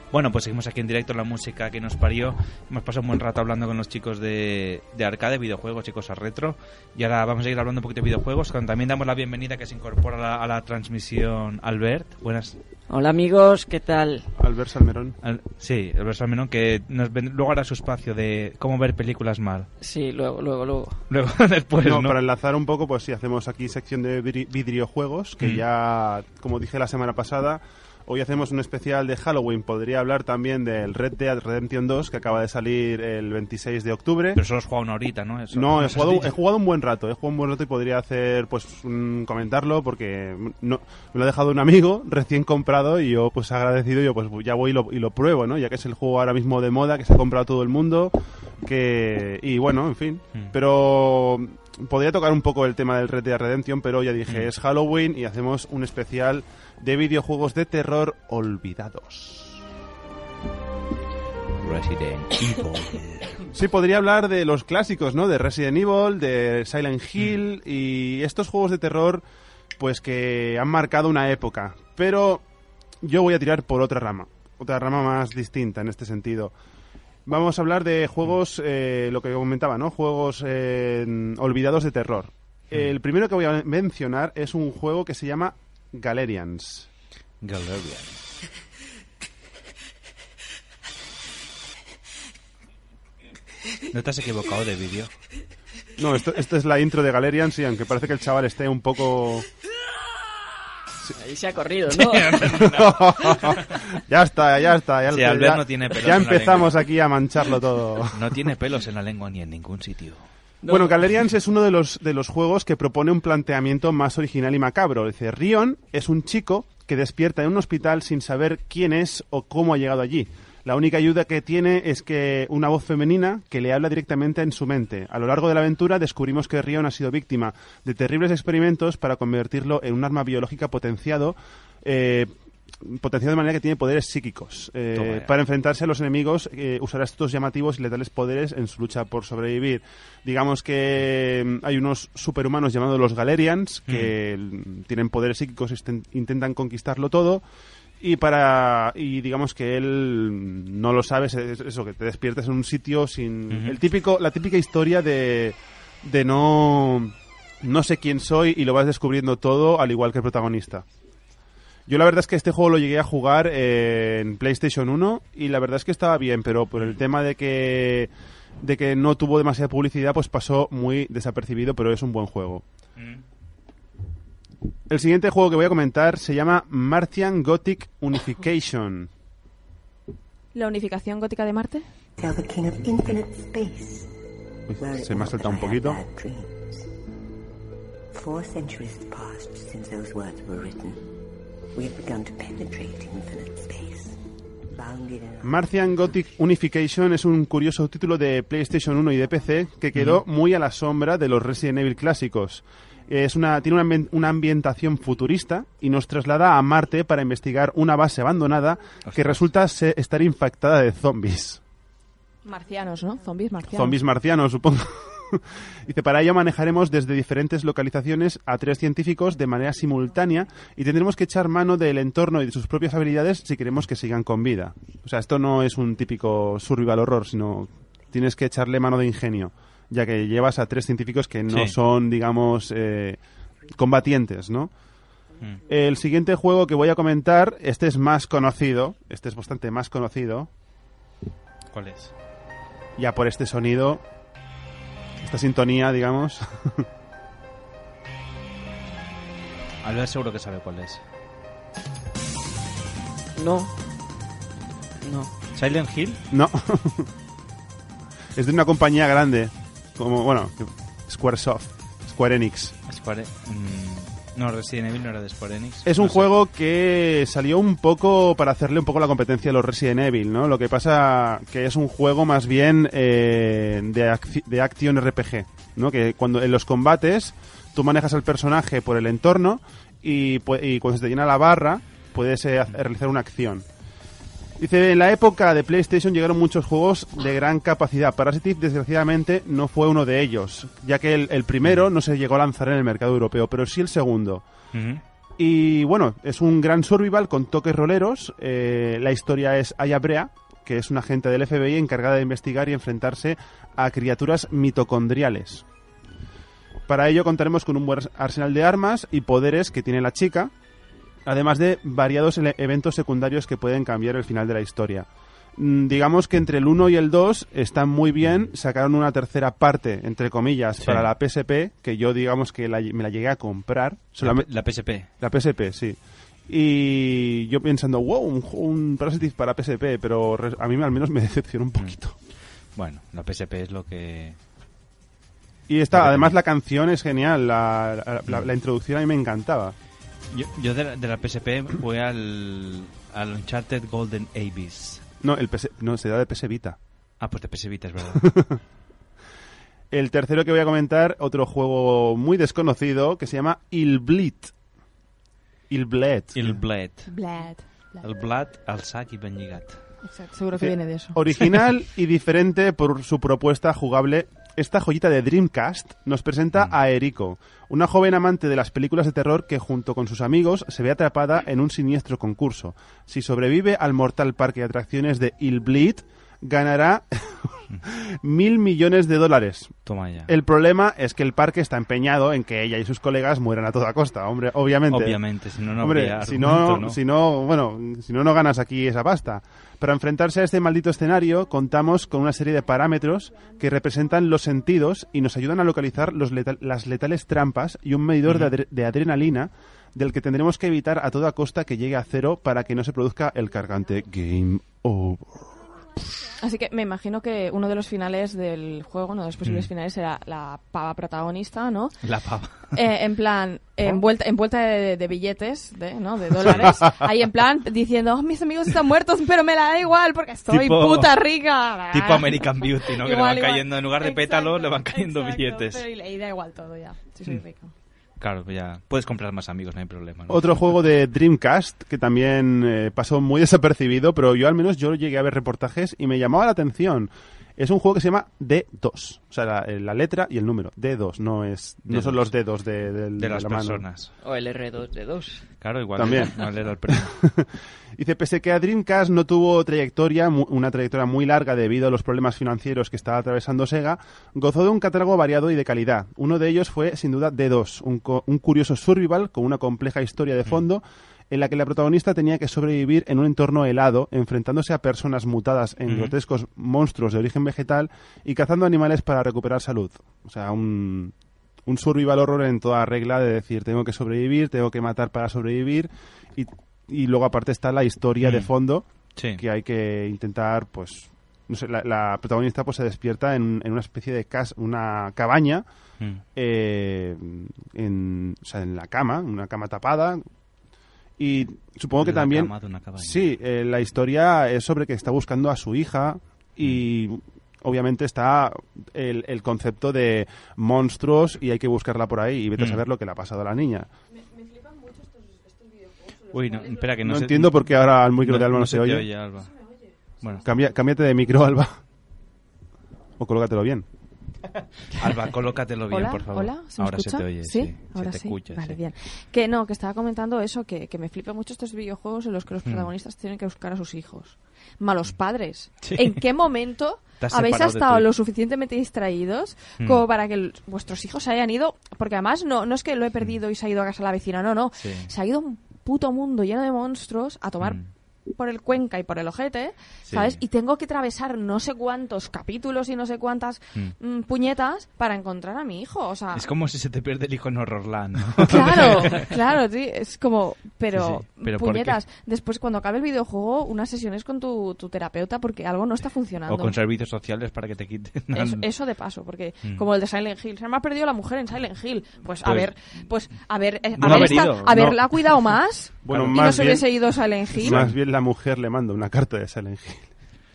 Speaker 18: Bueno, pues seguimos aquí en directo la música que nos parió. Hemos pasado un buen rato hablando con los chicos de, de arcade, videojuegos y cosas retro. Y ahora vamos a ir hablando un poquito de videojuegos. Cuando también damos la bienvenida que se incorpora a la, a la transmisión Albert. Buenas.
Speaker 19: Hola amigos, ¿qué tal?
Speaker 16: Albert Salmerón.
Speaker 18: Al- sí, Albert Salmerón, que nos ven- luego hará su espacio de cómo ver películas mal.
Speaker 19: Sí, luego, luego, luego.
Speaker 18: Luego, después,
Speaker 16: no,
Speaker 18: ¿no?
Speaker 16: para enlazar un poco, pues sí, hacemos aquí sección de vidri- vidriojuegos, que
Speaker 18: Mm.
Speaker 16: ya, como dije la semana pasada, hoy hacemos un especial de Halloween. Podría hablar también del Red Dead Redemption 2, que acaba de salir el 26 de octubre.
Speaker 18: Pero solo has jugado una horita, ¿no? Eso-
Speaker 16: No, he
Speaker 18: eso
Speaker 16: jugado,
Speaker 18: has dicho.
Speaker 16: he jugado un buen rato, he jugado un buen rato y podría hacer, pues, un- comentarlo porque no, me lo ha dejado un amigo recién comprado y yo, pues, agradecido, yo, pues, ya voy y lo, y lo pruebo, ¿no? Ya que es el juego ahora mismo de moda, que se ha comprado todo el mundo, que, y bueno, en fin.
Speaker 18: Mm.
Speaker 16: Pero podría tocar un poco el tema del Red Dead Redemption, pero ya dije,
Speaker 18: Mm.
Speaker 16: es Halloween y hacemos un especial de videojuegos de terror olvidados.
Speaker 20: Resident Evil.
Speaker 16: Sí, podría hablar de los clásicos, ¿no? De Resident Evil, de Silent Hill y estos juegos de terror, pues que han marcado una época. Pero yo voy a tirar por otra rama, otra rama más distinta en este sentido. Vamos a hablar de juegos, eh, lo que comentaba, ¿no? Juegos eh, olvidados de terror. El primero que voy a mencionar es un juego que se llama Galerians.
Speaker 18: Galerians. No te has equivocado de vídeo.
Speaker 16: No, esto, esto es la intro de Galerians, sí, aunque parece que el chaval esté un poco...
Speaker 19: Ahí se ha corrido, ¿no?
Speaker 16: ya está, ya está. Ya,
Speaker 18: Sí, Albert
Speaker 16: ya-
Speaker 18: no tiene pelos
Speaker 16: ya
Speaker 18: en la
Speaker 16: empezamos aquí a mancharlo todo.
Speaker 18: No tiene pelos en la lengua ni en ningún sitio.
Speaker 16: Bueno, Galerians es uno de los, de los juegos que propone un planteamiento más original y macabro. Dice, Rion es un chico que despierta en un hospital sin saber quién es o cómo ha llegado allí. La única ayuda que tiene es que una voz femenina que le habla directamente en su mente. A lo largo de la aventura descubrimos que Rion ha sido víctima de terribles experimentos para convertirlo en un arma biológica potenciado eh, potenciado de manera que tiene poderes psíquicos. Eh,
Speaker 21: Toma ya.
Speaker 16: para enfrentarse a los enemigos eh, usará estos llamativos y letales poderes en su lucha por sobrevivir. Digamos que mm, hay unos superhumanos llamados los Galerians que mm, tienen poderes psíquicos y esten- intentan conquistarlo todo. Y para y digamos que él mm, no lo sabes es eso que te despiertas en un sitio sin
Speaker 21: Ujú.
Speaker 16: el típico la típica historia de de no no sé quién soy y lo vas descubriendo todo al igual que el protagonista. Yo la verdad es que este juego lo llegué a jugar eh, en PlayStation 1 y la verdad es que estaba bien, pero por el tema de que de que no tuvo demasiada publicidad, pues pasó muy desapercibido, pero es un buen juego.
Speaker 8: Hmm.
Speaker 16: El siguiente juego que voy a comentar se llama Martian Gothic Unification.
Speaker 9: ¿La unificación gótica de Marte?
Speaker 16: Uy, se me ha saltado un poquito.
Speaker 22: Four centuries have passed since those words were written. We have begun to penetrate infinite space, bounded in
Speaker 16: Martian Gothic Unification es un curioso título de PlayStation 1 y de PC que quedó muy a la sombra de los Resident Evil clásicos. Es una, tiene una, ambien- una ambientación futurista y nos traslada a Marte para investigar una base abandonada que resulta se- estar infectada de zombies.
Speaker 9: Marcianos, ¿no? Zombies marcianos.
Speaker 16: Zombies marcianos, supongo. Dice, para ello manejaremos desde diferentes localizaciones a tres científicos de manera simultánea y tendremos que echar mano del entorno y de sus propias habilidades si queremos que sigan con vida. O sea, esto no es un típico survival horror, sino tienes que echarle mano de ingenio, ya que llevas a tres científicos que no
Speaker 21: Sí.
Speaker 16: son, digamos, eh, combatientes, ¿no? El siguiente juego que voy a comentar, este es más conocido, este es bastante más conocido,
Speaker 18: ¿Cuál es?
Speaker 16: ya por este sonido, esta sintonía, digamos.
Speaker 18: Albert seguro que sabe cuál es.
Speaker 19: No. No.
Speaker 18: ¿Silent Hill?
Speaker 16: No. es de una compañía grande, como, bueno, que- Squaresoft, Square Enix.
Speaker 18: Square- mm, no, Resident Evil no era de Square Enix.
Speaker 16: Es un juego que salió un poco para hacerle un poco la competencia a los Resident Evil, ¿no? Lo que pasa que es un juego más bien eh, de, acci- de acción RPG, ¿no? Que cuando en los combates tú manejas al personaje por el entorno y, pu- y cuando se te llena la barra puedes eh, ha- realizar una acción. Dice, en la época de PlayStation llegaron muchos juegos de gran capacidad. Parasitic, desgraciadamente, no fue uno
Speaker 8: Hmm.
Speaker 16: de ellos, ya que el, el primero no se llegó a lanzar en el mercado europeo, pero sí el segundo. Y bueno, es un gran survival con toques roleros. Eh, la historia es Aya Brea, que es una agente del FBI encargada de investigar y enfrentarse a criaturas mitocondriales. Para ello contaremos con un buen arsenal de armas y poderes que tiene la chica, además de variados ele- eventos secundarios que pueden cambiar el final de la historia. Mm, Digamos que entre el 1 y el 2 están muy bien, sacaron una tercera parte, entre comillas,
Speaker 8: Sí.
Speaker 16: para la PSP, que yo digamos que la- me la llegué a comprar. solamente-
Speaker 8: La PSP.
Speaker 16: la PSP, sí. Y yo pensando, wow, un, ju- un Parasitic para PSP, pero re- a mí al menos me decepcionó
Speaker 18: Mm.
Speaker 16: un poquito.
Speaker 18: Bueno, la PSP es lo que...
Speaker 16: Y está, además la canción es genial, la, la-
Speaker 18: Mm.
Speaker 16: la- la introducción a mí me encantaba.
Speaker 18: Yo, yo de, la, de la PSP voy al, al Uncharted Golden Abyss.
Speaker 16: No, el PS no se da de PS Vita.
Speaker 18: Ah, pues de PS Vita, es verdad.
Speaker 16: El tercero que voy a comentar, otro juego muy desconocido, que se llama Il Blit. Il Bled.
Speaker 18: El Blade.
Speaker 9: Blad.
Speaker 18: El Blade, el sac y ben lligat.
Speaker 9: Exacto, seguro que viene de eso.
Speaker 16: Eh, Original y diferente por su propuesta jugable, esta joyita de Dreamcast nos
Speaker 18: Mm.
Speaker 16: presenta a Eriko, una joven amante de las películas de terror que junto con sus amigos se ve atrapada en un siniestro concurso. Si sobrevive al mortal parque de atracciones de Il Bleed, ganará mil millones de dólares.
Speaker 18: Toma ya.
Speaker 16: El problema es que el parque está empeñado en que ella y sus colegas mueran a toda costa, hombre, obviamente.
Speaker 18: Obviamente, si no, no
Speaker 16: Hombre,
Speaker 18: habría
Speaker 16: si
Speaker 18: argumento,
Speaker 16: no,
Speaker 18: ¿no?
Speaker 16: si no, bueno, si no, no ganas aquí esa pasta. Para enfrentarse a este maldito escenario, contamos con una serie de parámetros que representan los sentidos y nos ayudan a localizar los letal- las letales trampas y un medidor de, adre- de adrenalina del que tendremos que evitar a toda costa que llegue a cero para que no se produzca el cargante Game Over.
Speaker 9: Así que me imagino que uno de los finales del juego, uno de los posibles
Speaker 16: Mm.
Speaker 9: finales, será la pava protagonista, ¿no?
Speaker 18: La pava. ¿Oh?
Speaker 9: Eh, en plan, envuelta, envuelta de, de billetes, de, ¿no? De dólares. Ahí en plan, diciendo, "Oh, mis amigos están muertos, pero me la da igual porque estoy
Speaker 18: Tipo-
Speaker 9: puta rica.
Speaker 18: Tipo American Beauty, ¿no? que le
Speaker 9: Igual,
Speaker 18: van
Speaker 9: igual.
Speaker 18: cayendo, en lugar de pétalos, le van cayendo billetes.
Speaker 9: Pero y le da igual todo ya. Sí, soy rica.
Speaker 18: Claro, pues ya. Puedes comprar más amigos, no hay problema. ¿no?
Speaker 16: Otro juego de Dreamcast que también eh, pasó muy desapercibido, pero yo al menos yo llegué a ver reportajes y me llamaba la atención. Es un juego que se llama D2, o sea, la, eh, la letra y el número. D2, no es no
Speaker 18: D2.
Speaker 16: son los dedos de, del-
Speaker 18: De las
Speaker 16: la mano.
Speaker 18: personas.
Speaker 19: O el R2 de 2.
Speaker 18: Claro, igual.
Speaker 16: También.
Speaker 18: igual era el premio.
Speaker 16: Dice, pese que a Dreamcast no tuvo trayectoria, mu- una trayectoria muy larga debido a los problemas financieros que estaba atravesando Sega, gozó de un catálogo variado y de calidad. Uno de ellos fue, sin duda, D2, un, co- un curioso survival con una compleja historia de fondo en la que la protagonista tenía que sobrevivir en un entorno helado, enfrentándose a personas mutadas en
Speaker 18: Ujú.
Speaker 16: grotescos monstruos de origen vegetal y cazando animales para recuperar salud. O sea, un, un survival horror en toda regla de decir tengo que sobrevivir, tengo que matar para sobrevivir y, y luego aparte está la historia
Speaker 18: Mm.
Speaker 16: de fondo que hay que intentar pues no sé, la, la protagonista pues se despierta en, en una especie de cas una cabaña
Speaker 18: Mm.
Speaker 16: eh, en, o sea, en la cama, una cama tapada y supongo que
Speaker 18: La
Speaker 16: también
Speaker 18: cama de una cabaña.
Speaker 16: sí eh, la historia es sobre que está buscando a su hija y
Speaker 18: Mm.
Speaker 16: obviamente está el, el concepto de monstruos y hay que buscarla por ahí y vete a
Speaker 18: Mm.
Speaker 16: saber lo que le ha pasado a la niña
Speaker 18: Uy, no, espera, que no,
Speaker 16: no
Speaker 18: se-
Speaker 16: entiendo por qué ahora el micro de Alba no, se,
Speaker 18: te
Speaker 16: oye,
Speaker 18: Alba. Bueno,
Speaker 16: Cambia- cámbiate de micro Alba o colócatelo bien
Speaker 18: Alba, colócatelo bien,
Speaker 9: hola,
Speaker 18: por favor.
Speaker 9: Hola, ¿se me
Speaker 18: Ahora
Speaker 9: escucha?
Speaker 18: se te oye,
Speaker 9: Sí,
Speaker 18: sí.
Speaker 9: ahora
Speaker 18: se te
Speaker 9: sí.
Speaker 18: escucha,
Speaker 9: vale,
Speaker 18: sí.
Speaker 9: bien. Que no, que estaba comentando eso, que, que me flipa mucho estos videojuegos en los que los
Speaker 18: Mm.
Speaker 9: protagonistas tienen que buscar a sus hijos. Malos padres.
Speaker 18: Sí.
Speaker 9: ¿En qué momento
Speaker 18: Te has
Speaker 9: habéis
Speaker 18: separado de
Speaker 9: estado
Speaker 18: tu
Speaker 9: lo
Speaker 18: hijo.
Speaker 9: suficientemente distraídos
Speaker 18: Mm.
Speaker 9: como para que el- vuestros hijos se hayan ido? Porque además no, no es que lo he perdido y se ha ido a casa la vecina, no, no.
Speaker 18: Hmm. Sí. Hmm.
Speaker 9: Se ha ido un puto mundo lleno de monstruos a tomar por el cuenca y por el ojete,
Speaker 18: Sí.
Speaker 9: ¿sabes? Y tengo que atravesar no sé cuántos capítulos y no sé cuántas
Speaker 18: Mm.
Speaker 9: mm, puñetas para encontrar a mi hijo. O sea,
Speaker 18: Es como si se te pierde el hijo en Horrorland.
Speaker 9: Ah. Claro, claro, sí, es como, pero,
Speaker 18: Sí, sí, pero ¿por
Speaker 9: puñetas, después cuando acabe el videojuego, unas sesiones con tu, tu terapeuta porque algo no está funcionando.
Speaker 18: o con servicios sociales para que te quiten.
Speaker 9: Eso, eso de paso, porque
Speaker 18: Mm.
Speaker 9: como el de Silent Hill, se me ha perdido la mujer en Silent Hill. Pues, a
Speaker 18: Pues-
Speaker 9: ver, pues a ver, eh,
Speaker 16: No
Speaker 9: haber
Speaker 16: ha
Speaker 9: esta-
Speaker 16: venido, no.
Speaker 9: haberla cuidado más
Speaker 16: Bueno,
Speaker 9: y no
Speaker 16: más
Speaker 9: se hubiese
Speaker 16: bien-
Speaker 9: ido Silent Hill.
Speaker 16: Más bien la mujer le manda una carta de Silent Hill.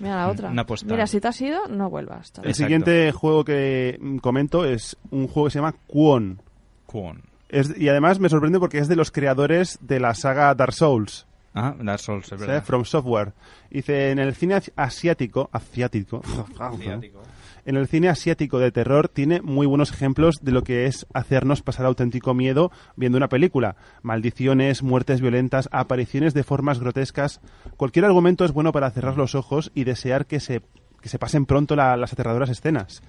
Speaker 9: Mira la otra.
Speaker 16: Una postal.
Speaker 9: Mira, si te has ido, no vuelvas. tal.
Speaker 16: El siguiente juego que mm, comento es un juego que se llama Kwon.
Speaker 18: Kwon.
Speaker 16: Es- y además me sorprende porque es de los creadores de la saga Dark Souls.
Speaker 18: Ah, Dark Souls, es
Speaker 16: ¿sí?
Speaker 18: verdad.
Speaker 16: From Software. Dice, en el cine asi- asiático, asiático,
Speaker 18: Asiático.
Speaker 16: en el cine asiático de terror tiene muy buenos ejemplos de lo que es hacernos pasar auténtico miedo viendo una película. Maldiciones, muertes violentas, apariciones de formas grotescas. Cualquier argumento es bueno para cerrar los ojos y desear que se, que se pasen pronto la- las aterradoras escenas.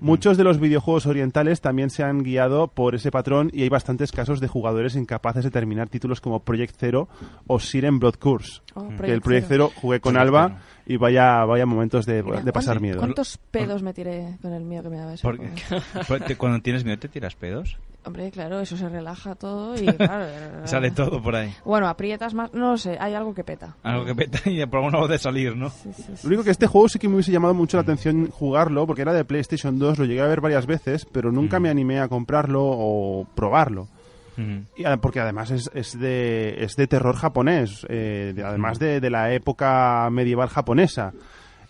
Speaker 18: Mm.
Speaker 16: Muchos de los videojuegos orientales también se han guiado por ese patrón y hay bastantes casos de jugadores incapaces de terminar títulos como Project Zero o Siren Blood Curse.
Speaker 9: Oh,
Speaker 16: Que
Speaker 9: Project
Speaker 16: el Project Zero jugué con
Speaker 8: Project
Speaker 16: Alba y vaya, vaya momentos de,
Speaker 9: Mira,
Speaker 16: de pasar
Speaker 9: ¿cuánto-
Speaker 16: miedo.
Speaker 9: ¿Cuántos pedos me tiré con el miedo que me daba ese
Speaker 8: Porque
Speaker 9: juego?
Speaker 18: pues
Speaker 8: porque cuando tienes miedo te tiras pedos.
Speaker 9: Hombre, claro, eso se relaja todo y claro. eh,
Speaker 8: Sale todo por ahí.
Speaker 9: Bueno, aprietas más, no lo sé, hay algo que peta.
Speaker 8: Algo que peta y por alguna voz de salir, ¿no?
Speaker 16: Lo único que este juego sí que me hubiese llamado mucho la atención jugarlo, porque era de PlayStation 2, lo llegué a ver varias veces, pero nunca me animé a comprarlo o probarlo.
Speaker 8: Ujú.
Speaker 16: Y a- porque además es, es de, es de terror japonés, eh, de- además de, de la época medieval japonesa.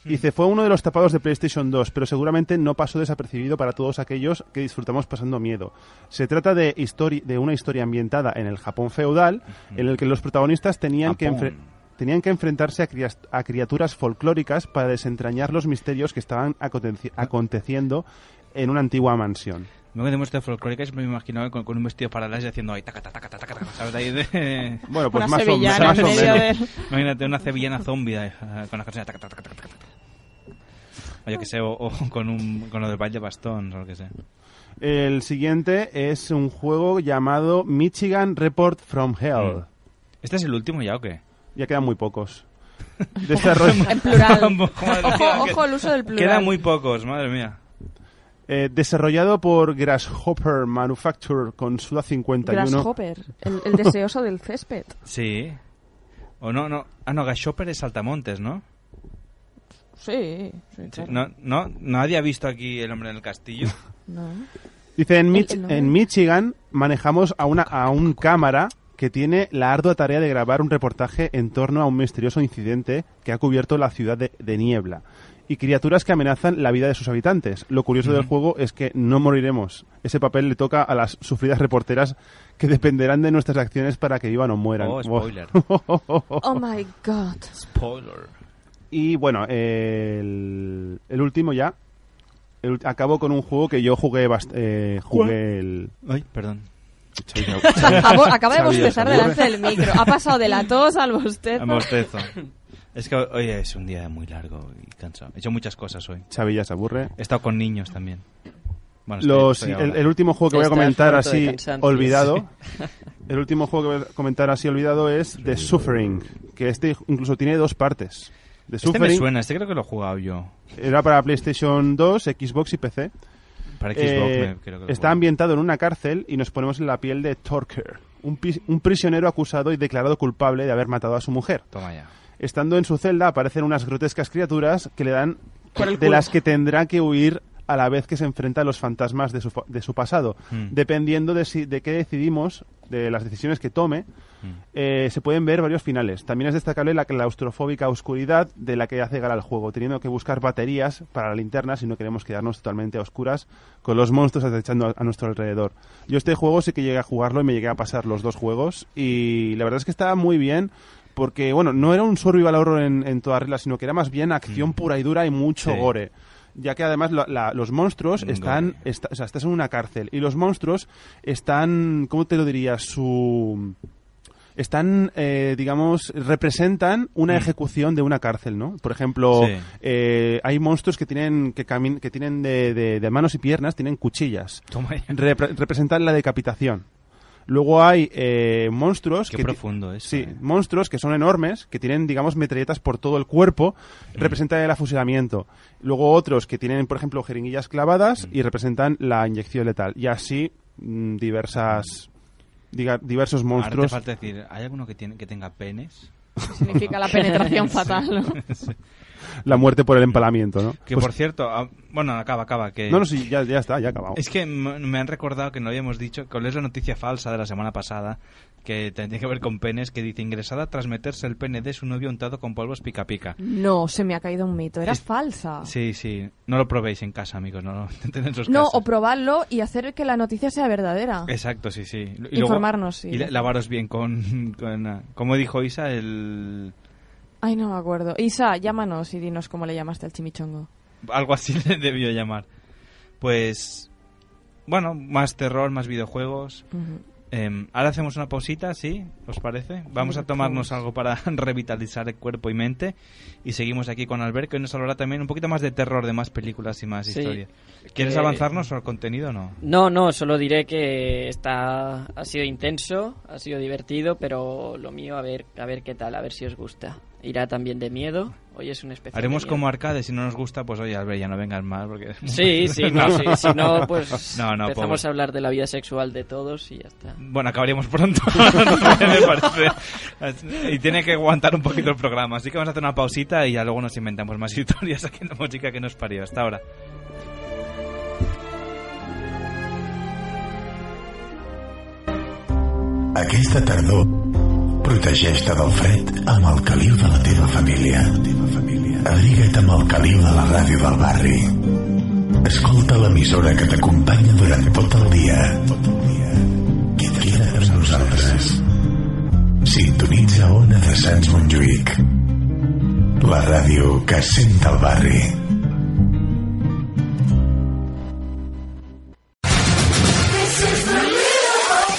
Speaker 16: Dice, fue uno de los tapados de PlayStation 2, pero seguramente no pasó desapercibido para todos aquellos que disfrutamos pasando miedo. Se trata de, histori- de una historia ambientada en el Japón feudal, en el que los protagonistas tenían que,
Speaker 8: Japón.
Speaker 16: enfre- tenían que enfrentarse a, crias- a criaturas folclóricas para desentrañar los misterios que estaban aconte- aconteciendo en una antigua mansión.
Speaker 8: Luego que tenemos folclóricas me imaginaba con, con un vestido para las y haciendo ahí taca, taca, taca, taca, taca, ¿sabes? Ahí de...
Speaker 16: Bueno, pues Una más o- sevillana más en o medio menos. del-
Speaker 8: Imagínate una sevillana zombie ahí, eh, con las canciones taca, taca, taca, taca, taca. O yo que sé, o, o con, un, con lo del baile de bastón, o lo que sé.
Speaker 16: El siguiente es un juego llamado Michigan Report from Hell.
Speaker 8: ¿Este es el último ya o qué?
Speaker 16: Ya quedan muy pocos. Desarroll-
Speaker 9: En plural.
Speaker 8: Madre mía,
Speaker 9: ojo,
Speaker 8: que-
Speaker 9: ojo el uso del plural.
Speaker 8: Quedan muy pocos, madre mía.
Speaker 16: Eh, desarrollado por Grasshopper Manufacture con Suda 51.
Speaker 9: Grasshopper, el, el deseoso del césped.
Speaker 8: Sí. O no, no. Ah, no, Gashopper es Saltamontes, ¿no?
Speaker 9: Sí, sí,
Speaker 8: Sí,
Speaker 9: claro.
Speaker 8: No, no, nadie ha visto aquí el hombre en el castillo.
Speaker 9: No.
Speaker 16: Dice, en,
Speaker 9: El-
Speaker 16: Mich-
Speaker 9: el nombre.
Speaker 16: en Michigan manejamos a una a un cámara que tiene la ardua tarea de grabar un reportaje en torno a un misterioso incidente que ha cubierto la ciudad de, de niebla y criaturas que amenazan la vida de sus habitantes. Lo curioso del
Speaker 8: Ujú.
Speaker 16: juego es que no moriremos. Ese papel le toca a las sufridas reporteras que dependerán de nuestras acciones para que vivan o mueran.
Speaker 8: Oh, spoiler.
Speaker 9: Oh my god.
Speaker 8: Spoiler.
Speaker 16: Y bueno, eh, el, el último ya. El ult- acabo con un juego que yo jugué bast- eh,
Speaker 8: ¿Cuál?
Speaker 16: jugué el
Speaker 8: Ay, perdón.
Speaker 9: Acabo- acaba de
Speaker 16: Sabía,
Speaker 9: bostezar
Speaker 16: sabía.
Speaker 9: delante del micro. Ha pasado de la tos al bostezo.
Speaker 8: A bostezo. Es que hoy es un día muy largo y cansado. He hecho muchas cosas hoy.
Speaker 16: Chavilla se aburre.
Speaker 8: He estado con niños también. Bueno, estoy-
Speaker 16: Los,
Speaker 8: estoy
Speaker 16: el,
Speaker 8: ahora.
Speaker 16: el último juego que voy a
Speaker 8: Estás
Speaker 16: comentar
Speaker 8: muerto de
Speaker 16: así
Speaker 8: cansancio.
Speaker 16: olvidado.
Speaker 8: Sí.
Speaker 16: El último juego que voy a comentar así olvidado es The Suffering, que este incluso tiene dos partes. The
Speaker 8: Este me
Speaker 16: Suffering
Speaker 8: suena, este creo que lo he jugado yo.
Speaker 16: era para PlayStation 2, Xbox y PC.
Speaker 8: Para Xbox me- creo que lo
Speaker 16: está
Speaker 8: jugué.
Speaker 16: ambientado en una cárcel y nos ponemos en la piel de Torker, un, pis- un prisionero acusado y declarado culpable de haber matado a su mujer.
Speaker 8: Toma ya.
Speaker 16: Estando en su celda aparecen unas grotescas criaturas que le dan
Speaker 8: Por el
Speaker 16: de
Speaker 8: culo.
Speaker 16: las que tendrá que huir a la vez que se enfrenta a los fantasmas de su, fa- de su pasado.
Speaker 8: Mm.
Speaker 16: Dependiendo de, si- de qué decidimos, de las decisiones que tome, eh, se pueden ver varios finales. También es destacable la claustrofóbica oscuridad de la que hace gala el juego, teniendo que buscar baterías para la linterna si no queremos quedarnos totalmente a oscuras con los monstruos acechando a, a nuestro alrededor. Yo este juego sí que llegué a jugarlo y me llegué a pasar los dos juegos y la verdad es que estaba muy bien. Porque, bueno, no era un survival horror en, en toda regla, sino que era más bien acción pura y dura y mucho
Speaker 8: Sí.
Speaker 16: gore. Ya que además la- la- los monstruos están. está- o sea, estás en una cárcel y los monstruos están. ¿Cómo te lo diría? Su están, eh, digamos, representan una ejecución de una cárcel, ¿no? Por ejemplo,
Speaker 8: Mm. Sí.
Speaker 16: eh, hay monstruos que tienen que, camin- que tienen de, de- de manos y piernas, tienen cuchillas.
Speaker 8: Toma ya.
Speaker 16: Repre- representan la decapitación. Luego hay eh, monstruos
Speaker 8: Qué
Speaker 16: que ti-
Speaker 8: profundo eso,
Speaker 16: sí,
Speaker 8: eh.
Speaker 16: monstruos que son enormes, que tienen, digamos, metralletas por todo el cuerpo,
Speaker 8: Mm.
Speaker 16: representan el afusilamiento. Luego otros que tienen, por ejemplo, jeringuillas clavadas
Speaker 8: Mm.
Speaker 16: y representan la inyección letal. Y así mm, diversas diga- diversos
Speaker 8: Ahora te
Speaker 16: monstruos
Speaker 8: falta decir, ¿hay alguno que, tiene, que tenga penes?
Speaker 9: Significa la penetración
Speaker 8: Sí.
Speaker 9: fatal, ¿no?
Speaker 16: la muerte por el empalamiento, ¿no?
Speaker 8: Que
Speaker 16: Pues-
Speaker 8: por cierto, ah, bueno, acaba, acaba. Que...
Speaker 16: no, no, sí, ya, ya está, ya acabamos.
Speaker 8: Es que m- me han recordado que no habíamos dicho, que es la noticia falsa de la semana pasada, que tenía que ver con penes, que dice ingresada tras meterse el pene de su novio untado con polvos pica pica.
Speaker 9: No, se me ha caído un mito. Era
Speaker 8: Es-
Speaker 9: falsa.
Speaker 8: Sí, sí, no lo probéis en casa, amigos, no lo intenten en sus
Speaker 9: Ah. No,
Speaker 8: casas.
Speaker 9: o probarlo y hacer que la noticia sea verdadera.
Speaker 8: Exacto, sí, sí. Y
Speaker 9: Informarnos, sí.
Speaker 8: Y la- lavaros bien con, con, ah, como dijo Isa, el...
Speaker 9: Ay, no me acuerdo. Isa, llámanos y dinos cómo le llamaste al chimichongo.
Speaker 8: Algo así le debió llamar. Pues. Bueno, más terror, más videojuegos.
Speaker 9: Ujú.
Speaker 8: Em, ahora hacemos una pausita, ¿sí? ¿Os parece? Vamos a tomarnos algo para revitalizar el cuerpo y mente. Y seguimos aquí con Albert, que hoy nos hablará también un poquito más de terror, de más películas y más
Speaker 19: Sí. Eh,
Speaker 8: historias. ¿Quieres
Speaker 19: Que-
Speaker 8: avanzarnos al contenido o no?
Speaker 19: No, no, solo diré que está, ha sido intenso, ha sido divertido, pero lo mío a ver, a ver qué tal, a ver si os gusta. Irá también de miedo. Hoy es un especial. de
Speaker 8: Haremos
Speaker 19: miedo.
Speaker 8: como arcade, si no nos gusta, pues oye, Albert, ya no vengas más. Porque...
Speaker 19: Sí, sí, no, sí, si no, pues
Speaker 8: No, no,
Speaker 19: empezamos
Speaker 8: pobre.
Speaker 19: a hablar de la vida sexual de todos y ya está.
Speaker 8: Bueno, acabaríamos pronto, me parece. Y tiene que aguantar un poquito el programa. Así que vamos a hacer una pausita y ya luego nos inventamos más historias aquí en la música que nos parió. Hasta ahora.
Speaker 3: Aquesta tardor, protegeix-te del fred amb el caliu de la teva família. Abriga't amb el caliu de la ràdio del barri. Escolta l'emissora que t'acompanya durant tot el dia. Queda't amb nosaltres. Sintonitza Ona de Sants Montjuïc. La ràdio que sent el barri.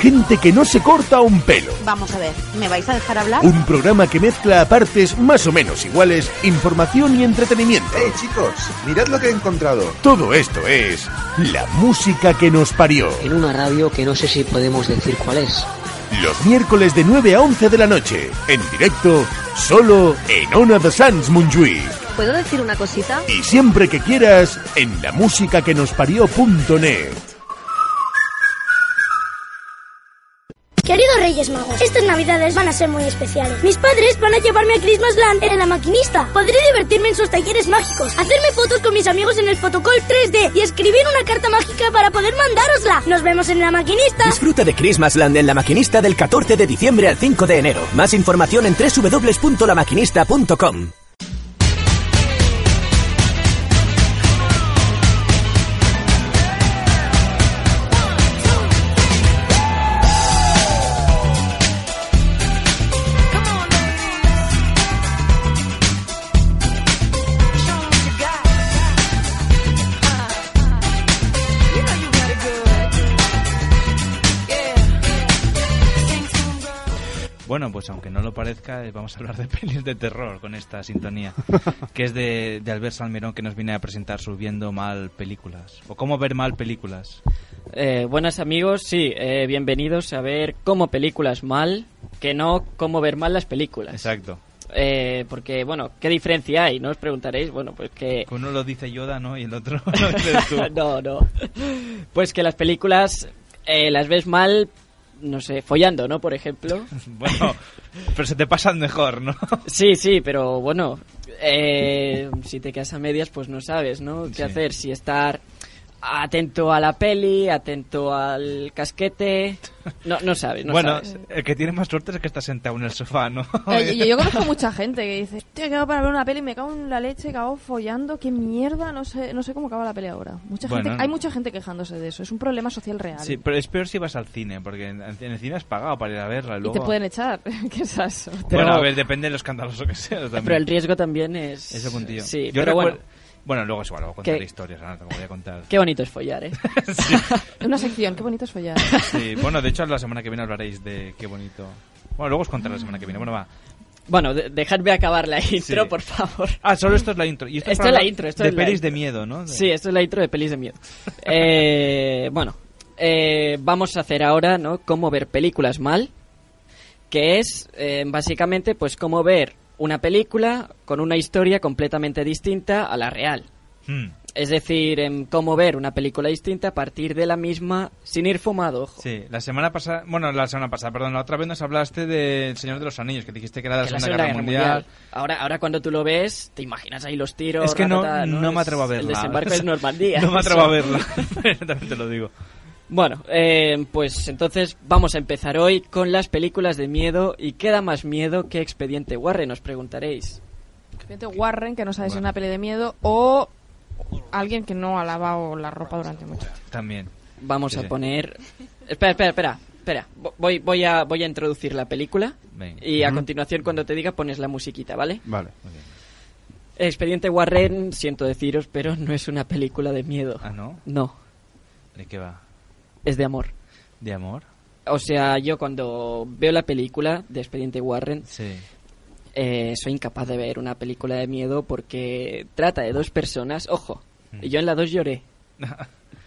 Speaker 4: Gente que no se corta un pelo.
Speaker 14: Vamos a ver, ¿me vais a dejar hablar?
Speaker 4: Un programa que mezcla a partes más o menos iguales información y entretenimiento.
Speaker 23: Eh, chicos, mirad lo que he encontrado.
Speaker 4: Todo esto es la música que nos parió.
Speaker 24: En una radio que no sé si podemos decir cuál es.
Speaker 4: Los miércoles de 9 a 11 de la noche, en directo, solo en Ona de Sans Montjuïc.
Speaker 25: ¿Puedo decir una cosita?
Speaker 4: Y siempre que quieras, en la música que nos parió.net.
Speaker 1: Queridos Reyes Magos, estas navidades van a ser muy especiales. Mis padres van a llevarme a Christmasland en la maquinista. Podré divertirme en sus talleres mágicos, hacerme fotos con mis amigos en el fotocall 3D y escribir una carta mágica para poder mandárosla. Nos vemos en la maquinista.
Speaker 2: Disfruta de Christmasland en La Maquinista del 14 de diciembre al 5 de enero. Más información en www.lamaquinista.com.
Speaker 8: Bueno, pues aunque no lo parezca, eh, vamos a hablar de pelis de terror con esta sintonía, que es de, de Albert Salmerón, que nos viene a presentar su viendo mal películas. O cómo ver mal películas.
Speaker 19: Eh, buenas amigos, sí, eh, bienvenidos a ver cómo películas mal, que no cómo ver mal las películas.
Speaker 8: Exacto.
Speaker 19: Eh, porque, bueno, ¿qué diferencia hay? ¿No os preguntaréis? Bueno, pues que...
Speaker 8: Uno lo dice Yoda, ¿no? Y el otro lo crees tú.
Speaker 19: no, no. Pues que las películas eh, las ves mal, no sé, follando, ¿no? Por ejemplo.
Speaker 8: Bueno, pero se te pasan mejor, ¿no?
Speaker 19: Sí, sí, pero bueno, eh, si te quedas a medias, pues no sabes, ¿no? ¿Qué
Speaker 8: Sí.
Speaker 19: hacer? Si estar atento a la peli, atento al casquete, no, no sabes, Eh, no
Speaker 8: bueno,
Speaker 19: sabes.
Speaker 8: el que tiene más suerte es el que está sentado en el sofá, ¿no?
Speaker 9: Eh, yo, yo conozco mucha gente que dice, tío, he quedado para ver una peli, me cago en la leche, cago follando, qué mierda, no sé, no sé cómo acaba la peli ahora. Mucha
Speaker 8: Bueno.
Speaker 9: gente, hay mucha gente quejándose de eso, es un problema social real.
Speaker 8: Sí, pero es peor si vas al cine, porque en, en el cine has pagado para ir a verla. Y,
Speaker 9: y
Speaker 8: luego...
Speaker 9: te pueden echar, ¿qué es eso?
Speaker 8: Bueno,
Speaker 19: Pero-
Speaker 8: a ver, depende de lo escandaloso que sea. También.
Speaker 19: Pero el riesgo también es...
Speaker 8: Ese puntillo.
Speaker 19: Sí,
Speaker 8: Yo
Speaker 19: pero
Speaker 8: recuer-
Speaker 19: bueno,
Speaker 8: Bueno, luego es igual, luego contaré
Speaker 19: Que-
Speaker 8: historias, ahora te voy a contar.
Speaker 19: qué bonito es follar, ¿eh?
Speaker 9: Una sección, qué bonito es follar.
Speaker 8: Sí, bueno, de hecho la semana que viene hablaréis de qué bonito. Bueno, luego os contaré la semana que viene. Bueno, va.
Speaker 19: Bueno, de- dejadme acabar la intro,
Speaker 8: Sí.
Speaker 19: por favor.
Speaker 8: Ah, solo esto es la intro. Y esto es para
Speaker 19: es la
Speaker 8: hablar
Speaker 19: intro. Esto
Speaker 8: de
Speaker 19: es la
Speaker 8: pelis
Speaker 19: intro.
Speaker 8: de miedo, ¿no? De-
Speaker 19: Sí, esto es la intro de pelis de miedo. Eh, bueno, eh, vamos a hacer ahora, ¿no? Cómo ver películas mal, que es eh, básicamente, pues, cómo ver una película con una historia completamente distinta a la real.
Speaker 8: Hmm.
Speaker 19: Es decir, en cómo ver una película distinta a partir de la misma sin ir fumado. ojo.
Speaker 8: Sí, la semana pasada, bueno, la semana pasada, perdón, la otra vez nos hablaste del Señor de los Anillos, que dijiste que era de la,
Speaker 19: Que la
Speaker 8: Segunda,
Speaker 19: Segunda
Speaker 8: Guerra,
Speaker 19: Guerra
Speaker 8: Mundial.
Speaker 19: Ahora, ahora cuando tú lo ves, te imaginas ahí los tiros.
Speaker 8: es que no,
Speaker 19: ratata,
Speaker 8: no me atrevo a
Speaker 19: Es-
Speaker 8: verla.
Speaker 19: El desembarco es Normandía.
Speaker 8: No me atrevo a
Speaker 19: Eso.
Speaker 8: verla, también te lo digo.
Speaker 19: Bueno, eh, pues entonces vamos a empezar hoy con las películas de miedo y queda más miedo que Expediente Warren, os preguntaréis.
Speaker 9: Expediente Warren, que no sabe si es una peli de miedo o alguien que no ha lavado la ropa durante mucho tiempo.
Speaker 8: También.
Speaker 19: Vamos
Speaker 8: Sí,
Speaker 19: a
Speaker 8: sí.
Speaker 19: poner. Espera, espera, espera. Espera, Vo- voy, voy, a, voy a introducir la película
Speaker 8: Venga.
Speaker 19: y a
Speaker 8: Ujú.
Speaker 19: continuación cuando te diga pones la musiquita, ¿vale?
Speaker 16: Vale.
Speaker 19: Expediente Warren, siento deciros, pero no es una película de miedo.
Speaker 8: Ah, ¿no?
Speaker 19: No,
Speaker 8: ¿De qué va?
Speaker 19: es de amor.
Speaker 8: ¿De amor?
Speaker 19: O sea, yo cuando veo la película de Expediente Warren,
Speaker 8: Sí.
Speaker 19: eh, soy incapaz de ver una película de miedo porque trata de dos personas. Ojo, y yo en la dos lloré.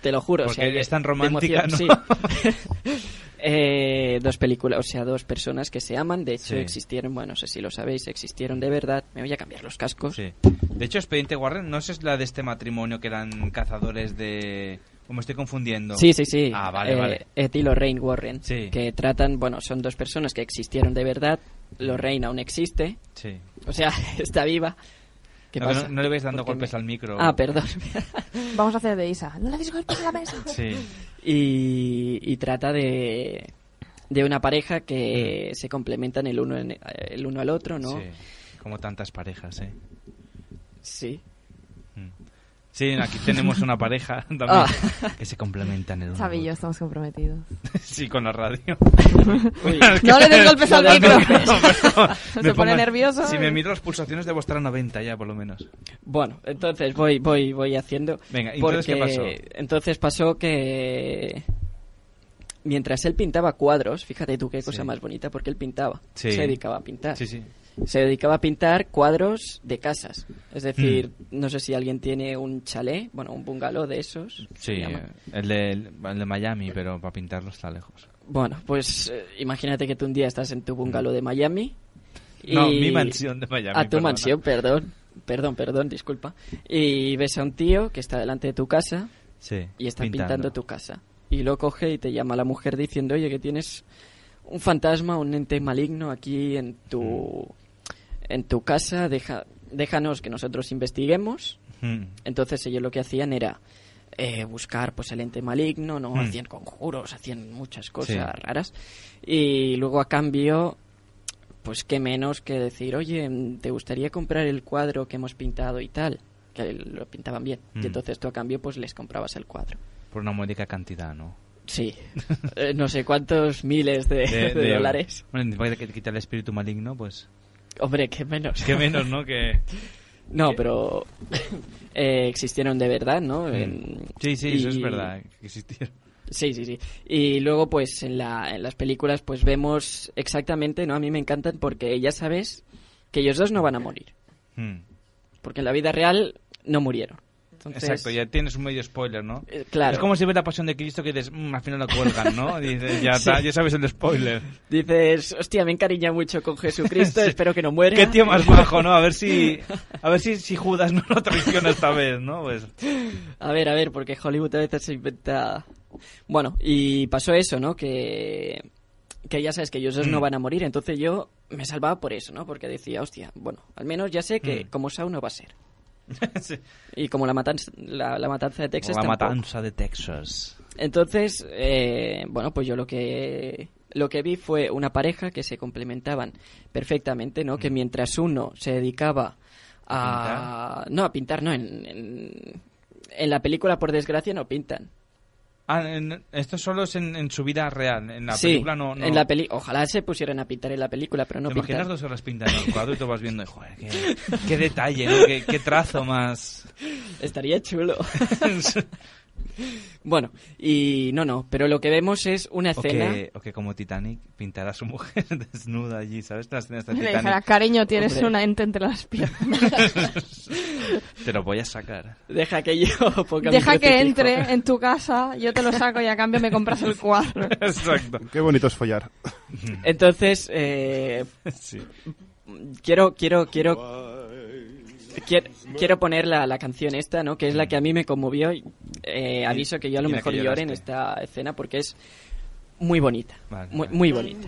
Speaker 19: Te lo juro. o sea,
Speaker 8: Mm. Porque
Speaker 19: de-
Speaker 8: es tan
Speaker 19: de
Speaker 8: romántica,
Speaker 19: emoción,
Speaker 8: ¿no?
Speaker 19: sí. Eh, dos películas, o sea, dos personas que se aman. De hecho,
Speaker 8: Sí.
Speaker 19: existieron, bueno, no sé si lo sabéis, existieron de verdad. Me voy a cambiar los cascos.
Speaker 8: Sí. De hecho, Expediente Warren no sé si es la de este matrimonio que eran cazadores de... ¿O me estoy confundiendo?
Speaker 19: Sí, sí, sí.
Speaker 8: Ah, vale,
Speaker 19: Eh,
Speaker 8: vale.
Speaker 19: Ed y Lorraine Warren. Que tratan, bueno, son dos personas que existieron de verdad. Lorraine aún existe.
Speaker 8: Sí.
Speaker 19: O sea, está viva. ¿Qué
Speaker 8: No,
Speaker 19: pasa?
Speaker 8: no- no le vais dando
Speaker 19: Porque
Speaker 8: golpes
Speaker 19: me-
Speaker 8: al micro.
Speaker 19: Ah, perdón.
Speaker 9: Vamos a hacer de Isa. No le deis golpes a la mesa.
Speaker 19: Y, y trata de, de una pareja que se complementan el uno, en- el uno al otro, ¿no?
Speaker 8: Mm. Sí. Como tantas parejas, ¿eh?
Speaker 19: Sí.
Speaker 8: Sí, aquí tenemos una pareja también
Speaker 9: Ah.
Speaker 8: que se complementan el uno.
Speaker 9: Xavi y yo estamos comprometidos.
Speaker 8: Sí, con la radio.
Speaker 9: No le des golpes al
Speaker 8: No,
Speaker 9: micro.
Speaker 8: no, no, perdón.
Speaker 9: Se
Speaker 8: Me
Speaker 9: pone nervioso
Speaker 8: Si
Speaker 9: y-
Speaker 8: me miro las pulsaciones de vuestra 90 ya, por lo menos.
Speaker 19: Bueno, entonces voy, voy, voy haciendo.
Speaker 8: Venga, entonces, ¿qué
Speaker 19: porque
Speaker 8: pasó?
Speaker 19: Entonces pasó que mientras él pintaba cuadros, fíjate tú qué cosa
Speaker 8: Sí.
Speaker 19: más bonita, porque él pintaba,
Speaker 8: Sí.
Speaker 19: se dedicaba a pintar.
Speaker 8: Sí, sí.
Speaker 19: Se dedicaba a pintar cuadros de casas. Es decir,
Speaker 8: Mm.
Speaker 19: no sé si alguien tiene un chalet, bueno, un bungalow de esos. se
Speaker 8: Sí, eh,
Speaker 19: llama.
Speaker 8: el de, el de Miami, pero para pintarlo está lejos.
Speaker 19: Bueno, pues eh, imagínate que tú un día estás en tu bungalow de Miami. Y
Speaker 8: No, mi mansión de Miami,
Speaker 19: A tu
Speaker 8: perdona.
Speaker 19: mansión, perdón. Perdón, perdón, disculpa. Y ves a un tío que está delante de tu casa
Speaker 8: Sí,
Speaker 19: y está
Speaker 8: pintando.
Speaker 19: pintando. tu casa. Y lo coge y te llama la mujer diciendo, oye, que tienes un fantasma, un ente maligno aquí en tu,
Speaker 8: Mm.
Speaker 19: en tu casa, deja, déjanos que nosotros investiguemos.
Speaker 8: Hmm.
Speaker 19: Entonces ellos lo que hacían era eh, buscar pues el ente maligno, no
Speaker 8: Hmm.
Speaker 19: hacían conjuros, hacían muchas cosas
Speaker 8: Sí.
Speaker 19: raras y luego a cambio pues qué menos que decir, "Oye, mm, ¿te gustaría comprar el cuadro que hemos pintado y tal?" que lo pintaban bien.
Speaker 8: Hmm.
Speaker 19: Y entonces tú a cambio pues les comprabas el cuadro.
Speaker 8: Por una módica cantidad, ¿no?
Speaker 19: Sí. Eh, no sé cuántos miles de, de dólares.
Speaker 8: Bueno, para que te quita el espíritu maligno, pues.
Speaker 19: Hombre, qué menos.
Speaker 8: Qué menos, ¿no? Que.
Speaker 19: No, pero eh, existieron de verdad, ¿no? En-
Speaker 8: Sí, sí, eso es
Speaker 19: y-
Speaker 8: verdad, que existieron.
Speaker 19: Sí, sí, sí. Y luego, pues, en, la, en las películas, pues vemos exactamente, ¿no? A mí me encantan porque ya sabes que ellos dos no van a morir.
Speaker 8: Hmm.
Speaker 19: Porque en la vida real no murieron. Entonces,
Speaker 8: Exacto, ya tienes un medio spoiler, ¿no?
Speaker 19: Eh, claro.
Speaker 8: Es como si ves la pasión de Cristo que dices, "Mm, al final lo cuelgan, ¿no? Y dices, ya,
Speaker 19: Sí.
Speaker 8: está, ya sabes el spoiler.
Speaker 19: Dices, hostia, me encariña mucho con Jesucristo,
Speaker 8: Sí.
Speaker 19: espero que no muera.
Speaker 8: Qué tío más bajo, ¿no? A ver si, a ver si, si Judas no lo traiciona esta vez, ¿no? Pues,
Speaker 19: A ver, a ver, porque Hollywood a veces se inventa. Bueno, y pasó eso, ¿no? Que, que ya sabes que ellos dos
Speaker 8: Mm.
Speaker 19: no van a morir, entonces yo me salvaba por eso, ¿no? Porque decía, hostia, bueno, al menos ya sé
Speaker 8: Mm.
Speaker 19: que como Saw no va a ser. Y como la matanza, la, la matanza de Texas
Speaker 8: la
Speaker 19: tampoco.
Speaker 8: matanza de Texas.
Speaker 19: Entonces, eh, bueno, pues yo lo que lo que vi fue una pareja que se complementaban perfectamente, ¿no?
Speaker 8: Mm.
Speaker 19: Que mientras uno se dedicaba a, no a pintar, no en, en, en la película por desgracia no pintan.
Speaker 8: Ah, en- esto solo es en, en su vida real, en la
Speaker 19: sí,
Speaker 8: película no. no-
Speaker 19: en la peli, ojalá se pusieran a pintar en la película, pero no
Speaker 8: ¿Te imaginas
Speaker 19: pintan.
Speaker 8: dos horas pintando el cuadro y tú vas viendo, joder, qué, qué detalle, ¿no? qué, qué trazo más.
Speaker 19: Estaría chulo. bueno, y no, no, pero lo que vemos es una
Speaker 8: O
Speaker 19: escena.
Speaker 8: que, o que como Titanic pintará a su mujer desnuda allí, ¿sabes? La escena esta de
Speaker 9: Le dijera,
Speaker 8: Titanic.
Speaker 9: cariño, tienes
Speaker 19: Hombre.
Speaker 9: una ente entre las piernas.
Speaker 8: Te lo voy a sacar.
Speaker 19: Deja que yo ponga mi
Speaker 9: Deja que
Speaker 19: crucifijo.
Speaker 9: entre en tu casa, yo te lo saco y a cambio me compras el cuadro.
Speaker 8: Exacto.
Speaker 16: Qué bonito es follar.
Speaker 19: Entonces, eh, quiero, quiero, quiero, quiero, quiero poner la, la canción esta, ¿no? Que es la que a mí me conmovió. y, Eh, aviso que yo a lo
Speaker 8: y la
Speaker 19: mejor
Speaker 8: que
Speaker 19: llore en
Speaker 8: lloraste.
Speaker 19: esta escena porque es muy bonita,
Speaker 8: Vale,
Speaker 19: muy,
Speaker 8: vale.
Speaker 19: muy bonita.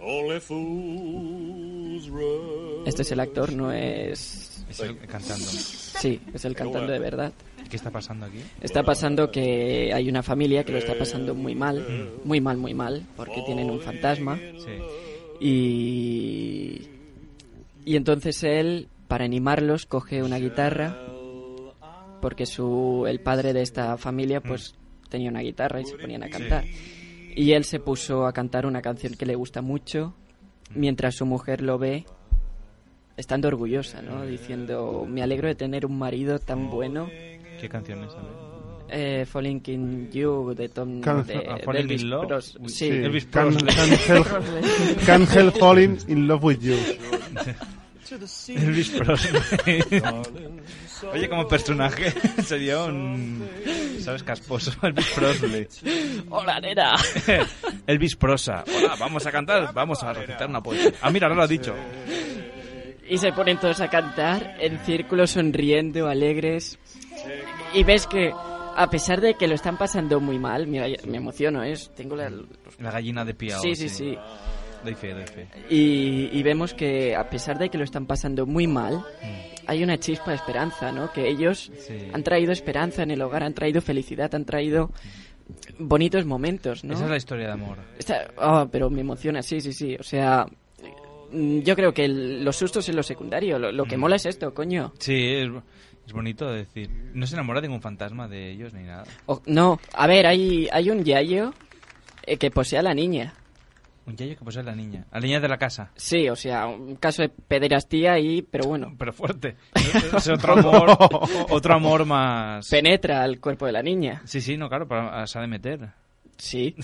Speaker 5: Only fools rush.
Speaker 19: Este es el actor, no es.
Speaker 8: Es el cantando.
Speaker 19: Sí, es el cantando de verdad.
Speaker 8: ¿Qué está pasando aquí?
Speaker 19: Está pasando que hay una familia que lo está pasando muy mal, muy mal, muy mal, porque tienen un fantasma.
Speaker 8: Sí.
Speaker 19: Y. Y entonces él para animarlos coge una guitarra porque su el padre de esta familia pues tenía una guitarra y se ponían a cantar. Y él se puso a cantar una canción que le gusta mucho mientras su mujer lo ve estando orgullosa, ¿no? Diciendo, "Me alegro de tener un marido tan bueno."
Speaker 8: ¿Qué canciones? A ver.
Speaker 19: Eh, Falling in You de
Speaker 9: Mm,
Speaker 19: Tom
Speaker 16: Can-
Speaker 19: de,
Speaker 16: ah,
Speaker 19: de
Speaker 16: Falling
Speaker 19: Elvis
Speaker 16: in Love?
Speaker 19: Pros-
Speaker 16: Uy,
Speaker 19: sí.
Speaker 16: sí. Can- can help- can help falling in love with you.
Speaker 8: Elvis Presley. Oye, como personaje sería un. ¿Sabes? Casposo. Elvis Presley.
Speaker 19: Hola, nena.
Speaker 8: Elvis Prosa. Hola, vamos a cantar, vamos a recitar una poesía. Ah, mira, ahora lo has dicho.
Speaker 19: Y se ponen todos a cantar en círculo, sonriendo, alegres. Y ves que, a pesar de que lo están pasando muy mal, mira, ya- me emociono, ¿eh? Tengo la...
Speaker 8: La gallina de Piao.
Speaker 19: Sí, sí, sí.
Speaker 8: Doy fe, doy fe.
Speaker 19: Y, y vemos que, a pesar de que lo están pasando muy mal, hay una chispa de esperanza, ¿no? Que ellos
Speaker 8: Mm. Sí.
Speaker 19: han traído esperanza en el hogar, han traído felicidad, han traído bonitos momentos, ¿no?
Speaker 8: Esa es la historia de amor.
Speaker 19: Está- ah, pero me emociona, sí, sí, sí. O sea, mm, yo creo que el- los sustos en lo secundario. Lo, lo que
Speaker 8: Mm.
Speaker 19: mola es esto, coño.
Speaker 8: Sí, es, es bonito decir. No se enamora de ningún fantasma de ellos ni nada.
Speaker 19: O- no, a ver, hay, hay un yayo eh, que posee a la niña.
Speaker 8: Un yayo que posee a la niña. A la niña de la casa.
Speaker 19: Sí, o sea, un caso de pederastía y... pero bueno.
Speaker 8: Pero fuerte. Es otro amor, otro amor más.
Speaker 19: Penetra al cuerpo de la niña.
Speaker 8: Sí, sí, no, claro, para, se ha de meter.
Speaker 19: Sí.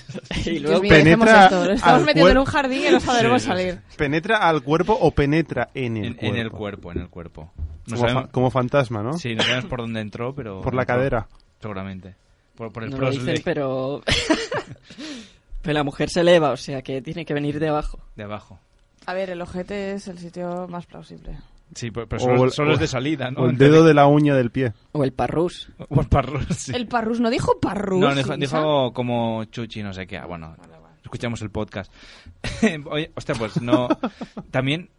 Speaker 8: Y
Speaker 19: luego-
Speaker 9: mío, dejemos
Speaker 16: Penetra
Speaker 9: esto, lo estamos
Speaker 16: al
Speaker 9: metiendo en
Speaker 16: cuer-
Speaker 9: un jardín y no sabremos
Speaker 8: Sí, sí,
Speaker 9: salir.
Speaker 16: ¿Penetra al cuerpo o penetra en el
Speaker 8: En,
Speaker 16: cuerpo?
Speaker 8: en el cuerpo, en el cuerpo. No
Speaker 16: como,
Speaker 8: sabemos-
Speaker 16: fa- como fantasma, ¿no?
Speaker 8: Sí, no sabemos por dónde entró, pero.
Speaker 16: Por la
Speaker 8: entró,
Speaker 16: cadera.
Speaker 8: Seguramente. Por, por el
Speaker 19: no lo
Speaker 8: Prosley.
Speaker 19: dicen, pero... pero la mujer se eleva, o sea, que tiene que venir de abajo.
Speaker 8: De abajo.
Speaker 9: A ver, el ojete es el sitio más plausible.
Speaker 8: Sí, pero,
Speaker 16: O
Speaker 8: pero solo,
Speaker 16: el-
Speaker 8: solo es
Speaker 16: o-
Speaker 8: de salida, ¿no?
Speaker 16: O el dedo de la uña del pie.
Speaker 19: O el parrus.
Speaker 8: O el parrus, sí.
Speaker 9: El parrus, no dijo parrus.
Speaker 8: No, dijo,
Speaker 9: Isa?
Speaker 8: dijo como Chuchi, no sé qué. Ah, bueno, escuchamos el podcast. Oye, hostia, pues no. También.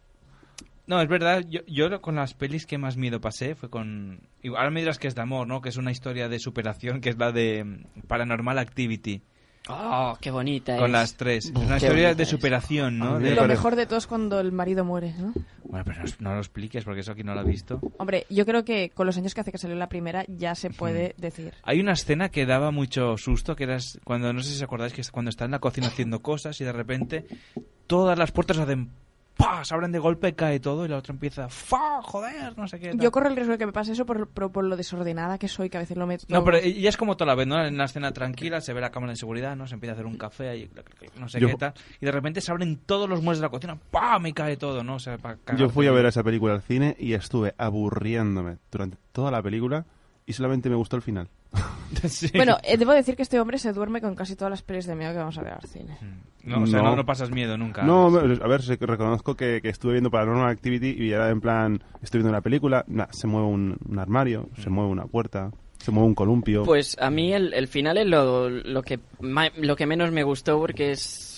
Speaker 8: No, es verdad, yo, yo lo- con las pelis que más miedo pasé fue con. igual- Ahora me dirás que es de amor, ¿no? Que es una historia de superación, que es la de mm, Paranormal Activity.
Speaker 19: Oh, qué bonita
Speaker 8: Con
Speaker 19: es.
Speaker 8: las tres. Es
Speaker 19: Buf,
Speaker 8: una
Speaker 19: qué
Speaker 8: historia
Speaker 19: bonita
Speaker 8: de
Speaker 19: es.
Speaker 8: superación, ¿no? De-
Speaker 9: Lo mejor de todo es cuando el marido muere, ¿no?
Speaker 8: Bueno, pero no, no lo expliques porque eso aquí no lo he visto.
Speaker 9: Hombre, yo creo que con los años que hace que salió la primera ya se puede decir.
Speaker 8: Hay una escena que daba mucho susto, que era cuando, no sé si os acordáis, que es cuando está en la cocina haciendo cosas y de repente todas las puertas hacen ¡pa! Se abren de golpe, cae todo y la otra empieza ¡fa! ¡joder! No sé qué. tal.
Speaker 9: Yo corro el riesgo de que me pase eso por, por, por lo desordenada que soy, que a veces lo meto.
Speaker 8: No,
Speaker 9: todo.
Speaker 8: pero ya es como toda la vez, ¿no? En la escena tranquila se ve la cámara de seguridad, ¿no? Se empieza a hacer un café ahí, clac, clac, clac, no sé
Speaker 16: Yo-
Speaker 8: qué tal. Y de repente se abren todos los muebles de la cocina, ¡pa! Me cae todo, ¿no? O sea, para
Speaker 16: Yo fui a ver esa película al cine y estuve aburriéndome durante toda la película y solamente me gustó el final.
Speaker 9: Bueno, eh, debo decir que este hombre se duerme con casi todas las pelis de miedo que vamos a ver al cine.
Speaker 8: No, o sea, no, no pasas miedo nunca.
Speaker 16: No, hombre, a ver, sí que reconozco que, que estuve viendo Paranormal Activity y era en plan, estoy viendo una película, nah, se mueve un, un armario,
Speaker 8: Mm.
Speaker 16: se mueve una puerta, se mueve un columpio.
Speaker 19: Pues a mí el, el final es lo, lo, que, ma- lo que menos me gustó porque es...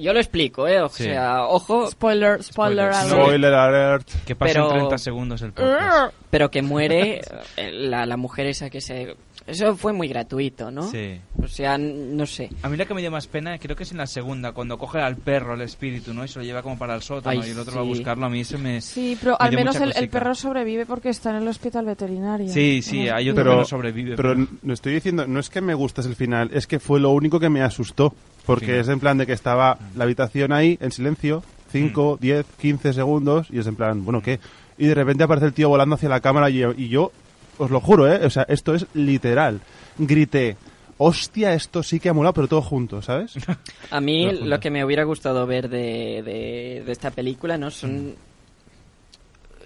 Speaker 19: Yo lo explico, ¿eh? O
Speaker 8: Sí.
Speaker 19: sea, ojo...
Speaker 9: Spoiler, spoiler
Speaker 19: Spoilers.
Speaker 9: alert.
Speaker 16: Spoiler alert.
Speaker 8: Que pasen
Speaker 19: pero...
Speaker 8: 30 segundos el podcast.
Speaker 19: Pero que muere eh, la, la mujer esa que se... Eso fue muy gratuito, ¿no?
Speaker 8: Sí.
Speaker 19: O sea, n- no sé.
Speaker 8: A mí la que me dio más pena creo que es en la segunda, cuando coge al perro, el espíritu, ¿no? Y se lo lleva como para el sótano
Speaker 19: Ay,
Speaker 8: y el otro
Speaker 19: sí.
Speaker 8: va a buscarlo. A mí se me...
Speaker 9: Sí, pero
Speaker 8: me
Speaker 9: al
Speaker 8: dio
Speaker 9: menos
Speaker 8: mucha
Speaker 9: el, el
Speaker 8: cosica.
Speaker 9: perro sobrevive porque está en el hospital veterinario. Ah.
Speaker 8: Sí, sí, hay otro que no sobrevive.
Speaker 16: Pero no estoy diciendo, no es que me gustas el final, es que fue lo único que me asustó. Porque
Speaker 8: Final.
Speaker 16: es en plan de que
Speaker 8: Ah.
Speaker 16: estaba la habitación ahí, en silencio,
Speaker 8: Mm.
Speaker 16: 5, 10, 15 segundos, y es en plan, bueno, ¿qué? Y de repente aparece el tío volando hacia la cámara y, y yo, os lo juro, ¿eh? O sea, esto es literal. Grité, hostia, esto sí que ha molado, pero todo junto, ¿sabes?
Speaker 19: A mí
Speaker 16: Pero juntas.
Speaker 19: lo que me hubiera gustado ver de, de, de esta película, ¿no?
Speaker 8: Mm.
Speaker 19: Son...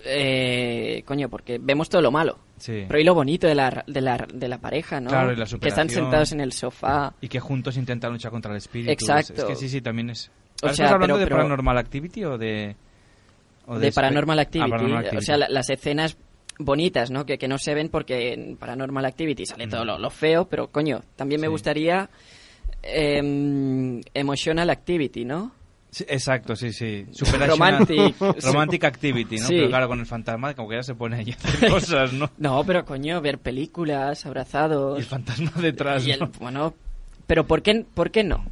Speaker 19: Eh, coño, porque vemos todo lo malo.
Speaker 8: Sí.
Speaker 19: Pero y lo bonito de la, de la, de la pareja, ¿no?
Speaker 8: Claro, y la
Speaker 19: que están
Speaker 8: superación.
Speaker 19: sentados en el sofá.
Speaker 8: Y que juntos intentan luchar contra el espíritu.
Speaker 19: Exacto.
Speaker 8: Es, es que sí, sí, también es...
Speaker 19: O
Speaker 8: ¿Ahora
Speaker 19: sea,
Speaker 8: ¿Estás hablando
Speaker 19: pero-
Speaker 8: de
Speaker 19: pero-
Speaker 8: Paranormal Activity o de...? o
Speaker 19: de
Speaker 8: espe-
Speaker 19: Paranormal
Speaker 8: Ah,
Speaker 19: Activity.
Speaker 8: Paranormal
Speaker 19: O
Speaker 8: Activity.
Speaker 19: sea, la- las escenas bonitas, ¿no? Que, que no se ven porque en Paranormal Activity sale todo
Speaker 8: Mm.
Speaker 19: lo, lo feo, pero coño, también me gustaría em, Emotional Activity, ¿no?
Speaker 8: Sí, exacto, sí, sí. Superational-
Speaker 19: Romantic.
Speaker 8: Romantic Activity, ¿no?
Speaker 19: Sí.
Speaker 8: Pero claro, con el fantasma como que ya se pone ahí a hacer cosas, ¿no?
Speaker 19: No, pero coño, ver películas, abrazados.
Speaker 8: Y el fantasma detrás,
Speaker 19: Y el-
Speaker 8: ¿no?
Speaker 19: Bueno, pero ¿por qué, ¿por qué no?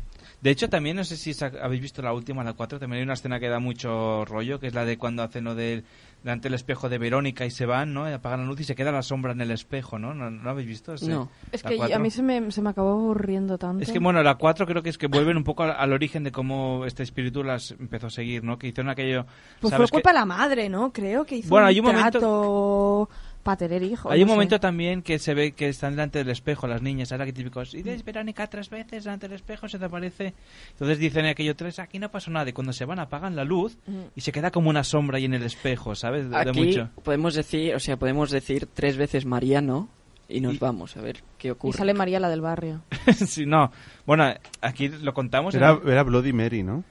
Speaker 8: De hecho, también no sé si sa- habéis visto la última, la 4, también hay una escena que da mucho rollo, que es la de cuando hacen lo del delante del espejo de Verónica y se van, ¿no? Y apagan la luz y se queda la sombra en el espejo, ¿no? ¿No, no lo habéis visto? Sí.
Speaker 19: No.
Speaker 9: Es
Speaker 8: La
Speaker 9: que yo- a
Speaker 8: 4.
Speaker 9: mí se me, se me acabó aburriendo tanto.
Speaker 8: eh, Es que, bueno, la 4 creo que es que vuelven un poco al, al origen de cómo este espíritu las empezó a seguir, ¿no? Que hicieron aquello...
Speaker 9: Pues fue
Speaker 8: ¿sabes qué?
Speaker 9: culpa de la madre, ¿no? Creo que hizo
Speaker 8: Bueno,
Speaker 9: un,
Speaker 8: hay un momento-
Speaker 9: trato para tener hijos.
Speaker 8: Hay un
Speaker 9: no sé.
Speaker 8: momento también que se ve que están delante del espejo las niñas, ahora que típico es, "Ides,
Speaker 9: Mm.
Speaker 8: Verónica tres veces delante del espejo, se te aparece. Entonces dicen aquello tres, aquí no pasó nada, y cuando se van apagan la luz
Speaker 9: Mm.
Speaker 19: Ujú.
Speaker 8: y se queda como una sombra ahí en el espejo, ¿sabes? De, de
Speaker 19: Aquí
Speaker 8: mucho.
Speaker 19: podemos decir, o sea, podemos decir tres veces María no y nos vamos a ver qué
Speaker 9: Y
Speaker 19: ocurre.
Speaker 9: sale María la del barrio.
Speaker 8: Sí, no, bueno, aquí lo contamos. en
Speaker 16: Era,
Speaker 8: la-
Speaker 16: era Bloody Mary, ¿no?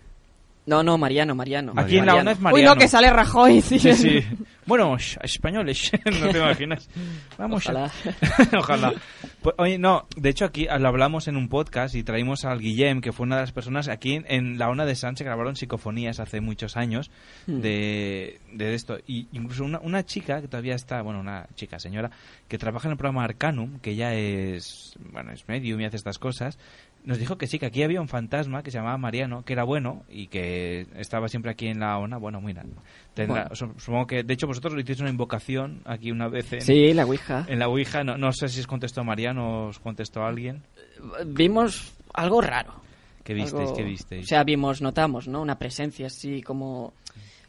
Speaker 19: No, no, Mariano, Mariano.
Speaker 8: Aquí en la
Speaker 19: Mariano.
Speaker 8: ONA es Mariano. Sí, sí. Bueno, sh- españoles, no te imaginas. Vamos.
Speaker 19: Ojalá.
Speaker 8: a- Ojalá. Pues, oye, no, de hecho aquí lo hablamos en un podcast y traímos al Guillem, que fue una de las personas aquí en, en la ONA de San se grabaron psicofonías hace muchos años
Speaker 22: Hmm.
Speaker 8: de, de esto. Y incluso una, una chica que todavía está, bueno, una chica, señora, que trabaja en el programa Arcanum, que ya es, bueno, es medium y hace estas cosas, nos dijo que sí, que aquí había un fantasma que se llamaba Mariano, que era bueno y que estaba siempre aquí en la ONA. Bueno, mira, tendrá-
Speaker 19: Bueno.
Speaker 8: su- supongo que, de hecho, vosotros le hicisteis una invocación aquí una vez en,
Speaker 19: Sí, la Ouija.
Speaker 8: En la Ouija, no, no sé si os contestó Mariano o os contestó alguien.
Speaker 19: Vimos algo raro.
Speaker 8: ¿Qué visteis?
Speaker 19: Algo-
Speaker 8: ¿Qué visteis?
Speaker 19: O sea, vimos, notamos, ¿no? Una presencia así como...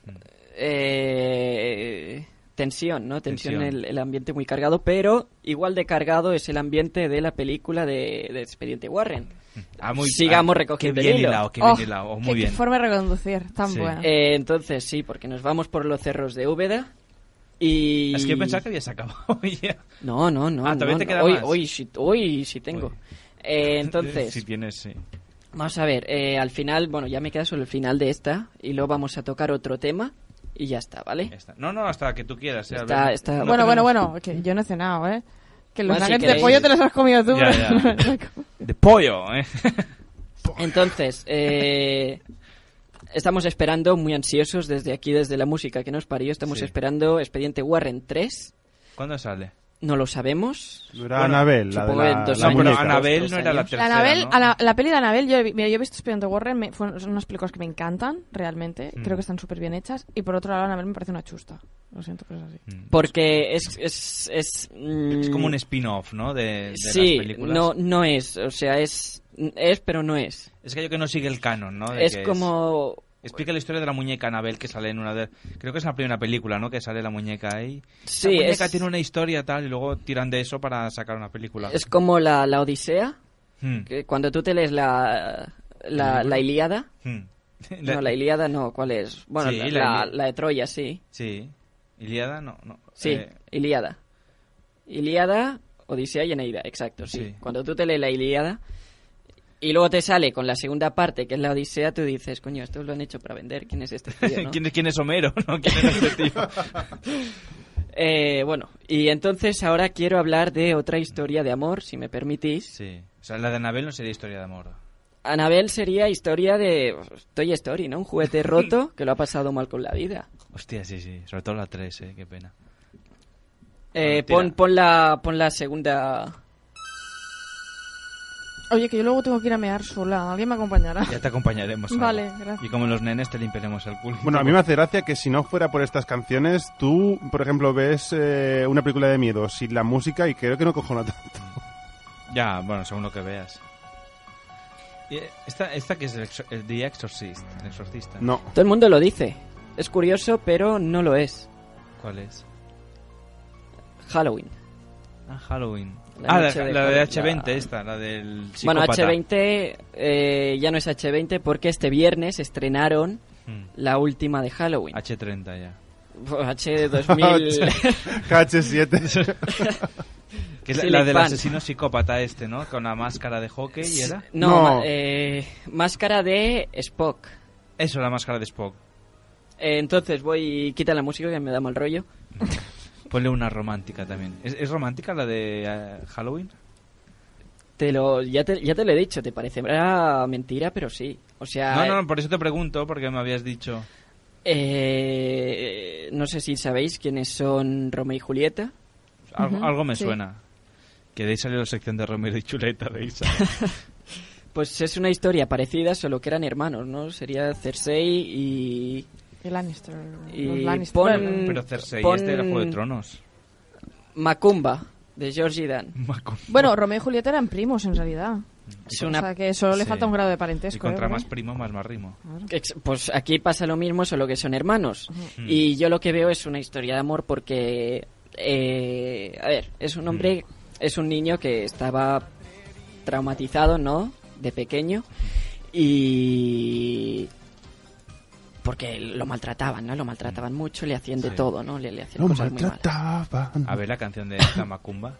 Speaker 8: Mm.
Speaker 19: eh, tensión, ¿no? Tensión,
Speaker 8: Tensión.
Speaker 19: El, el ambiente muy cargado, pero igual de cargado es el ambiente de la película de, de Expediente Warren.
Speaker 8: Ah, muy-
Speaker 19: Sigamos
Speaker 8: ah,
Speaker 19: recogiendo
Speaker 8: qué bien
Speaker 19: el hilo.
Speaker 8: hilado, qué
Speaker 9: Oh,
Speaker 8: bien hilado, oh,
Speaker 9: qué-
Speaker 8: muy
Speaker 9: qué
Speaker 8: bien.
Speaker 9: forma de reconducir, tan buena.
Speaker 19: Eh, entonces, sí, porque nos vamos por los cerros de Úbeda y...
Speaker 8: Es que yo pensaba que habías acabado ya.
Speaker 19: No, no, no.
Speaker 8: Ah, todavía
Speaker 19: no,
Speaker 8: te
Speaker 19: no.
Speaker 8: queda
Speaker 19: hoy,
Speaker 8: más.
Speaker 19: Hoy sí, hoy sí tengo. Eh, entonces,
Speaker 8: Si tienes, sí.
Speaker 19: vamos a ver, eh, al final, bueno, ya me queda solo el final de esta y luego vamos a tocar otro tema y ya está, ¿vale?
Speaker 8: No, no, hasta que tú quieras. eh,
Speaker 19: Está-
Speaker 8: Alberto.
Speaker 19: está-
Speaker 8: No
Speaker 19: Bueno,
Speaker 9: bueno, bueno,
Speaker 8: tenemos-
Speaker 9: bueno, que yo no he cenado, ¿eh? Que los
Speaker 19: Bueno, si
Speaker 9: nuggets de
Speaker 19: queréis.
Speaker 9: pollo te los has comido tú.
Speaker 8: Ya,
Speaker 9: pero
Speaker 8: ya.
Speaker 9: no- no-
Speaker 8: De pollo, ¿eh?
Speaker 19: Entonces, eh, estamos esperando, muy ansiosos desde aquí, desde la música que nos parió, estamos
Speaker 8: Sí.
Speaker 19: esperando Expediente Warren 3.
Speaker 8: ¿Cuándo sale?
Speaker 19: No lo sabemos.
Speaker 16: No era Annabelle, la de
Speaker 19: supongo en
Speaker 16: la-
Speaker 19: dos
Speaker 16: la
Speaker 19: años,
Speaker 16: muñeca.
Speaker 19: dos,
Speaker 8: Annabelle
Speaker 19: dos
Speaker 8: no era la
Speaker 19: años.
Speaker 8: tercera.
Speaker 9: La, Anabel,
Speaker 8: ¿no?
Speaker 9: a la, la peli de Anabel, yo, he vi- mira, yo he visto Expediente Warren, me, fueron- son unas películas que me encantan, realmente.
Speaker 19: Mm.
Speaker 9: Creo que están súper bien hechas. Y por otro lado, Anabel me parece una chusta. Lo siento, pero es pues así.
Speaker 19: Porque es... Es, es, mm,
Speaker 8: Es como un spin-off, ¿no? De, de
Speaker 19: sí,
Speaker 8: las películas.
Speaker 19: no, no es. O sea, es, es pero no es.
Speaker 8: Es que yo que no sigue el canon, ¿no?
Speaker 19: Es
Speaker 8: que
Speaker 19: como-
Speaker 8: Explica la historia de la muñeca Anabel que sale en una de... Creo que es la primera película, ¿no? Que sale la muñeca ahí.
Speaker 19: Sí,
Speaker 8: la muñeca
Speaker 19: es-
Speaker 8: tiene una historia tal y luego tiran de eso para sacar una película.
Speaker 19: Es como la, la Odisea.
Speaker 8: Hmm.
Speaker 19: que cuando tú te lees la, la,
Speaker 8: libro?
Speaker 19: la Ilíada.
Speaker 8: Hmm.
Speaker 19: No, la Ilíada no, ¿cuál es? Bueno,
Speaker 8: Sí,
Speaker 19: la,
Speaker 8: la
Speaker 19: la,
Speaker 8: Ilí-
Speaker 19: la de Troya, sí.
Speaker 8: Sí. Iliada, no. no.
Speaker 19: Sí,
Speaker 8: Eh,
Speaker 19: Ilíada. Ilíada, Odisea y Eneida, exacto, sí.
Speaker 8: Sí.
Speaker 19: Cuando tú te lees la Ilíada y luego te sale con la segunda parte, que es la Odisea, tú dices, coño, esto lo han hecho para vender, ¿quién es este tío, no?"
Speaker 8: ¿Quién, es- quién es Homero? ¿no? ¿Quién es este tío?
Speaker 19: Eh, bueno, y entonces ahora quiero hablar de otra historia de amor, si me permitís.
Speaker 8: sí. O sea, la de Anabel no sería historia de amor.
Speaker 19: Anabel sería historia de pues, Toy Story, ¿no? Un juguete roto que lo ha pasado mal con la vida.
Speaker 8: Hostia, sí, sí. Sobre todo la 3, ¿eh? Qué pena.
Speaker 19: Eh,
Speaker 8: Tira.
Speaker 19: pon, pon la, pon la segunda.
Speaker 9: Oye, que yo luego tengo que ir a mear sola. ¿Alguien me acompañará?
Speaker 8: Ya te acompañaremos. Alba.
Speaker 9: Vale, gracias.
Speaker 8: Y como los nenes te limpiaremos el culo.
Speaker 16: Bueno, a mí me hace gracia que si no fuera por estas canciones, tú, por ejemplo, ves eh, una película de miedo sin la música y creo que no cojona tanto.
Speaker 8: Ya, bueno, según lo que veas. Y, eh, Esta, esta que es el, exor- el The Exorcist, el exorcista.
Speaker 19: Todo el mundo lo dice. Es curioso, pero no lo es.
Speaker 8: ¿Cuál es?
Speaker 19: Halloween.
Speaker 8: Ah, Halloween.
Speaker 19: La
Speaker 8: ah, la,
Speaker 19: noche de
Speaker 8: la de
Speaker 19: Halloween,
Speaker 8: H20
Speaker 19: la-
Speaker 8: esta, la del
Speaker 19: Bueno,
Speaker 8: psicópata.
Speaker 19: H20 eh, ya no es H20 porque este viernes estrenaron
Speaker 8: Hmm.
Speaker 19: la última de Halloween.
Speaker 8: H30 ya.
Speaker 19: H2000.
Speaker 16: H7.
Speaker 8: Que es la-
Speaker 19: Sí,
Speaker 8: la,
Speaker 19: la
Speaker 8: del
Speaker 19: fan.
Speaker 8: asesino psicópata este, ¿no? Con la máscara de hockey y era...
Speaker 19: No, ma- eh, máscara de Spock.
Speaker 8: Eso, la máscara de Spock.
Speaker 19: Eh, entonces voy y quita la música que me da mal rollo.
Speaker 8: Ponle una romántica también. ¿Es, es romántica la de eh, Halloween?
Speaker 19: Te lo, ya, te, ya te lo he dicho, te parecerá mentira, pero sí. O sea,
Speaker 8: No, no, no, por eso te pregunto, porque me habías dicho...
Speaker 19: eh, no sé si sabéis quiénes son Romeo y Julieta.
Speaker 8: Algo, algo me
Speaker 19: Sí.
Speaker 8: suena. Que de ahí salió la sección de Romero y Chuleta de Isa.
Speaker 19: Pues es una historia parecida, solo que eran hermanos, ¿no? Sería Cersei y...
Speaker 9: Y Lannister. los
Speaker 19: Y
Speaker 9: Lannister.
Speaker 19: pon-
Speaker 8: Pero Cersei
Speaker 19: pon-
Speaker 8: este era Juego de Tronos.
Speaker 19: Macumba, de George Dan.
Speaker 9: Bueno, Romeo y Julieta eran primos en realidad.
Speaker 19: Es
Speaker 9: O
Speaker 19: una-
Speaker 9: sea que solo le
Speaker 19: Sí.
Speaker 9: falta un grado de parentesco.
Speaker 8: Y contra
Speaker 9: ¿eh?
Speaker 8: más primo, más más rimo.
Speaker 19: Ex- Pues aquí pasa lo mismo, solo que son hermanos.
Speaker 8: Ujú.
Speaker 19: Y yo lo que veo es una historia de amor porque, eh, a ver, es un hombre,
Speaker 8: Hmm.
Speaker 19: es un niño que estaba traumatizado, ¿no? De pequeño.
Speaker 8: Hmm.
Speaker 19: Y... Porque lo maltrataban, ¿no? Lo maltrataban mucho, le hacían de
Speaker 8: Hmm. Sí.
Speaker 19: todo, ¿no? Le, le hacían
Speaker 16: No
Speaker 19: cosas muy malas.
Speaker 16: maltrataban.
Speaker 8: A ver la canción de la Macumba.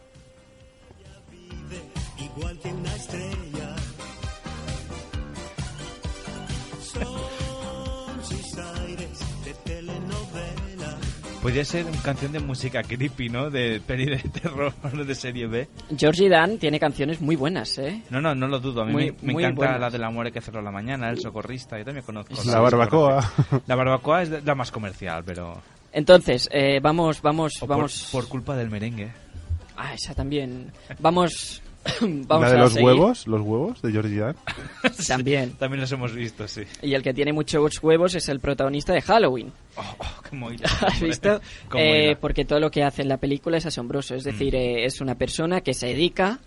Speaker 5: Igual que una estrella. Son sus aires de telenovela.
Speaker 8: Podría ser una canción de música creepy, ¿no? De peli de terror, de serie B.
Speaker 19: Georgie Dan tiene canciones muy buenas, ¿eh?
Speaker 8: No, no, no lo dudo. A mí
Speaker 19: Muy-
Speaker 8: me, me
Speaker 19: muy
Speaker 8: encanta
Speaker 19: buenas.
Speaker 8: la de la muerte que cerró la mañana, el socorrista. Yo también conozco.
Speaker 16: La
Speaker 8: del
Speaker 16: barbacoa.
Speaker 8: socorrista. La barbacoa es la más comercial, pero.
Speaker 19: Entonces, eh, vamos, vamos,
Speaker 8: o por-
Speaker 19: vamos.
Speaker 8: Por, culpa del merengue.
Speaker 19: Ah, esa también. Vamos, vamos
Speaker 16: la de
Speaker 19: a
Speaker 16: los
Speaker 19: seguir.
Speaker 16: huevos, los huevos de George Dan.
Speaker 19: También.
Speaker 8: También los hemos visto, sí.
Speaker 19: Y el que tiene muchos huevos es el protagonista de Halloween.
Speaker 8: Como Oh, hilo.
Speaker 19: ¿Has visto?
Speaker 8: Como
Speaker 19: Eh,
Speaker 8: hilo. Mm.
Speaker 19: porque todo lo que hace en la película es asombroso. Es decir, eh, es una persona que se dedica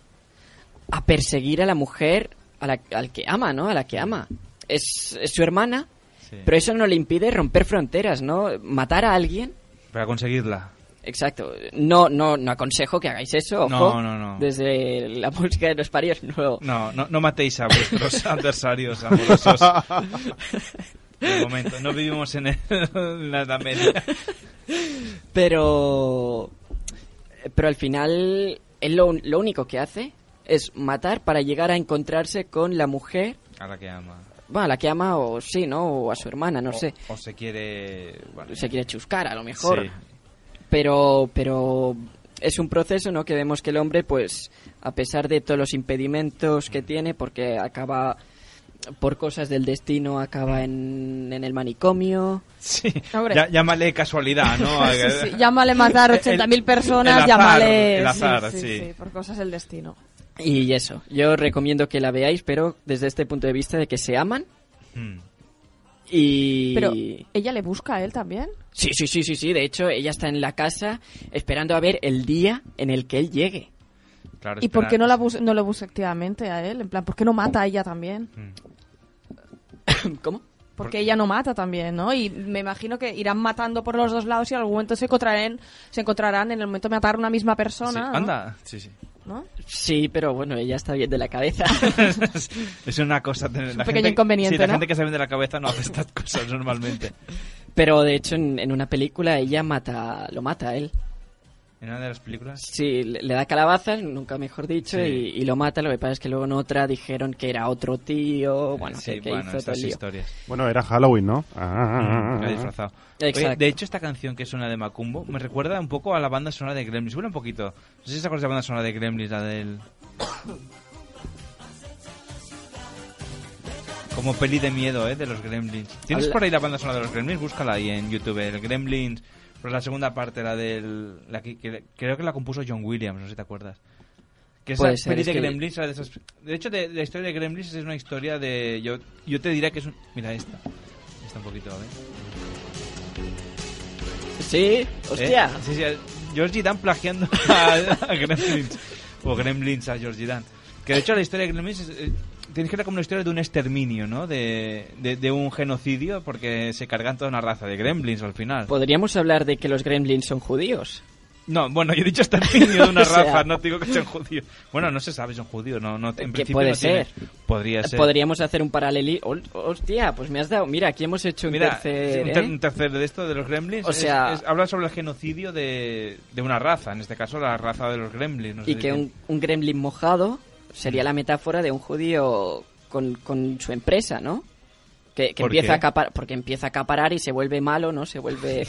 Speaker 19: a perseguir a la mujer a la, al que ama, ¿no? A la que ama. Es, es su hermana,
Speaker 8: Sí.
Speaker 19: pero eso no le impide romper fronteras, ¿no? Matar a alguien.
Speaker 8: Para conseguirla.
Speaker 19: Exacto. No, no, no aconsejo que hagáis eso. Ojo.
Speaker 8: No, no, no.
Speaker 19: Desde la música de los parios, no.
Speaker 8: No, no, no matéis a vuestros adversarios amorosos. De momento, no vivimos en, el- en la Edad Media.
Speaker 19: Pero. Pero al final, él lo, un- lo único que hace es matar para llegar a encontrarse con la mujer,
Speaker 8: A la que ama.
Speaker 19: bueno, a la que ama o sí, ¿no? O a su hermana, no
Speaker 8: O-
Speaker 19: sé.
Speaker 8: O se quiere. bueno,
Speaker 19: Se quiere chuscar a lo mejor.
Speaker 8: Sí.
Speaker 19: Pero, pero es un proceso, ¿no? Que vemos que el hombre, pues, a pesar de todos los impedimentos que tiene, porque acaba por cosas del destino, acaba en, en el manicomio.
Speaker 8: Sí,
Speaker 9: Hombre.
Speaker 8: Ya- llámale casualidad, ¿no?
Speaker 9: Sí, sí, Llámale matar 80.000 personas, llámale.
Speaker 8: El azar,
Speaker 9: sí,
Speaker 8: sí.
Speaker 9: sí, sí, por cosas del destino.
Speaker 19: Y eso, yo recomiendo que la veáis, pero desde este punto de vista de que se aman
Speaker 8: Mm.
Speaker 19: y...
Speaker 9: Pero ella le busca a él también.
Speaker 19: Sí, sí, sí, sí, sí, de hecho ella está en la casa esperando a ver el día en el que él llegue.
Speaker 8: Claro,
Speaker 9: ¿Y por qué no, la bus- no lo busca activamente a él? En plan, ¿por qué no mata a ella también?
Speaker 19: ¿Cómo?
Speaker 9: Porque ella no mata también, ¿no? Y me imagino que irán matando por los dos lados y en algún momento se encontrarán, se encontrarán en el momento de matar a una misma persona. ¿no?
Speaker 8: Anda, sí, sí.
Speaker 9: ¿No?
Speaker 19: Sí, pero bueno, ella está bien de la cabeza.
Speaker 8: Es una cosa. tener- la
Speaker 9: pequeño
Speaker 8: gente-
Speaker 9: inconveniente,
Speaker 8: Sí, la
Speaker 9: ¿no?
Speaker 8: gente que se vende la cabeza no hace estas cosas normalmente.
Speaker 19: Pero de hecho en, en una película ella mata, lo mata a él.
Speaker 8: En una de las películas.
Speaker 19: Sí, le, le da calabazas, nunca mejor dicho,
Speaker 8: Sí.
Speaker 19: y, y lo mata. Lo que pasa es que luego en otra dijeron que era otro tío, bueno,
Speaker 8: Sí,
Speaker 19: que, que
Speaker 8: bueno,
Speaker 19: hizo todo
Speaker 8: estas
Speaker 19: el lío.
Speaker 8: historias.
Speaker 16: Bueno, era Halloween, ¿no? Ah,
Speaker 8: Mm, lo he disfrazado. Oye,
Speaker 19: Exacto.
Speaker 8: de hecho, esta canción que suena de Macumbo me recuerda un poco a la banda sonora de Gremlins. Huele un poquito. No sé si se acuerdas de la banda sonora de Gremlins, la del. Como peli de miedo, ¿eh? De los Gremlins. ¿Tienes
Speaker 19: Habla-
Speaker 8: por ahí la banda sonora de los Gremlins? Búscala ahí en YouTube. El Gremlins. Pero la segunda parte, la del. La que, que- creo que la compuso John Williams, no sé si te acuerdas. Que esa
Speaker 19: Puede ser,
Speaker 8: peli
Speaker 19: es
Speaker 8: de
Speaker 19: que-
Speaker 8: Gremlins. era de, esas- de hecho, de, la historia de Gremlins es una historia de. Yo, yo te diría que es un. Mira esta. Esta un poquito, ¿eh?
Speaker 19: Sí, hostia.
Speaker 8: ¿Eh? Sí, sí, Georgie Dan plagiando a, a Gremlins. O Gremlins a Georgie Dan. Que de hecho la historia de Gremlins es, eh, tienes que ver como una historia de un exterminio, ¿no? De, de, de un genocidio porque se cargan toda una raza de Gremlins al final.
Speaker 19: Podríamos hablar de que los gremlins son judíos.
Speaker 8: No, Ah, bueno, yo he dicho exterminio de una
Speaker 19: O sea-
Speaker 8: raza, no digo que sean judíos. Bueno, no se sabe si son judíos, no, no, en
Speaker 19: Que
Speaker 8: principio
Speaker 19: puede
Speaker 8: no tiene-
Speaker 19: ser.
Speaker 8: podría ser.
Speaker 19: Podríamos hacer un paralelismo. Hostia, pues me has dado. Mira, aquí hemos hecho un
Speaker 8: Mira,
Speaker 19: tercer.
Speaker 8: un, ter-
Speaker 19: ¿eh?
Speaker 8: un tercer de esto de los gremlins.
Speaker 19: O
Speaker 8: es-
Speaker 19: sea-
Speaker 8: es- habla sobre el genocidio de, de una raza, en este caso la raza de los gremlins. no sé
Speaker 19: y
Speaker 8: si
Speaker 19: que
Speaker 8: tiene-
Speaker 19: un, un gremlin mojado sería la metáfora de un judío con, con su empresa, ¿no? Que, que
Speaker 8: ¿Por
Speaker 19: empieza
Speaker 8: qué?
Speaker 19: a acaparar, porque empieza a acaparar y se vuelve malo, ¿no? Se vuelve...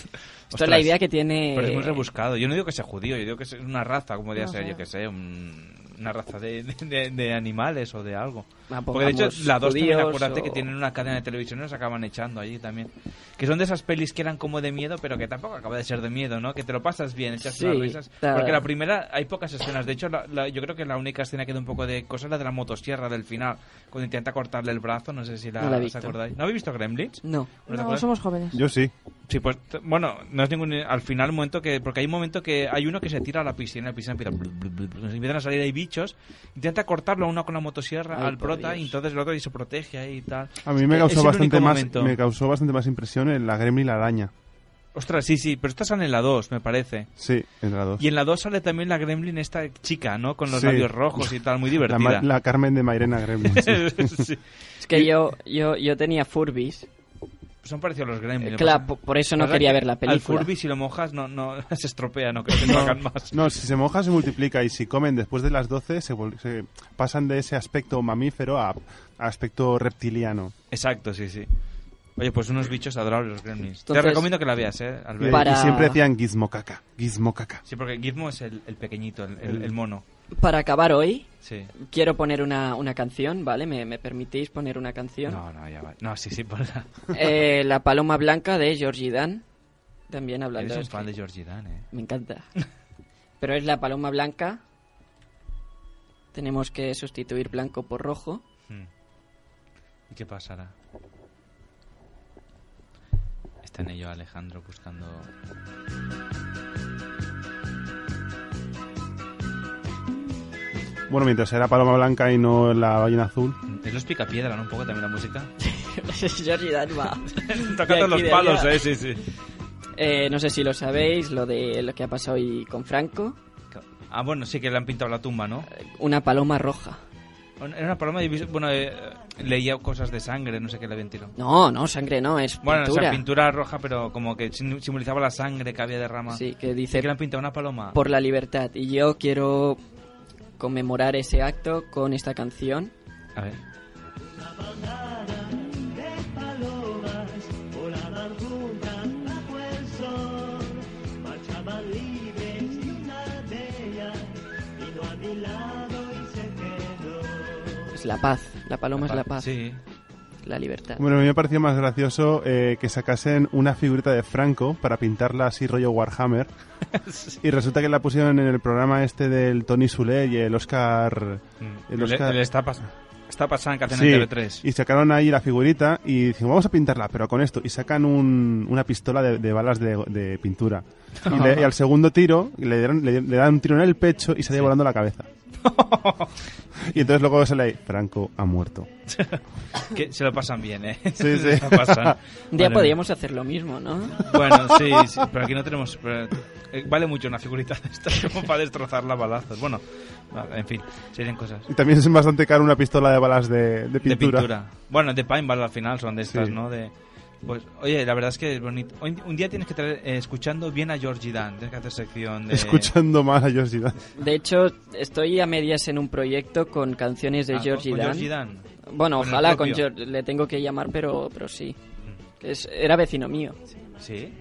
Speaker 19: Esto es la
Speaker 8: Ostras,
Speaker 19: idea que tiene... eh,
Speaker 8: Pero es muy rebuscado. Yo no digo que sea judío, yo digo que es una raza, como podría
Speaker 19: No
Speaker 8: ser,
Speaker 19: sé.
Speaker 8: yo que sé, un- una raza de, de- de animales o de algo.
Speaker 19: Ah,
Speaker 8: Porque de hecho,
Speaker 19: pongamos
Speaker 8: la dos también,
Speaker 19: judíos
Speaker 8: acuérdate
Speaker 19: o-
Speaker 8: que tienen una cadena de televisión y nos acaban echando allí también. Que son de esas pelis que eran como de miedo, pero que tampoco acaba de ser de miedo, ¿no? Que te lo pasas bien, echas
Speaker 19: Sí,
Speaker 8: unas risas.
Speaker 19: la-
Speaker 8: Porque la primera, hay pocas escenas. De hecho, la- la- yo creo que la única escena que da un poco de cosa es la de la motosierra del final, cuando intenta cortarle el brazo. No sé si la,
Speaker 19: No la he
Speaker 8: os
Speaker 19: visto.
Speaker 8: acordáis. ¿No habéis visto Gremlins?
Speaker 19: No.
Speaker 8: ¿Os
Speaker 26: No,
Speaker 8: acordáis?
Speaker 26: somos jóvenes.
Speaker 16: Yo sí.
Speaker 8: Sí, pues t- bueno, no es ningún eh, al final momento que porque hay un momento que hay uno que se tira a la piscina, la piscina empieza blu, blu, blu, blu, empiezan a salir ahí bichos, intenta cortarlo a uno con la motosierra
Speaker 16: Ay,
Speaker 8: al
Speaker 16: por
Speaker 8: prota
Speaker 16: Dios.
Speaker 8: y entonces el otro y se protege ahí y tal.
Speaker 16: A mí me
Speaker 8: Es
Speaker 16: causó
Speaker 8: el
Speaker 16: bastante
Speaker 8: único
Speaker 16: más
Speaker 8: momento.
Speaker 16: me causó bastante más impresión en la Gremlin y la araña.
Speaker 8: Ostras, sí, sí, pero estas salen en la 2, me parece.
Speaker 16: Sí, en la dos.
Speaker 8: Y en la 2 sale también la Gremlin esta chica, ¿no? Con los
Speaker 16: Sí.
Speaker 8: labios rojos y tal, muy
Speaker 16: La ma-
Speaker 8: divertida.
Speaker 16: La, Carmen de Mairena Gremlin. sí.
Speaker 19: Es que yo, yo, yo tenía Furbis.
Speaker 8: Son parecidos a los Gremlins.
Speaker 19: Eh, claro,
Speaker 8: Pasa-
Speaker 19: po- por eso no
Speaker 8: pasa
Speaker 19: quería
Speaker 8: que
Speaker 19: ver la película.
Speaker 8: Al Furby si lo mojas no, no se estropea, no creo que no hagan más.
Speaker 16: No, si se moja se multiplica y si comen después de las 12 se, vol- se pasan de ese aspecto mamífero a, a aspecto reptiliano.
Speaker 8: Exacto, sí, sí. Oye, pues unos bichos adorables los gremlins. Te
Speaker 16: Entonces-
Speaker 8: recomiendo que la veas, ¿eh?
Speaker 16: Y-
Speaker 8: Albert.
Speaker 16: Y siempre decían gizmo caca, gizmo caca.
Speaker 8: Sí, porque Gizmo es el, el pequeñito, el, el- el mono.
Speaker 19: Para acabar hoy,
Speaker 8: Sí.
Speaker 19: quiero poner una, una canción, ¿vale? ¿Me, me permitís poner una canción?
Speaker 8: No, no, ya va. No, sí, sí, para.
Speaker 19: Eh, la Paloma Blanca de Georgie Dan. También hablando
Speaker 8: Eres
Speaker 19: de
Speaker 8: un fan de Georgie Dan, ¿eh?
Speaker 19: Me encanta. Pero es la Paloma Blanca. Tenemos que sustituir blanco por rojo.
Speaker 8: Hmm. ¿Y qué pasará? Está en ello Alejandro buscando...
Speaker 16: Bueno, mientras era Paloma Blanca y no la ballena azul.
Speaker 8: Es los picapiedra, ¿no? Un poco también la música.
Speaker 19: Georgie Dan va.
Speaker 8: Toca
Speaker 19: De
Speaker 8: todos los
Speaker 19: aquí, de
Speaker 8: palos,
Speaker 19: allá.
Speaker 8: ¿eh? Sí, sí.
Speaker 19: Eh, no sé si lo sabéis, lo de lo que ha pasado hoy con Franco. Eh,
Speaker 8: Ah, bueno, sí que le han pintado la tumba, ¿no?
Speaker 19: Una paloma roja.
Speaker 8: Era una paloma... y- Bueno, eh, leía cosas de sangre, no sé qué le habían tirado.
Speaker 19: No, no, sangre no, es
Speaker 8: Bueno,
Speaker 19: pintura.
Speaker 8: o sea, pintura roja, pero como que sim- simbolizaba la sangre que había derramado.
Speaker 19: Sí, que dice
Speaker 8: que le han pintado una paloma.
Speaker 19: por la libertad. Y yo quiero conmemorar ese acto con esta canción.
Speaker 8: A ver.
Speaker 5: palomas volaban juntas bajo el sol, marchaban libres y una de ellas vino a mi lado y se quedó.
Speaker 19: Es la paz. La paloma
Speaker 8: La
Speaker 19: es la
Speaker 8: paz,
Speaker 19: paz.
Speaker 8: Sí.
Speaker 19: La libertad.
Speaker 16: Bueno, a mí me pareció más gracioso eh, que sacasen una figurita de Franco para pintarla así rollo Warhammer. Y resulta que la pusieron en el programa este del Tony Sule y el Oscar...
Speaker 8: Le- le está, pas está pasando que hacen
Speaker 16: Sí,
Speaker 8: en TV3.
Speaker 16: y sacaron ahí la figurita y dicen, vamos a pintarla, pero con esto. Y sacan un- una pistola de, de balas de, de pintura. Y, le- y al segundo tiro le, dieron- le- le dan un tiro en el pecho y sale volando la cabeza. y entonces luego sale ahí, Franco ha muerto.
Speaker 8: Que se lo pasan bien, ¿eh?
Speaker 16: Sí, sí.
Speaker 8: Se lo pasan.
Speaker 19: Un día
Speaker 8: Madre
Speaker 19: podríamos hacer lo mismo, ¿no?
Speaker 8: mía. Bueno, sí, sí, pero aquí no tenemos... pero, eh, vale mucho una figurita de estas como para destrozarla a balazos. Bueno, vale, en fin, serían cosas.
Speaker 16: Y también es bastante caro una pistola de balas de, de
Speaker 8: De
Speaker 16: pintura.
Speaker 8: pintura. Bueno, de paintball al final son de estas,
Speaker 16: Sí.
Speaker 8: ¿no? De, pues, oye, la verdad es que es bonito. Hoy- un día tienes que traer, eh, escuchando bien a Georgie Dan, tienes que hacer sección de...
Speaker 16: Escuchando más a George Dan.
Speaker 19: De hecho, estoy a medias en un proyecto con canciones de
Speaker 8: Ah,
Speaker 19: Georgie,
Speaker 8: con- con
Speaker 19: Dan.
Speaker 8: Georgie Dan.
Speaker 19: Bueno,
Speaker 8: Con el
Speaker 19: ojalá con
Speaker 8: propio. Mm.
Speaker 19: George, le tengo que llamar, pero, pero sí. Es, era vecino mío.
Speaker 8: Sí.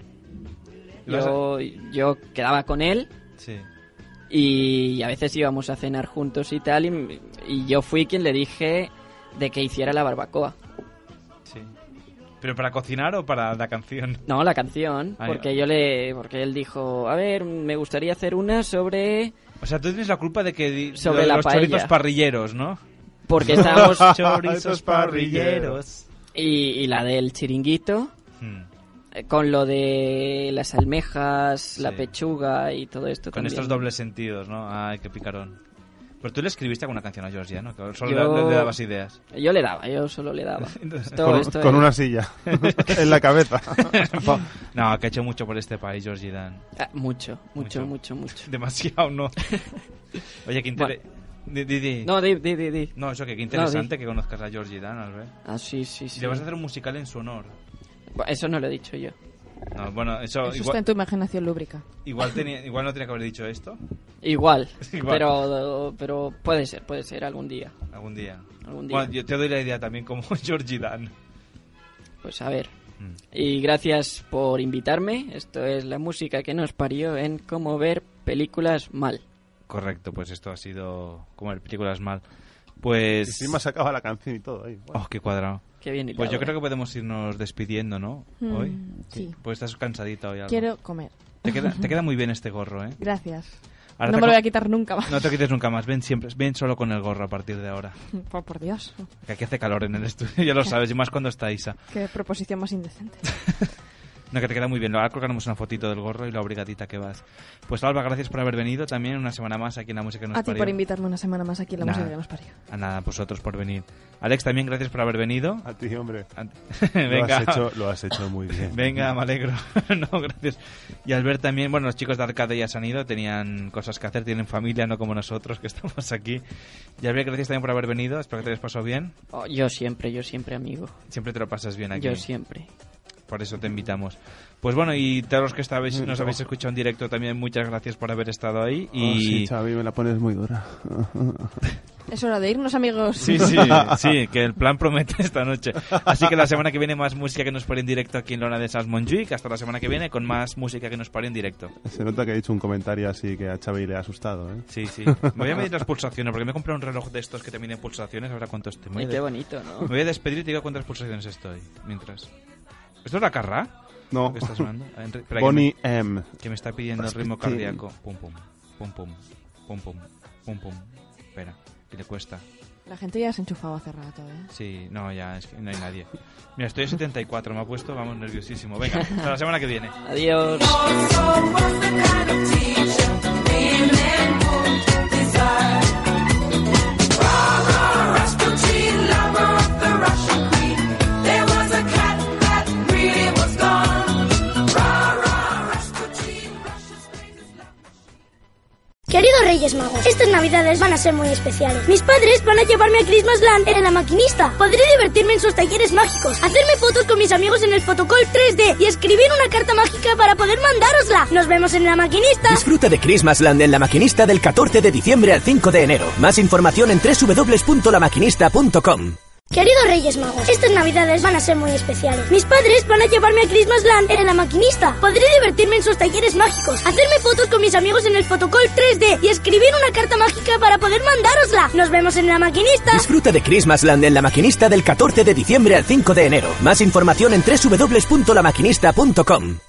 Speaker 8: ¿Y vas a-
Speaker 19: Yo, yo quedaba con él
Speaker 8: Sí.
Speaker 19: y a veces íbamos a cenar juntos y tal, y, y yo fui quien le dije de que hiciera la barbacoa.
Speaker 8: Sí. ¿Pero para cocinar o para la canción?
Speaker 19: No, la canción,
Speaker 8: Ah,
Speaker 19: porque yo le, porque él dijo, a ver, me gustaría hacer una sobre
Speaker 8: O sea, tú tienes la culpa de que di-
Speaker 19: Sobre
Speaker 8: lo-
Speaker 19: la
Speaker 8: los chorizos
Speaker 19: paella.
Speaker 8: parrilleros, ¿no?
Speaker 19: Porque estábamos
Speaker 8: chorizos parrilleros.
Speaker 19: Y, y la del chiringuito.
Speaker 8: Hmm.
Speaker 19: eh, Con lo de las almejas, la pechuga y todo esto
Speaker 8: Con
Speaker 19: también.
Speaker 8: estos dobles sentidos, ¿no? Ay, qué picarón. Pues tú le escribiste alguna canción a Georgia, ¿no? Que solo
Speaker 19: Yo-
Speaker 8: le, le dabas ideas.
Speaker 19: Yo le daba, yo solo le daba. Esto-
Speaker 16: con
Speaker 19: esto
Speaker 16: con
Speaker 19: es-
Speaker 16: una silla. en la cabeza.
Speaker 8: no, que ha hecho mucho por este país, Georgie Dan.
Speaker 19: Ah, mucho, mucho, mucho, mucho.
Speaker 8: Demasiado, ¿no? Oye, qué interesante.
Speaker 19: No, di, di, di, di.
Speaker 8: No, eso que qué
Speaker 19: No,
Speaker 8: interesante
Speaker 19: di.
Speaker 8: que conozcas a Georgie Dan, Albert.
Speaker 19: Ah, sí, sí, sí.
Speaker 8: Le vas a hacer un musical en su honor.
Speaker 19: Bu- Eso no lo he dicho yo.
Speaker 8: No, bueno, eso,
Speaker 26: Eso está
Speaker 8: igual,
Speaker 26: en tu imaginación lúbrica.
Speaker 8: igual, tenía- igual no tenía que haber dicho esto.
Speaker 19: Igual,
Speaker 8: Igual.
Speaker 19: Pero, pero puede ser, puede ser algún día.
Speaker 8: Algún día.
Speaker 19: Algún día.
Speaker 8: Bueno, yo te doy la idea también como Georgie Dan.
Speaker 19: pues a ver.
Speaker 8: Mm.
Speaker 19: Y gracias por invitarme. Esto es la música que nos parió en cómo ver películas mal.
Speaker 8: Correcto, pues esto ha sido como el películas mal. Pues.
Speaker 16: Sí, sí, me ha sacado la canción y todo ahí.
Speaker 8: Oh, qué cuadrado.
Speaker 19: Qué bien hilado,
Speaker 8: Pues yo
Speaker 19: eh.
Speaker 8: creo que podemos irnos despidiendo, ¿no?
Speaker 9: Mm,
Speaker 8: Hoy.
Speaker 9: sí.
Speaker 8: Pues estás cansadita hoy. Alba.
Speaker 9: Quiero comer.
Speaker 8: Te queda, te queda muy bien este gorro, ¿eh?
Speaker 9: Gracias.
Speaker 8: Ahora
Speaker 9: no
Speaker 8: te
Speaker 9: me lo
Speaker 8: co-
Speaker 9: voy a quitar nunca más.
Speaker 8: No te quites nunca más. Ven siempre, ven solo con el gorro a partir de ahora.
Speaker 9: Por, por Dios,
Speaker 8: Que aquí hace calor en el estudio, ya lo sabes, y más cuando está Isa.
Speaker 9: qué proposición más indecente.
Speaker 8: No, que te queda muy bien. Ahora colgaremos una fotito del gorro y la obrigadita que vas. Pues Alba, gracias por haber venido también una semana más aquí en La Música que nos
Speaker 9: a ti
Speaker 8: parió.
Speaker 9: por invitarme una semana más aquí en la
Speaker 8: Nada.
Speaker 9: música que nos parió.
Speaker 8: A nada, a vosotros por venir. Alex, también gracias por haber venido.
Speaker 16: A ti, hombre.
Speaker 8: Venga.
Speaker 16: Lo has hecho, lo has hecho muy bien.
Speaker 8: Venga, me alegro. no, gracias. Y Albert también, bueno, los chicos de Arcade ya se han ido, tenían cosas que hacer, tienen familia, no como nosotros que estamos aquí. Y Albert, gracias también por haber venido, espero que te hayas pasado bien.
Speaker 19: Oh, yo siempre, yo siempre, amigo.
Speaker 8: Siempre te lo pasas bien aquí.
Speaker 19: Yo siempre.
Speaker 8: Por eso te invitamos. Pues bueno, y todos los que estabais, nos habéis escuchado en directo también, muchas gracias por haber estado ahí. Y...
Speaker 16: Mm, Oh, sí, Xavi, me la pones muy dura.
Speaker 9: Es hora de irnos, amigos.
Speaker 8: Sí, sí, sí, que el plan promete esta noche. Así que la semana que viene más música que nos pare en directo aquí en Lona de Sans Montjuic. Hasta la semana que viene con más música que nos pare en directo.
Speaker 16: Se nota que he dicho un comentario así que a Xavi le ha asustado, ¿eh?
Speaker 8: Sí, sí. Me voy a medir las pulsaciones porque me he comprado un reloj de estos que te miden pulsaciones. Ahora cuántos te
Speaker 19: Ay, qué bonito, ¿no?
Speaker 8: Me voy a despedir y te digo cuántas pulsaciones estoy mientras. ¿Esto es la carra?
Speaker 16: No.
Speaker 8: ¿Qué Ah, está sonando? A ver, espera, que me-
Speaker 16: Bonnie M.
Speaker 8: Que me está pidiendo el ritmo cardíaco. Pum, pum. Pum, pum. Pum, pum. Pum, pum. Espera, que le cuesta.
Speaker 9: La gente ya se ha enchufado hace rato, ¿eh?
Speaker 8: Sí, no, ya, es que no hay nadie. Mira, estoy en 74, me ha puesto, vamos, nerviosísimo. Venga, hasta la semana que viene.
Speaker 19: Adiós.
Speaker 1: Queridos Reyes Magos, estas navidades van a ser muy especiales. Mis padres van a llevarme a Christmasland en la maquinista. Podré divertirme en sus talleres mágicos, hacerme fotos con mis amigos en el fotocall 3D y escribir una carta mágica para poder mandárosla. Nos vemos en la maquinista.
Speaker 2: Disfruta de Christmasland en La Maquinista del 14 de diciembre al 5 de enero. Más información en www.lamaquinista.com.
Speaker 1: Queridos Reyes Magos, estas navidades van a ser muy especiales. Mis padres van a llevarme a Christmasland en la maquinista. Podré divertirme en sus talleres mágicos, hacerme fotos con mis amigos en el fotocall 3D y escribir una carta mágica para poder mandárosla. Nos vemos en la maquinista.
Speaker 2: Disfruta de Christmasland en La Maquinista del 14 de diciembre al 5 de enero. Más información en www.lamaquinista.com.